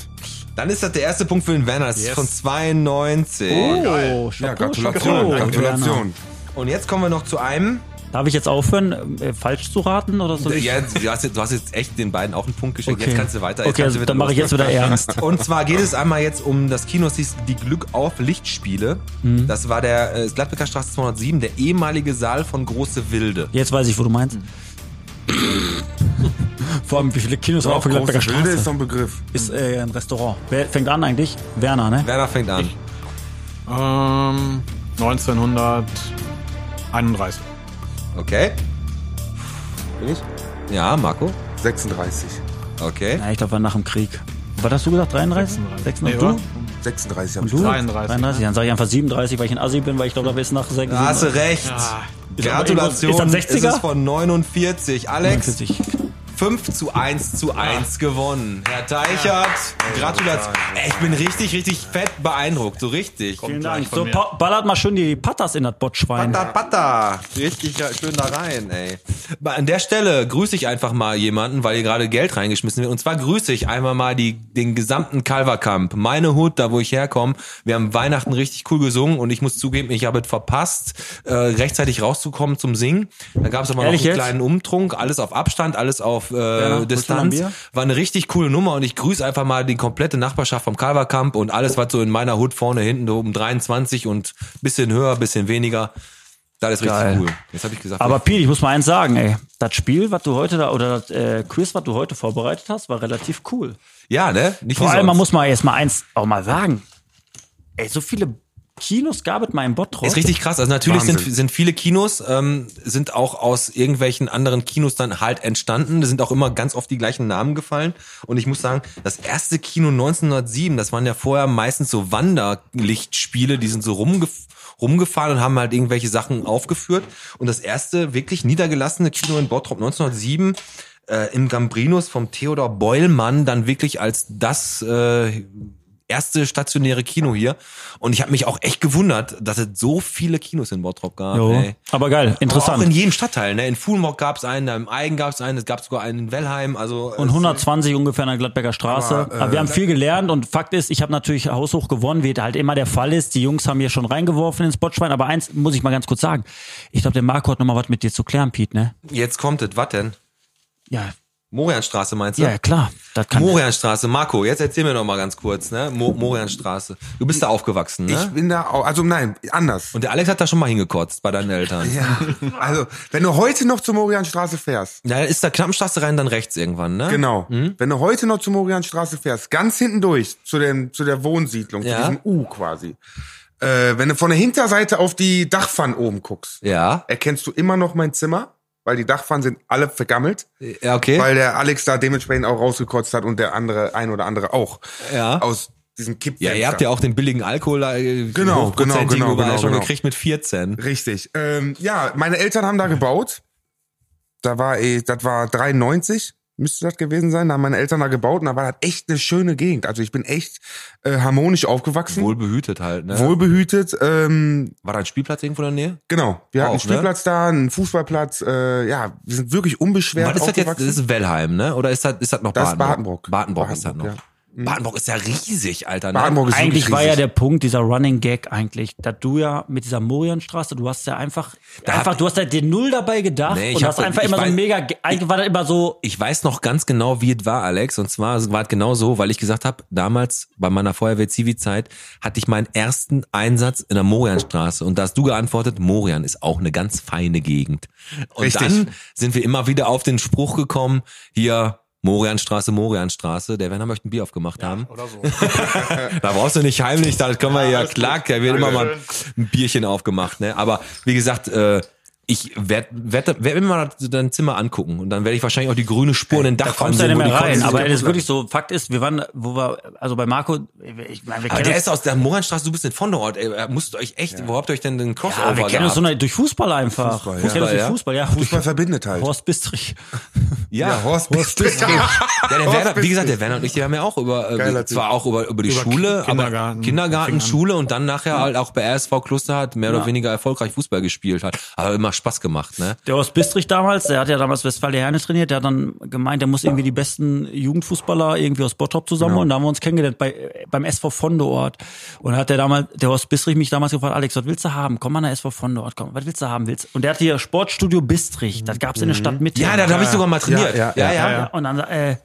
Speaker 3: Dann ist das der erste Punkt für den Werner. Das ist
Speaker 6: Yes.
Speaker 3: von 92.
Speaker 4: Oh, Chapeau,
Speaker 5: Ja,
Speaker 4: Chapeau,
Speaker 5: Gratulation.
Speaker 4: Werner.
Speaker 5: Gratulation.
Speaker 3: Und jetzt kommen wir noch zu einem.
Speaker 4: Darf ich jetzt aufhören, äh, falsch zu raten oder so?
Speaker 3: Ja, du, hast jetzt, du hast jetzt echt den beiden auch einen Punkt geschenkt. Jetzt kannst du weiter.
Speaker 4: Okay,
Speaker 3: kannst du
Speaker 4: also, dann mache ich jetzt
Speaker 3: loslegen.
Speaker 4: wieder ernst.
Speaker 3: Und zwar geht es einmal jetzt um das Kino, das hieß Die Glück auf Lichtspiele.
Speaker 4: Mhm.
Speaker 3: Das war der äh, Gladbecker Straße 207, der ehemalige Saal von Große Wilde.
Speaker 4: Jetzt weiß ich, wo du meinst. Vor allem, wie viele Kinos auf der Gladbecker
Speaker 5: Große Wilde
Speaker 4: Straße
Speaker 5: ist so ein Begriff.
Speaker 4: ist äh, ein Restaurant. Wer fängt an eigentlich? Werner, ne?
Speaker 3: Werner fängt an.
Speaker 6: Ähm, 1931.
Speaker 3: Okay.
Speaker 5: Bin ich?
Speaker 3: Ja, Marco.
Speaker 5: 36.
Speaker 3: Okay.
Speaker 4: Ja, ich glaube, war nach dem Krieg. Was hast du gesagt? 33? 36?
Speaker 6: Nee,
Speaker 4: du?
Speaker 6: oder?
Speaker 5: 36 habe ich
Speaker 4: Du?
Speaker 6: 33.
Speaker 4: 33. Dann sage ich einfach 37, weil ich ein Assi bin, weil ich glaube, da ist nach 6.
Speaker 3: Da hast du recht. Gratulation.
Speaker 4: Ist das 60er?
Speaker 3: Es ist von 49. Alex,
Speaker 4: 49.
Speaker 3: 5 zu 1 zu 1 gewonnen. Herr Teichert, Gratulation. Ey, ich bin richtig, richtig fett beeindruckt. So richtig.
Speaker 4: Vielen
Speaker 6: gleich
Speaker 4: Dank.
Speaker 6: von
Speaker 4: So,
Speaker 6: mir.
Speaker 4: pa- ballert mal schön die Patas in das Botschwein.
Speaker 3: Patta, patta. Richtig ja, schön da rein, ey. Aber An der Stelle grüße ich einfach mal jemanden, weil hier gerade Geld reingeschmissen wird. Und zwar grüße ich einmal mal die, den gesamten Calverkamp. Meine Hut, da wo ich herkomme. Wir haben Weihnachten richtig cool gesungen und ich muss zugeben, ich habe es verpasst, äh, rechtzeitig rauszukommen zum Singen. Da gab es aber noch einen
Speaker 4: Ehrlich jetzt?
Speaker 3: kleinen Umtrunk. Alles auf Abstand, alles auf äh,
Speaker 4: holst du
Speaker 3: Distanz.
Speaker 4: noch ein Bier?
Speaker 3: War eine richtig coole Nummer und ich grüße einfach mal die komplette Nachbarschaft vom Calverkamp und alles, was so in meiner Hut vorne, hinten, um 23 und bisschen höher, bisschen weniger. Das ist richtig
Speaker 4: Geil.
Speaker 3: cool. Jetzt habe ich gesagt,
Speaker 4: Aber Piet, ich muss mal eins sagen, ey. Das Spiel, was du heute da, oder das äh, Quiz, was du heute vorbereitet hast, war relativ cool.
Speaker 3: ja, ne? Nicht
Speaker 4: Vor
Speaker 3: wie
Speaker 4: allem, man
Speaker 3: sonst.
Speaker 4: muss mal erst mal eins auch mal sagen. Ey, so viele Kinos gab es mal im Bottrop.
Speaker 3: Ist richtig krass. Also natürlich sind,
Speaker 5: Wahnsinn.
Speaker 3: sind viele Kinos, ähm, sind auch aus irgendwelchen anderen Kinos dann halt entstanden. Da sind auch immer ganz oft die gleichen Namen gefallen. Und ich muss sagen, das erste Kino 1907, das waren ja vorher meistens so Wanderlichtspiele, die sind so rumge rumgefahren und haben halt irgendwelche Sachen aufgeführt. Und das erste wirklich niedergelassene Kino in Bottrop 1907 äh, im Gambrinus vom Theodor Beulmann dann wirklich als das äh, erste stationäre Kino hier. Und ich habe mich auch echt gewundert, dass es so viele Kinos in Bottrop gab.
Speaker 4: Jo.
Speaker 3: Ey.
Speaker 4: Aber geil,
Speaker 3: Aber auch in
Speaker 4: interessant.
Speaker 3: jedem Stadtteil. Ne? In Fuhlenbock gab es einen, da im Eigen gab es einen, es gab sogar einen in Wellheim. Also
Speaker 4: Und 120 ungefähr an der Gladbecker Straße. Aber,
Speaker 5: Aber, äh,
Speaker 4: wir haben viel gelernt und Fakt ist, ich habe natürlich haushoch gewonnen, wie halt immer der Fall ist. Die Jungs haben hier schon reingeworfen ins Botschwein, aber eins muss ich mal ganz kurz sagen. Ich glaube, der Marco hat nochmal was mit dir zu klären, Piet, ne?
Speaker 3: Jetzt kommt es, was denn?
Speaker 4: Ja,
Speaker 3: Morianstraße meinst du?
Speaker 4: ja, klar. Das kann
Speaker 3: Morianstraße, Marco, jetzt erzähl mir noch mal ganz kurz, ne? Mo Morianstraße. Du bist da aufgewachsen,
Speaker 5: Mhm. Ich
Speaker 3: ne?
Speaker 5: bin da auch, also nein, anders.
Speaker 3: Und der Alex hat da schon mal hingekotzt bei deinen Eltern.
Speaker 5: Ja, also wenn du heute noch zur Morianstraße fährst,
Speaker 3: Na, ist da Knappenstraße rein, dann rechts irgendwann, ne?
Speaker 5: genau,
Speaker 4: Mhm.
Speaker 5: wenn du heute noch zur Morianstraße fährst, ganz hinten durch, zu, dem, zu der Wohnsiedlung,
Speaker 3: Ja.
Speaker 5: zu diesem U quasi, äh, wenn du von der Hinterseite auf die Dachpfanne oben guckst,
Speaker 3: Ja.
Speaker 5: erkennst du immer noch mein Zimmer, weil die Dachpfannen sind alle vergammelt,
Speaker 3: Ja, okay.
Speaker 5: weil der Alex da dementsprechend auch rausgekotzt hat und der andere, ein oder andere auch.
Speaker 3: Ja.
Speaker 5: Aus diesem Kippfenster.
Speaker 3: Ja, ihr habt ja auch den billigen Alkohol äh,
Speaker 5: Genau,
Speaker 3: hochprozentigen
Speaker 5: genau, genau,
Speaker 3: überall
Speaker 5: genau,
Speaker 3: schon
Speaker 5: genau.
Speaker 3: gekriegt mit 14.
Speaker 5: Richtig. Ähm, ja, meine Eltern haben da gebaut. Da war, eh, das war 93, müsste das gewesen sein. Da haben meine Eltern da gebaut und da war das echt eine schöne Gegend. Also ich bin echt äh, harmonisch aufgewachsen,
Speaker 3: Wohlbehütet halt, ne?
Speaker 5: wohlbehütet. Ähm,
Speaker 3: War da ein Spielplatz irgendwo in der Nähe?
Speaker 5: genau, wir hatten
Speaker 3: Auch, ne?
Speaker 5: einen Spielplatz da, einen Fußballplatz. Äh, ja, wir sind wirklich unbeschwert
Speaker 3: Was ist das jetzt? Das
Speaker 5: aufgewachsen.
Speaker 3: ist Wellheim, ne? Oder ist das, ist das noch
Speaker 5: Das ist
Speaker 3: Badenbrock?
Speaker 5: Badenbrock.
Speaker 3: Badenbrock ist das noch.
Speaker 5: Badenbrock,
Speaker 3: Badenbrock ist ja riesig, Alter. Ne?
Speaker 5: Hm. Badenburg ist
Speaker 4: Eigentlich
Speaker 5: wirklich
Speaker 4: war ja
Speaker 5: riesig.
Speaker 4: der Punkt, dieser Running Gag eigentlich, dass du ja mit dieser Morianstraße, du hast ja einfach, einfach
Speaker 3: hab-
Speaker 4: du hast ja den Null dabei gedacht
Speaker 3: Nee, ich
Speaker 4: und
Speaker 3: hab-
Speaker 4: hast einfach
Speaker 3: ich
Speaker 4: immer so
Speaker 3: weiß-
Speaker 4: ein mega, eigentlich war das immer so,
Speaker 3: ich weiß noch ganz genau, wie es war, Alex. Und zwar war es genau so, weil ich gesagt habe, damals bei meiner Feuerwehr-Zivi-Zeit hatte ich meinen ersten Einsatz in der Morianstraße. Und da hast du geantwortet, Morian ist auch eine ganz feine Gegend. Und
Speaker 5: Richtig.
Speaker 3: dann sind wir immer wieder auf den Spruch gekommen, hier Morianstraße, Morianstraße. Der Werner möchte ein Bier aufgemacht haben.
Speaker 6: Oder so.
Speaker 3: Da brauchst du nicht heimlich, da können wir ja, klar, da wird immer mal
Speaker 6: Dankeschön.
Speaker 3: ein Bierchen aufgemacht, ne? Aber wie gesagt, äh, ich werde werd, werd mir mal dein Zimmer angucken und dann werde ich wahrscheinlich auch die grüne Spur in den Dach
Speaker 4: kommst du ja nicht mehr rein, aber
Speaker 3: aber
Speaker 4: es ist wirklich so, Fakt ist, wir waren, wo wir, also bei Marco, ich meine, wir
Speaker 3: aber
Speaker 4: kennen
Speaker 3: der
Speaker 4: uns,
Speaker 3: ist aus der Moranstraße, du bist in Vonderort, ey, da musstet ihr euch echt, wo habt ihr euch denn den Crossover
Speaker 4: ja, Ah, wir kennen uns so
Speaker 3: gehabt?
Speaker 4: eine, durch Fußball einfach.
Speaker 5: Fußball,
Speaker 4: wir
Speaker 5: ja.
Speaker 4: kennen uns durch
Speaker 3: Ja.
Speaker 4: Fußball, ja.
Speaker 5: Fußball verbindet halt.
Speaker 4: Horst Bistrich.
Speaker 3: ja,
Speaker 5: ja, Horst, Horst
Speaker 3: Ja, der
Speaker 5: Horst
Speaker 3: Werner, wie
Speaker 5: Bistrich.
Speaker 3: gesagt, der Werner und ich, die haben ja auch über, äh,
Speaker 5: Geiler
Speaker 3: zwar auch über, über die
Speaker 6: Über
Speaker 3: Schule,
Speaker 6: Ki- Kindergarten.
Speaker 3: aber Kindergarten,
Speaker 6: Fing an.
Speaker 3: Schule und dann nachher halt auch bei RSV Kloster hat mehr oder weniger erfolgreich Fußball gespielt hat. Aber immer Spaß gemacht, ne?
Speaker 4: Der aus Bistrich damals, der hat ja damals Westfalia Herne trainiert, der hat dann gemeint, der muss irgendwie die besten Jugendfußballer irgendwie aus Bottrop zusammenholen. Da haben wir uns kennengelernt bei, beim SV Fondeort. Und da hat der damals, der aus Bistrich mich damals gefragt, Alex, was willst du haben? Komm mal nach SV Fondeort, komm, was willst du haben? Willst? Und der hatte hier Sportstudio Bistrich, das gab's in der Stadt mit.
Speaker 3: Ja, da habe ich sogar mal trainiert.
Speaker 5: ja,
Speaker 3: ja. ja.
Speaker 4: Und dann, äh,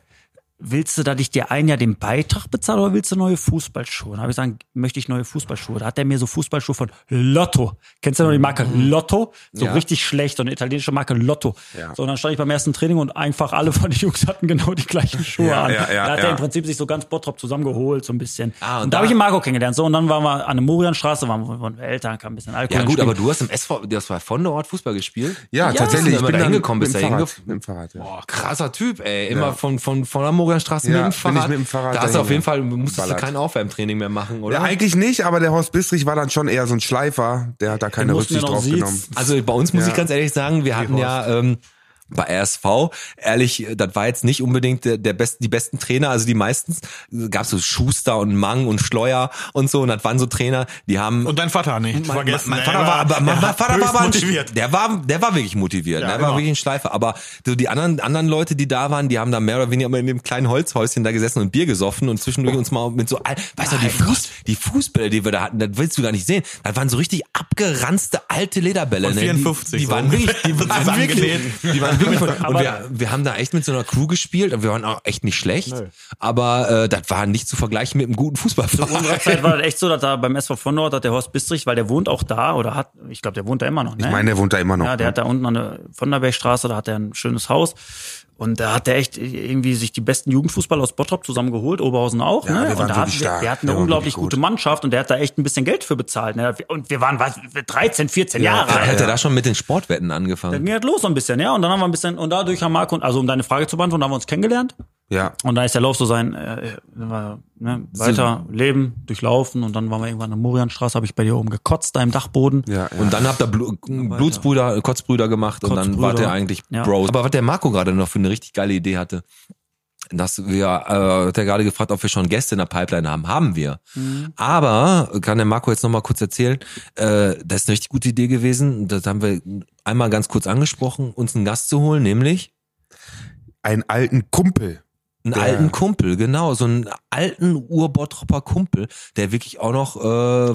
Speaker 4: willst du, dass ich dir ein Jahr den Beitrag bezahle oder willst du neue Fußballschuhe? Dann habe ich gesagt, möchte ich neue Fußballschuhe. Da hat er mir so Fußballschuhe von Lotto. Kennst du noch die
Speaker 3: Mhm.
Speaker 4: Marke Lotto? So richtig schlecht, so eine italienische Marke Lotto. So, und dann stand ich beim ersten Training und einfach alle von den Jungs hatten genau die gleichen Schuhe
Speaker 5: Ja,
Speaker 4: an.
Speaker 5: ja, ja,
Speaker 4: da hat
Speaker 5: ja.
Speaker 4: er im Prinzip sich so ganz Bottrop zusammengeholt, so ein bisschen.
Speaker 3: Ah, und
Speaker 4: und, da,
Speaker 3: da-
Speaker 4: habe ich ihn Marco kennengelernt. So, und dann waren wir an der Morianstraße, waren wir von Eltern, kam ein bisschen Alkohol.
Speaker 3: Ja
Speaker 4: ins
Speaker 3: gut,
Speaker 4: Spiel.
Speaker 3: aber du hast im SV, das war von der Ort Fußball gespielt.
Speaker 5: Ja, tatsächlich.
Speaker 3: Ich bin da
Speaker 5: dann
Speaker 3: hingekommen,
Speaker 5: mit
Speaker 3: bist
Speaker 5: dem
Speaker 3: da
Speaker 5: Fahrrad,
Speaker 3: hingekommen.
Speaker 5: Mit dem Fahrrad, ja.
Speaker 3: Boah, krasser Typ, ey. Immer von, von, von der Morgenstraße
Speaker 5: Ja,
Speaker 3: mit dem
Speaker 5: bin
Speaker 3: Fahrrad.
Speaker 5: ich mit dem Fahrrad
Speaker 3: da hast du auf
Speaker 5: dahin
Speaker 3: jeden Fall, musstest du
Speaker 5: geballert.
Speaker 3: kein Aufwärmtraining mehr machen, oder?
Speaker 5: Ja, eigentlich nicht, aber der Horst Bistrich war dann schon eher so ein Schleifer, der hat da keine
Speaker 4: Den mussten
Speaker 5: Rücksicht
Speaker 4: wir noch
Speaker 5: drauf
Speaker 4: siezen.
Speaker 5: genommen.
Speaker 3: Also bei uns muss
Speaker 5: Ja.
Speaker 3: ich ganz ehrlich sagen, wir hatten ja ähm, bei RSV, ehrlich, das war jetzt nicht unbedingt der, der best, die besten Trainer, also die meistens äh, gab's so Schuster und Mang und Schleuer und so und das waren so Trainer, die haben
Speaker 6: Und dein Vater nicht.
Speaker 3: mein,
Speaker 6: vergessen.
Speaker 3: mein
Speaker 6: Er
Speaker 3: Vater war, aber, mein
Speaker 6: er
Speaker 3: mein Vater war
Speaker 6: höchst
Speaker 3: aber ein-
Speaker 6: motiviert.
Speaker 3: Der war, der war wirklich motiviert.
Speaker 6: Ja,
Speaker 3: ne? Er war
Speaker 6: genau.
Speaker 3: wirklich ein Schleifer. Aber so die anderen, anderen Leute, die da waren, die haben da mehr oder weniger immer in dem kleinen Holzhäuschen da gesessen und Bier gesoffen und zwischendurch uns mal mit so, al- weißt du, die, Fuß, die Fußbälle, die wir da hatten, das willst du gar nicht sehen. Das waren so richtig abgeranzte alte Lederbälle.
Speaker 6: Von
Speaker 3: ne?
Speaker 6: 54
Speaker 3: Die, die
Speaker 6: so
Speaker 3: waren wirklich, die,
Speaker 6: ungefähr.
Speaker 3: waren wirklich,
Speaker 6: Zusammengenäht.
Speaker 3: die waren wirklich von, und
Speaker 4: Aber-
Speaker 3: wir, wir haben da echt mit so einer Crew gespielt und wir waren auch echt nicht schlecht. Aber äh, das war nicht zu vergleichen mit einem guten
Speaker 4: unserer
Speaker 3: Fußballverein.
Speaker 4: Zeit war das echt so, dass da beim SV von Nord hat der Horst Bistrich, weil der wohnt auch da oder hat, ich glaube, der wohnt da immer noch. Ne?
Speaker 5: Ich meine, der wohnt da immer noch.
Speaker 4: Ja, der hat da unten an der Von der Bergstraße, da hat er ein schönes Haus. Und da hat er echt irgendwie sich die besten Jugendfußballer aus Bottrop zusammengeholt, Oberhausen auch.
Speaker 5: Ja,
Speaker 4: ne?
Speaker 5: wir
Speaker 4: und
Speaker 5: waren wirklich
Speaker 4: da hatten,
Speaker 5: stark.
Speaker 4: Wir hatten eine
Speaker 5: Wir waren wirklich
Speaker 4: unglaublich
Speaker 5: gut.
Speaker 4: gute Mannschaft und der hat da echt ein bisschen Geld für bezahlt. Ne? Und wir waren was, 13, 14 Jahre alt.
Speaker 3: Hat er da schon mit den Sportwetten
Speaker 4: Dann
Speaker 3: angefangen?
Speaker 4: ging das los so ein bisschen, ja. Und dann haben wir ein bisschen, und dadurch haben Marco und, also um deine Frage zu beantworten, haben wir uns kennengelernt.
Speaker 5: ja.
Speaker 4: Und da ist der Lauf so sein, äh, war, ne, weiter leben, durchlaufen und dann waren wir irgendwann an der Morianstraße, habe ich bei dir oben gekotzt, da im Dachboden.
Speaker 5: Ja, ja.
Speaker 3: Und dann habt ihr Blu Blutsbrüder, äh, Kotzbrüder gemacht und dann
Speaker 4: Kotzbrüder.
Speaker 3: wart ihr eigentlich
Speaker 4: Ja.
Speaker 3: Bros. Aber was der Marco gerade noch für eine richtig geile Idee hatte, dass wir, äh, hat er gerade gefragt, ob wir schon Gäste in der Pipeline haben. Haben wir. Aber, kann der Marco jetzt nochmal kurz erzählen, äh, das ist eine richtig gute Idee gewesen. Das haben wir einmal ganz kurz angesprochen, uns einen Gast zu holen, nämlich
Speaker 5: einen alten Kumpel.
Speaker 3: Einen
Speaker 5: Der-
Speaker 3: alten Kumpel, genau, so einen alten Urbottropper Kumpel, der wirklich auch noch äh,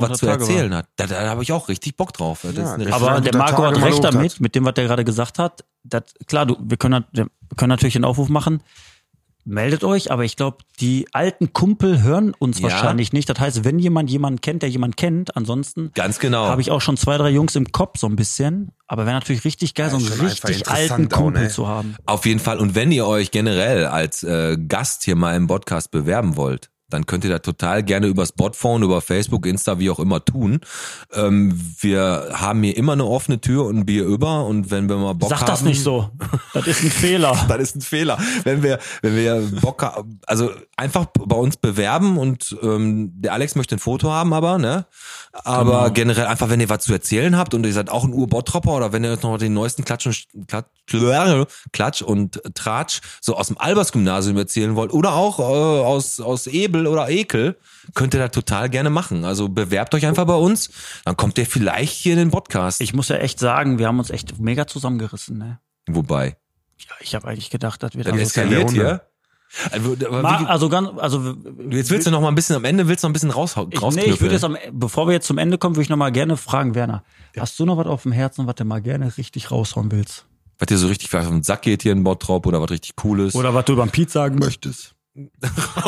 Speaker 3: was zu
Speaker 4: Tage war.
Speaker 3: erzählen hat. Da, da habe ich auch richtig Bock drauf. Das
Speaker 5: Ja,
Speaker 3: ist eine
Speaker 5: das-
Speaker 3: richtig-
Speaker 4: Aber
Speaker 5: Frank
Speaker 4: der
Speaker 5: guter
Speaker 4: Marco
Speaker 5: Tage
Speaker 4: hat recht
Speaker 5: gelobt
Speaker 4: damit,
Speaker 5: hat.
Speaker 4: mit dem, was der gerade gesagt hat. Das, klar, du, wir, können, nat- wir können natürlich den Aufruf machen, meldet euch, aber ich glaube, die alten Kumpel hören uns
Speaker 3: Ja.
Speaker 4: wahrscheinlich nicht. Das heißt, wenn jemand jemanden kennt, der jemanden kennt, ansonsten
Speaker 3: ganz genau.
Speaker 4: habe ich auch schon zwei, drei Jungs im Kopf so ein bisschen. Aber wäre natürlich richtig geil, so
Speaker 5: ist
Speaker 4: einen
Speaker 5: schon einfach
Speaker 4: richtig
Speaker 5: interessant
Speaker 4: alten
Speaker 5: auch,
Speaker 4: Kumpel
Speaker 5: ne?
Speaker 4: zu haben.
Speaker 3: Auf jeden Fall. Und wenn ihr euch generell als äh, Gast hier mal im Podcast bewerben wollt, dann könnt ihr da total gerne über Spotphone, über Facebook, Insta, wie auch immer tun. Ähm, wir haben hier immer eine offene Tür und ein Bier über. Und wenn wir mal Bock
Speaker 4: Sag
Speaker 3: haben,
Speaker 4: das nicht so. Das ist ein Fehler.
Speaker 3: das ist ein Fehler. Wenn wir, wenn wir Bock haben, also einfach bei uns bewerben und ähm, der Alex möchte ein Foto haben, aber, ne? Aber
Speaker 4: Genau.
Speaker 3: generell einfach, wenn ihr was zu erzählen habt und ihr seid auch ein Urbottropper oder wenn ihr jetzt noch den neuesten Klatsch und Klatsch, Klatsch und Tratsch so aus dem Albers-Gymnasium erzählen wollt oder auch äh, aus, aus Ebel oder Ekel, könnt ihr da total gerne machen. Also bewerbt euch einfach bei uns, dann kommt ihr vielleicht hier in den Podcast.
Speaker 4: Ich muss ja echt sagen, wir haben uns echt mega zusammengerissen. Ne?
Speaker 3: Wobei,
Speaker 4: Ja, ich habe eigentlich gedacht, dass wir da
Speaker 3: dann
Speaker 4: so
Speaker 3: eskaliert
Speaker 5: Runde.
Speaker 3: hier. Also, aber
Speaker 4: Ma-
Speaker 3: wie-
Speaker 4: also ganz, also
Speaker 3: Jetzt willst du noch mal ein bisschen am Ende willst du noch ein bisschen raus
Speaker 4: Ich, nee, ich würde jetzt
Speaker 3: rausknüpfeln.
Speaker 4: am, bevor wir jetzt zum Ende kommen, würde ich noch mal gerne fragen, Werner, hast du noch was auf dem Herzen, was du mal gerne richtig raushauen willst?
Speaker 3: Was dir so richtig vielleicht auf den Sack geht hier in Bottrop oder was richtig cool ist.
Speaker 4: Oder was du über den Piet sagen möchtest?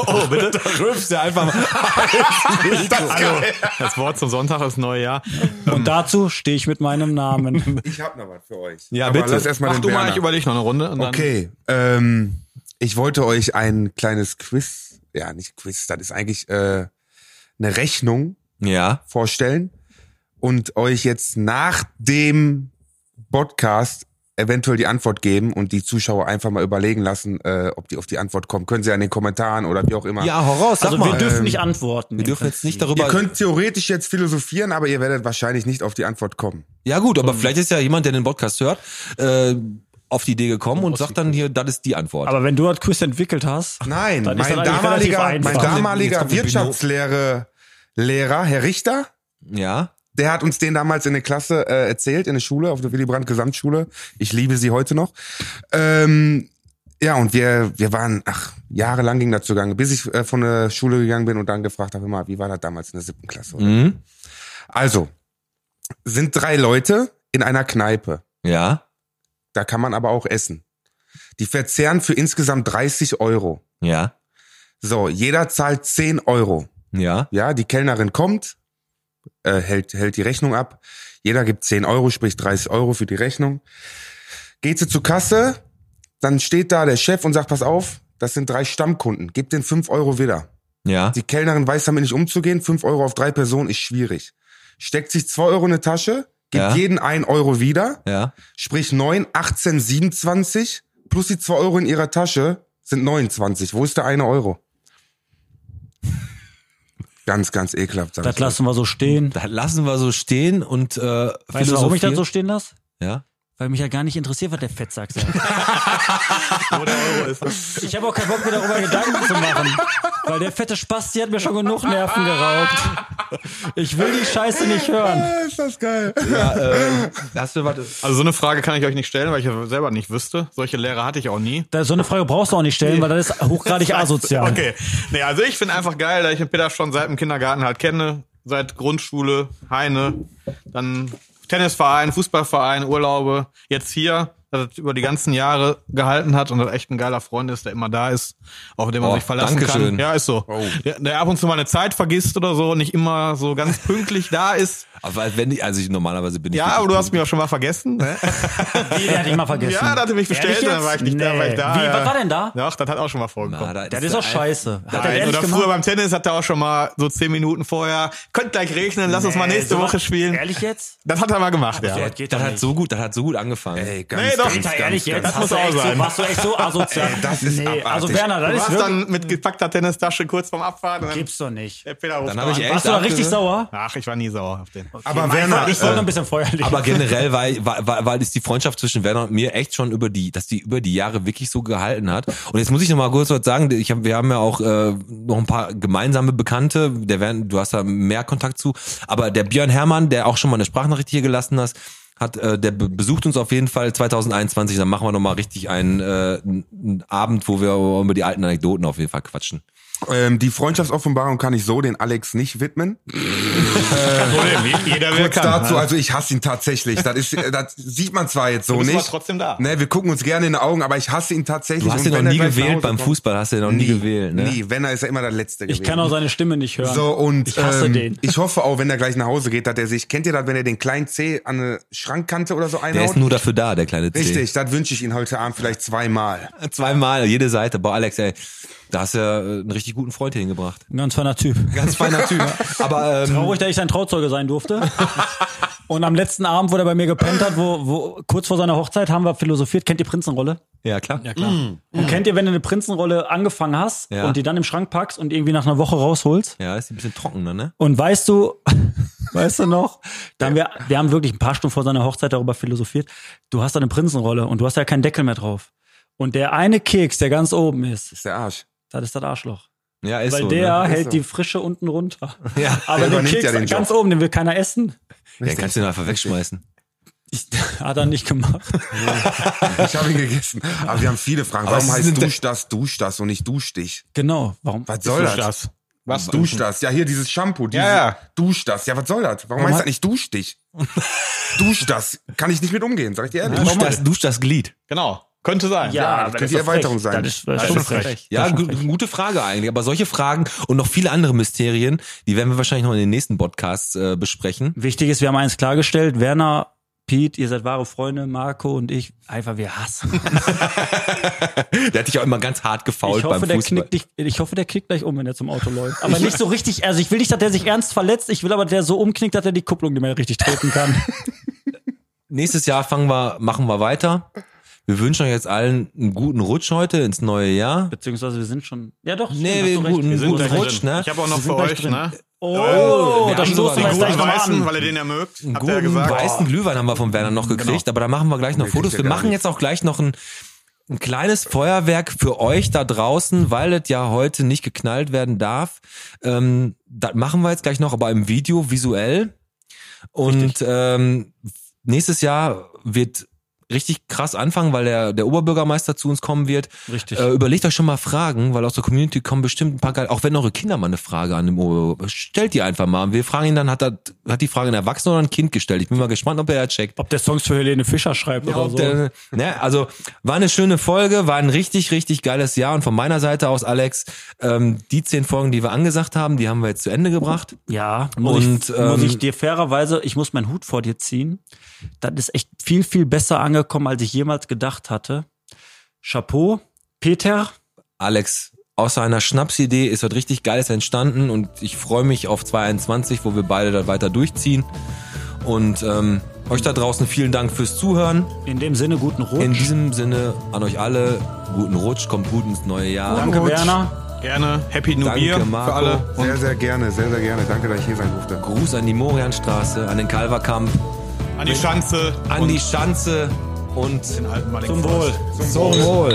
Speaker 3: oh, bitte. da rülpst du einfach mal.
Speaker 5: also
Speaker 6: Hallo. Das Wort zum Sonntag ist neu, ja.
Speaker 3: Hm.
Speaker 4: Und dazu stehe ich mit meinem Namen.
Speaker 5: Ich hab noch was für euch.
Speaker 3: Ja,
Speaker 5: aber
Speaker 3: bitte.
Speaker 5: lass erstmal
Speaker 6: Mach
Speaker 5: den
Speaker 6: du mal,
Speaker 5: Werner.
Speaker 6: ich überlege noch eine Runde. Und
Speaker 5: Okay, ähm, ich wollte euch ein kleines Quiz, ja nicht Quiz, das ist eigentlich äh, eine Rechnung
Speaker 3: Ja.
Speaker 5: vorstellen und euch jetzt nach dem Podcast eventuell die Antwort geben und die Zuschauer einfach mal überlegen lassen, äh, ob die auf die Antwort kommen. Können sie ja in den Kommentaren oder wie auch immer.
Speaker 3: Ja, Horaus, sag
Speaker 4: Also
Speaker 3: mal.
Speaker 4: wir dürfen
Speaker 5: ähm,
Speaker 4: nicht antworten.
Speaker 3: wir
Speaker 4: im
Speaker 3: dürfen jetzt nicht
Speaker 4: Prinzip.
Speaker 5: Ihr
Speaker 3: darüber.
Speaker 5: könnt theoretisch jetzt philosophieren, aber ihr werdet wahrscheinlich nicht auf die Antwort kommen.
Speaker 3: ja gut,
Speaker 4: Ähm.
Speaker 3: aber vielleicht ist ja jemand, der den Podcast hört, äh, auf die Idee gekommen und sagt dann hier, das ist die Antwort.
Speaker 4: Aber wenn du das Quiz entwickelt hast,
Speaker 5: Nein,
Speaker 4: Dann ist
Speaker 5: mein
Speaker 4: das eigentlich
Speaker 5: damaliger,
Speaker 4: relativ
Speaker 5: mein
Speaker 4: einfach.
Speaker 5: damaliger
Speaker 3: Jetzt kommt die Bino-
Speaker 5: Wirtschaftslehre Lehrer, Herr Richter,
Speaker 3: ja.
Speaker 5: Der hat uns den damals in der Klasse äh, erzählt, in der Schule, auf der Willy Brandt Gesamtschule. Ich liebe sie heute noch. Ähm, ja, und wir, wir waren, ach, jahrelang ging das zugange, bis ich äh, von der Schule gegangen bin und dann gefragt habe, immer, wie war das damals in der siebten Klasse? Oder?
Speaker 3: Mhm.
Speaker 5: Also, sind drei Leute in einer Kneipe.
Speaker 3: Ja,
Speaker 5: Da kann man aber auch essen. Die verzehren für insgesamt 30 Euro.
Speaker 3: ja,
Speaker 5: So, jeder zahlt 10 Euro.
Speaker 3: ja.
Speaker 5: Ja, die Kellnerin kommt, äh, hält, hält die Rechnung ab. Jeder gibt 10 Euro, sprich 30 Euro für die Rechnung. Geht sie zur Kasse, dann steht da der Chef und sagt, pass auf, das sind drei Stammkunden, gib den 5 Euro wieder.
Speaker 3: Ja,
Speaker 5: Die Kellnerin weiß damit nicht umzugehen, 5 Euro auf drei Personen ist schwierig. Steckt sich 2 Euro in eine Tasche, gibt
Speaker 3: Ja.
Speaker 5: jeden 1 Euro wieder,
Speaker 3: ja.
Speaker 5: sprich 9, 18, 27, plus die 2 Euro in ihrer Tasche sind 29. Wo ist der eine Euro? Ganz, ganz ekelhaft. Sag
Speaker 4: Das
Speaker 5: ich mal.
Speaker 4: lassen wir so stehen.
Speaker 3: Das lassen wir so stehen und äh,
Speaker 4: Weißt du, warum ich das so
Speaker 3: philosophieren.
Speaker 4: stehen lasse?
Speaker 3: Ja.
Speaker 4: Weil mich ja gar nicht interessiert, was der Fettsack sagt.
Speaker 6: Oder Euro ist das.
Speaker 4: Ich habe auch keinen Bock, mir darüber Gedanken zu machen. Weil der fette Spasti hat mir schon genug Nerven geraubt. Ich will die Scheiße nicht hören.
Speaker 5: Ist das geil.
Speaker 4: Äh,
Speaker 3: Hast du was?
Speaker 6: Also so eine Frage kann ich euch nicht stellen, weil ich ja selber nicht wüsste. Solche Lehrer hatte ich auch nie.
Speaker 4: Da, so eine Frage brauchst du auch nicht stellen, weil das ist hochgradig asozial.
Speaker 6: Okay. Nee, also ich finde einfach geil, da ich den Peter schon seit dem Kindergarten halt kenne, seit Grundschule, Heine, dann Tennisverein, Fußballverein, Urlaube, jetzt hier, dass es über die ganzen Jahre gehalten hat und das echt ein geiler Freund ist, der immer da ist, auf den man
Speaker 3: Oh,
Speaker 6: sich verlassen
Speaker 3: Dankeschön.
Speaker 6: kann. Ja, ist so. Der, der ab und zu mal eine Zeit vergisst oder so und nicht immer so ganz pünktlich da ist.
Speaker 3: Aber wenn ich, also ich, normalerweise bin ich.
Speaker 6: Ja,
Speaker 3: wirklich
Speaker 6: aber du
Speaker 3: gut.
Speaker 6: hast mich auch schon mal vergessen. Ne?
Speaker 4: Wie, der hat dich mal vergessen.
Speaker 6: Ja, da hatte mich bestellt,
Speaker 4: Ehrlich
Speaker 6: dann war ich
Speaker 4: jetzt?
Speaker 6: nicht da, war ich
Speaker 4: Nee.
Speaker 6: da.
Speaker 4: Wie,
Speaker 6: ja.
Speaker 4: was war denn da?
Speaker 6: Doch, das hat auch schon mal vorgekommen.
Speaker 3: Na, Ah, da
Speaker 4: Das ist doch
Speaker 3: der
Speaker 4: scheiße. Hat der
Speaker 6: Nein,
Speaker 4: ehrlich
Speaker 6: oder
Speaker 4: gemacht?
Speaker 6: früher beim Tennis hat er auch schon mal so zehn Minuten vorher, könnte gleich regnen, lass uns mal
Speaker 4: Nee,
Speaker 6: nächste
Speaker 4: sowas-
Speaker 6: Woche spielen.
Speaker 4: Ehrlich jetzt?
Speaker 6: Das hat er mal gemacht, ja.
Speaker 4: Das
Speaker 3: Das,
Speaker 4: geht
Speaker 3: geht
Speaker 4: doch
Speaker 3: das hat
Speaker 4: nicht. Äh,
Speaker 3: so gut, das hat so gut angefangen.
Speaker 5: Ey, ganz,
Speaker 6: Nee, doch,
Speaker 5: ganz,
Speaker 6: Alter,
Speaker 5: ganz,
Speaker 4: Ehrlich jetzt?
Speaker 5: ganz.
Speaker 6: Das muss
Speaker 4: Hast du
Speaker 6: auch
Speaker 4: echt
Speaker 6: sein.
Speaker 4: So, warst du echt so asozial?
Speaker 5: Ey, das ist abartig.
Speaker 4: Also Werner,
Speaker 6: Du
Speaker 4: das ist
Speaker 6: warst
Speaker 4: wirklich...
Speaker 6: dann mit gepackter Tennistasche kurz vorm Abfahren und dann
Speaker 4: Gibt's doch nicht.
Speaker 6: der Peter ruft
Speaker 3: Dann hab
Speaker 6: an.
Speaker 3: ich echt-
Speaker 4: Warst du da richtig
Speaker 3: Abgesehen-
Speaker 4: sauer?
Speaker 6: Ach, ich war nie sauer auf den.
Speaker 5: Aber
Speaker 4: Einfach,
Speaker 5: Werner,
Speaker 4: ich wollte noch
Speaker 5: äh,
Speaker 4: ein bisschen feuerlich.
Speaker 3: Aber generell war, war, war, war ist die Freundschaft zwischen Werner und mir echt schon über die, dass die über die Jahre wirklich so gehalten hat. Und jetzt muss ich noch mal kurz was sagen. Ich hab, wir haben ja auch äh, noch ein paar gemeinsame Bekannte. Der Werner, du hast da mehr Kontakt zu. Aber der Björn Herrmann, der auch schon mal eine Sprachnachricht hier gelassen hast, hat, äh, der be- besucht uns auf jeden Fall 2021. Dann machen wir noch mal richtig einen, äh, einen Abend, wo wir über die alten Anekdoten auf jeden Fall quatschen.
Speaker 5: ähm, die Freundschaftsoffenbarung kann ich so den Alex nicht widmen.
Speaker 6: Jeder ne?
Speaker 5: Kurz dazu, also ich hasse ihn tatsächlich. Das, ist, äh, das sieht man zwar jetzt so
Speaker 6: bist
Speaker 5: nicht.
Speaker 6: aber trotzdem da.
Speaker 5: Ne, wir gucken uns gerne in die Augen, aber ich hasse ihn tatsächlich.
Speaker 3: Du
Speaker 5: Und
Speaker 3: hast den noch
Speaker 5: wenn er
Speaker 3: nie
Speaker 5: gleich nach
Speaker 3: gewählt
Speaker 5: Hause
Speaker 3: beim
Speaker 5: kommt-
Speaker 3: Fußball, hast du den noch nie, gewählt, ne?
Speaker 5: Nie, wenn er ist er immer der Letzte
Speaker 4: Ich
Speaker 5: gewesen.
Speaker 4: kann auch seine Stimme nicht hören.
Speaker 5: so und
Speaker 4: ich hasse
Speaker 5: ähm,
Speaker 4: den.
Speaker 5: ich hoffe auch, wenn er gleich nach Hause geht, dass er sich kennt ihr das, wenn er den kleinen C an eine Schrankkante oder so
Speaker 3: Der ist
Speaker 5: einhaut.
Speaker 3: nur dafür da, der kleine C.
Speaker 5: Genau. Richtig, das wünsche ich ihm heute Abend vielleicht zweimal.
Speaker 3: Zweimal, jede Seite. Boah, Alex, ey, da hast du ja äh, einen richtig guten Freund hier hingebracht.
Speaker 4: Ein ganz feiner Typ.
Speaker 3: Ganz feiner Typ. Aber ähm,
Speaker 4: Traurig, dass ich sein Trauzeuge sein durfte. Und am letzten Abend, wo er bei mir gepennt hat, wo, wo kurz vor seiner Hochzeit haben wir philosophiert. Kennt ihr Prinzenrolle?
Speaker 3: ja klar. Ja,
Speaker 4: klar. Und kennt ihr, wenn du eine Prinzenrolle angefangen hast
Speaker 3: Ja.
Speaker 4: und die dann im Schrank packst und irgendwie nach einer Woche rausholst?
Speaker 3: ist ein bisschen trocken, dann, ne?
Speaker 4: Und weißt du, weißt du noch, da haben wir, wir haben wirklich ein paar Stunden vor seiner Hochzeit darüber philosophiert. Du hast da eine Prinzenrolle und du hast ja keinen Deckel mehr drauf. Und der eine Keks, der ganz oben ist,
Speaker 5: Ist der Arsch.
Speaker 4: das ist das Arschloch.
Speaker 3: Ja, ist
Speaker 4: Weil
Speaker 3: so.
Speaker 4: der
Speaker 3: ne?
Speaker 4: hält
Speaker 5: so.
Speaker 4: die Frische unten runter.
Speaker 3: Ja.
Speaker 4: Aber den
Speaker 5: übernimmt
Speaker 4: Keks
Speaker 5: ja den Job.
Speaker 4: ganz oben, den will keiner essen.
Speaker 3: Den kannst du ihn einfach wegschmeißen.
Speaker 4: Ich, hat er nicht gemacht.
Speaker 5: Ich habe ihn gegessen. Aber wir haben viele Fragen.
Speaker 3: Aber
Speaker 5: Warum
Speaker 3: es
Speaker 5: heißt
Speaker 3: sind-
Speaker 5: Dusch das, Dusch das und nicht Dusch dich?
Speaker 4: Genau. Warum?
Speaker 5: Was soll das?
Speaker 6: das? Was du?
Speaker 5: Dusch das. Ja, hier dieses Shampoo. Diese,
Speaker 6: Ja, ja.
Speaker 5: Dusch das. Ja, was soll das? Warum, heißt das nicht Dusch dich? Dusch das. Kann ich nicht mit umgehen, sag ich dir ehrlich.
Speaker 3: Dusch das, dusch das Glied.
Speaker 6: Genau. Könnte sein.
Speaker 5: das könnte die Erweiterung
Speaker 4: frech.
Speaker 5: sein.
Speaker 4: Das ist, das
Speaker 6: Das
Speaker 4: ist
Speaker 6: ist
Speaker 4: schon
Speaker 6: frech.
Speaker 4: frech.
Speaker 3: Ja,
Speaker 4: Das ist
Speaker 3: gu
Speaker 4: schon frech.
Speaker 3: gute Frage eigentlich. Aber solche Fragen und noch viele andere Mysterien, die werden wir wahrscheinlich noch in den nächsten Podcasts äh, besprechen.
Speaker 4: Wichtig ist, wir haben eins klargestellt. Werner, Pete, ihr seid wahre Freunde, Marco und ich. Einfach, wir hassen.
Speaker 3: Der hat dich auch immer ganz hart gefault
Speaker 4: Ich hoffe,
Speaker 3: beim
Speaker 4: der
Speaker 3: Fußball.
Speaker 4: knickt dich, ich hoffe, der knickt gleich um, wenn er zum Auto läuft. Aber nicht so richtig. Also ich will nicht, dass der sich ernst verletzt. Ich will aber, dass der so umknickt, dass er die Kupplung nicht mehr richtig treten kann.
Speaker 3: Nächstes Jahr fangen wir, machen wir weiter. Wir wünschen euch jetzt allen einen guten Rutsch heute ins neue Jahr.
Speaker 4: Beziehungsweise wir sind schon. Ja doch,
Speaker 3: Nee,
Speaker 4: stimmt, hast
Speaker 3: wir-
Speaker 4: du recht.
Speaker 3: guten-
Speaker 6: Wir sind
Speaker 3: Guten
Speaker 6: gleich
Speaker 3: Rutsch,
Speaker 6: drin.
Speaker 3: ne?
Speaker 6: Ich habe auch noch
Speaker 4: Wir sind
Speaker 6: für
Speaker 4: gleich
Speaker 6: euch,
Speaker 4: drin.
Speaker 6: ne?
Speaker 4: Oh, da
Speaker 3: haben sogar
Speaker 4: stoßen wir jetzt
Speaker 3: die
Speaker 4: gleich
Speaker 6: Guten
Speaker 4: nochmal
Speaker 6: Weißen,
Speaker 4: an.
Speaker 6: weil ihr den ja mögt. Habt ihr ja
Speaker 3: guten
Speaker 6: gesagt.
Speaker 3: weißen Glühwein haben wir vom Werner noch gekriegt, aber da machen wir gleich
Speaker 5: Genau.
Speaker 3: noch
Speaker 5: Nee,
Speaker 3: Fotos.
Speaker 5: kriegt
Speaker 3: Wir
Speaker 5: ihr gar
Speaker 3: machen
Speaker 5: nicht.
Speaker 3: jetzt auch gleich noch ein, ein kleines Feuerwerk für euch da draußen, weil es ja heute nicht geknallt werden darf. Ähm, das machen wir jetzt gleich noch, aber im Video visuell. Und ähm, nächstes Jahr wird richtig krass anfangen, weil der, der Oberbürgermeister zu uns kommen wird.
Speaker 4: Richtig.
Speaker 3: Äh, überlegt euch schon mal Fragen, weil aus der Community kommen bestimmt ein paar geil. Auch wenn eure Kinder mal eine Frage an dem Ober, stellt die einfach mal. Wir fragen ihn dann, hat, er, hat die Frage ein Erwachsener oder ein Kind gestellt? Ich bin mal gespannt, ob er checkt.
Speaker 4: Ob der Songs für Helene Fischer schreibt oder
Speaker 3: Ob
Speaker 4: so.
Speaker 3: der- ne, also war eine schöne Folge, war ein richtig, richtig geiles Jahr. Und von meiner Seite aus, Alex, ähm, die zehn Folgen, die wir angesagt haben, die haben wir jetzt zu Ende gebracht.
Speaker 4: Ja, muss,
Speaker 3: Und,
Speaker 4: ich, muss
Speaker 3: ähm,
Speaker 4: ich dir fairerweise, ich muss meinen Hut vor dir ziehen. Das ist echt viel, viel besser angekommen, als ich jemals gedacht hatte. Chapeau, Peter.
Speaker 3: Alex, außer einer Schnapsidee ist was richtig Geiles entstanden und ich freue mich auf 2021, wo wir beide dann weiter durchziehen. Und ähm, euch da draußen vielen Dank fürs Zuhören.
Speaker 4: In dem Sinne, guten Rutsch.
Speaker 3: In diesem Sinne an euch alle, guten Rutsch, kommt gut ins neue Jahr.
Speaker 4: Danke,
Speaker 5: Rutsch.
Speaker 4: Werner.
Speaker 6: Gerne. Happy New
Speaker 3: Danke,
Speaker 6: Year
Speaker 3: Marco.
Speaker 6: für alle.
Speaker 5: Sehr, sehr gerne, sehr, sehr gerne. Danke, dass ich hier sein durfte.
Speaker 3: Gruß an die Morianstraße, an den Kalverkamp,
Speaker 6: An die Schanze.
Speaker 3: an die Schanze und
Speaker 6: den alten Malik
Speaker 4: Zum
Speaker 6: Forst.
Speaker 4: Wohl.
Speaker 3: zum Wohl.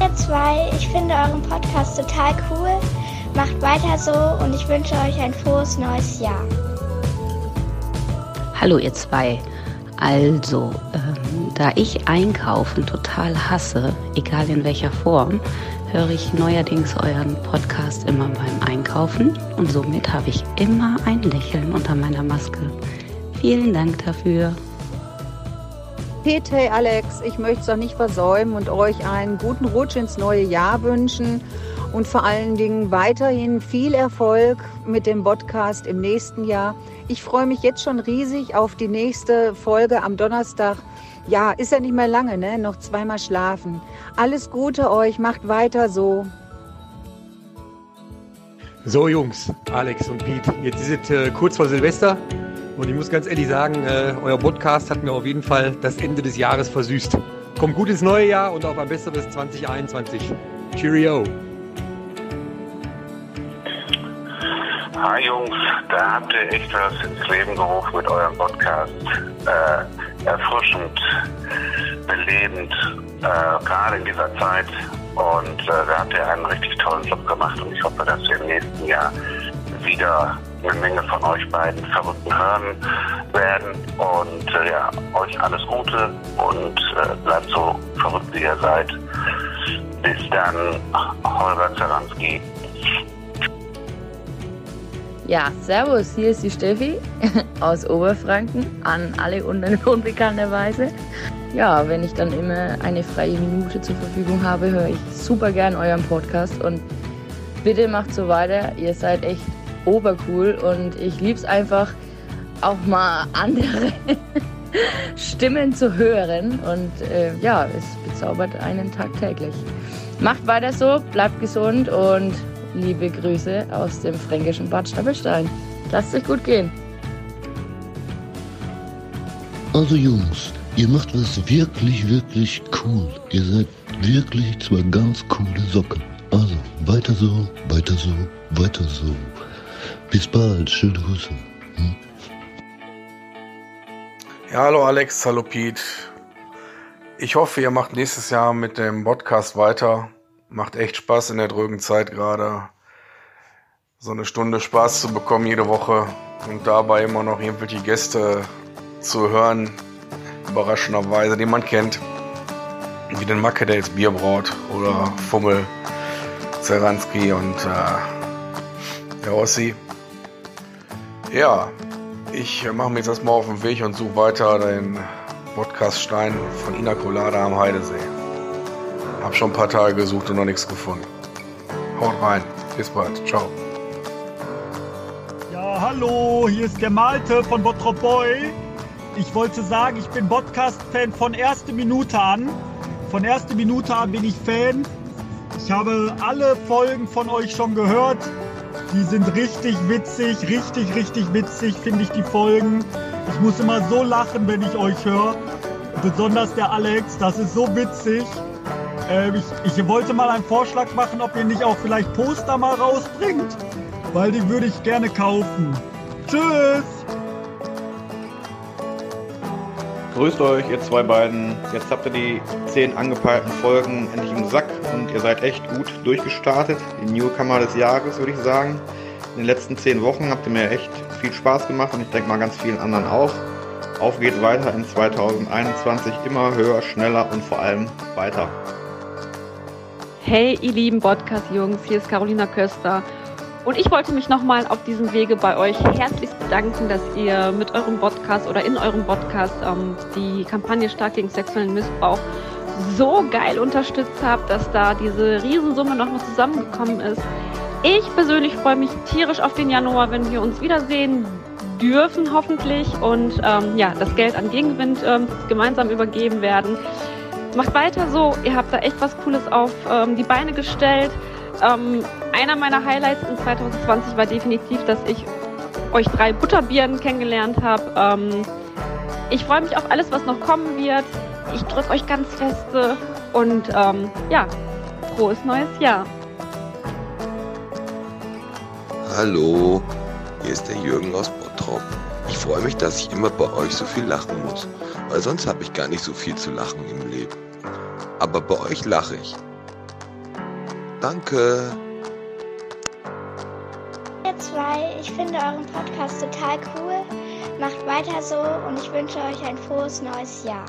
Speaker 8: Ihr zwei, ich finde euren Podcast total cool. Macht weiter so und ich wünsche euch ein frohes neues Jahr.
Speaker 9: Hallo ihr zwei. Also, ähm, da ich Einkaufen total hasse, egal in welcher Form, höre ich neuerdings euren Podcast immer beim Einkaufen und somit habe ich immer ein Lächeln unter meiner Maske. Vielen Dank dafür.
Speaker 10: Pete, hey Alex, ich möchte es doch nicht versäumen und euch einen guten Rutsch ins neue Jahr wünschen und vor allen Dingen weiterhin viel Erfolg mit dem Podcast im nächsten Jahr. Ich freue mich jetzt schon riesig auf die nächste Folge am Donnerstag. Ja, ist ja nicht mehr lange, ne? Noch zweimal schlafen. Alles Gute euch, macht weiter so.
Speaker 11: So Jungs, Alex und Pete, jetzt ist es äh, kurz vor Silvester und ich muss ganz ehrlich sagen, äh, euer Podcast hat mir auf jeden Fall das Ende des Jahres versüßt. Kommt gut ins neue Jahr und auf ein besseres 2021. Cheerio!
Speaker 12: Hi Jungs, da habt ihr echt was ins Leben gerufen mit eurem Podcast. Äh, erfrischend, belebend, äh, gerade in dieser Zeit. Und äh, da habt ihr einen richtig tollen Job gemacht und ich hoffe, dass wir im nächsten Jahr wieder eine Menge von euch beiden Verrückten hören werden. Und äh, ja, euch alles Gute und äh, bleibt so verrückt, wie ihr seid. Bis dann, Holger Zeranski.
Speaker 10: Ja, servus, hier ist die Steffi aus Oberfranken, an alle und unbekannterweise. Ja, wenn ich dann immer eine freie Minute zur Verfügung habe, höre ich super gern euren Podcast und bitte macht so weiter. Ihr seid echt obercool und ich lieb's einfach, auch mal andere Stimmen zu hören und äh, ja, es bezaubert einen tagtäglich. Macht weiter so, bleibt gesund und liebe Grüße aus dem fränkischen Bad Stabbelstein. Lasst euch gut gehen.
Speaker 7: Also Jungs, ihr macht was wirklich, wirklich cool. Ihr seid wirklich zwei ganz coole Socken. Also, weiter so, weiter so, weiter so. Bis bald, schöne Grüße.
Speaker 11: Ja, hallo Alex, hallo Pete. Ich hoffe, ihr macht nächstes Jahr mit dem Podcast weiter. Macht echt Spaß in der drögen Zeit gerade. So eine Stunde Spaß zu bekommen jede Woche und dabei immer noch irgendwelche Gäste zu hören, überraschenderweise, die man kennt. Wie den Macke, der jetzt Bier braut oder Fummel, Zeranski und äh, der Ossi. Ja, ich mache mich jetzt erstmal auf den Weg und suche weiter den Podcast Stein von Ina Colada am Heidesee. Hab schon ein paar Tage gesucht und noch nichts gefunden. Haut rein. Bis bald. Ciao.
Speaker 10: Ja, hallo, hier ist der Malte von Bottrop Boy. Ich wollte sagen, ich bin Podcast-Fan von erste Minute an. Von erste Minute an bin ich Fan. Ich habe alle Folgen von euch schon gehört. Die sind richtig witzig, richtig, richtig witzig, finde ich die Folgen. Ich muss immer so lachen, wenn ich euch höre. Besonders der Alex, das ist so witzig. Ähm, ich, ich wollte mal einen Vorschlag machen, ob ihr nicht auch vielleicht Poster mal rausbringt. Weil die würde ich gerne kaufen. Tschüss!
Speaker 11: Grüßt euch, ihr zwei beiden. Jetzt habt ihr die zehn angepeilten Folgen endlich im Sack und
Speaker 6: Ihr seid echt gut durchgestartet. Die Newcomer des Jahres, würde ich sagen. In den letzten zehn Wochen habt ihr mir echt viel Spaß gemacht und ich denke mal ganz vielen anderen auch. Auf geht weiter in 2021 immer höher, schneller und vor allem weiter.
Speaker 13: Hey, ihr lieben Podcast-Jungs, hier ist Carolina Köster. Und ich wollte mich nochmal auf diesem Wege bei euch herzlich bedanken, dass ihr mit eurem Podcast oder in eurem Podcast ähm, die Kampagne Stark gegen sexuellen Missbrauch so geil unterstützt habt, dass da diese Riesensumme nochmal zusammengekommen ist. Ich persönlich freue mich tierisch auf den Januar, wenn wir uns wiedersehen dürfen, hoffentlich. Und ähm, ja, das Geld an Gegenwind ähm, gemeinsam übergeben werden. Macht weiter so, ihr habt da echt was Cooles auf ähm, die Beine gestellt. Ähm, einer meiner Highlights in 2020 war definitiv, dass ich euch drei Butterbieren kennengelernt habe. Ähm, ich freue mich auf alles, was noch kommen wird. Ich drücke euch ganz feste und ähm, ja, frohes neues Jahr.
Speaker 3: Hallo, hier ist der Jürgen aus Bottrop. Ich freue mich, dass ich immer bei euch so viel lachen muss, weil sonst habe ich gar nicht so viel zu lachen im Leben. Aber bei euch lache ich. Danke.
Speaker 8: Ihr zwei, ich finde euren Podcast total cool. Macht weiter so und ich wünsche euch ein frohes neues Jahr.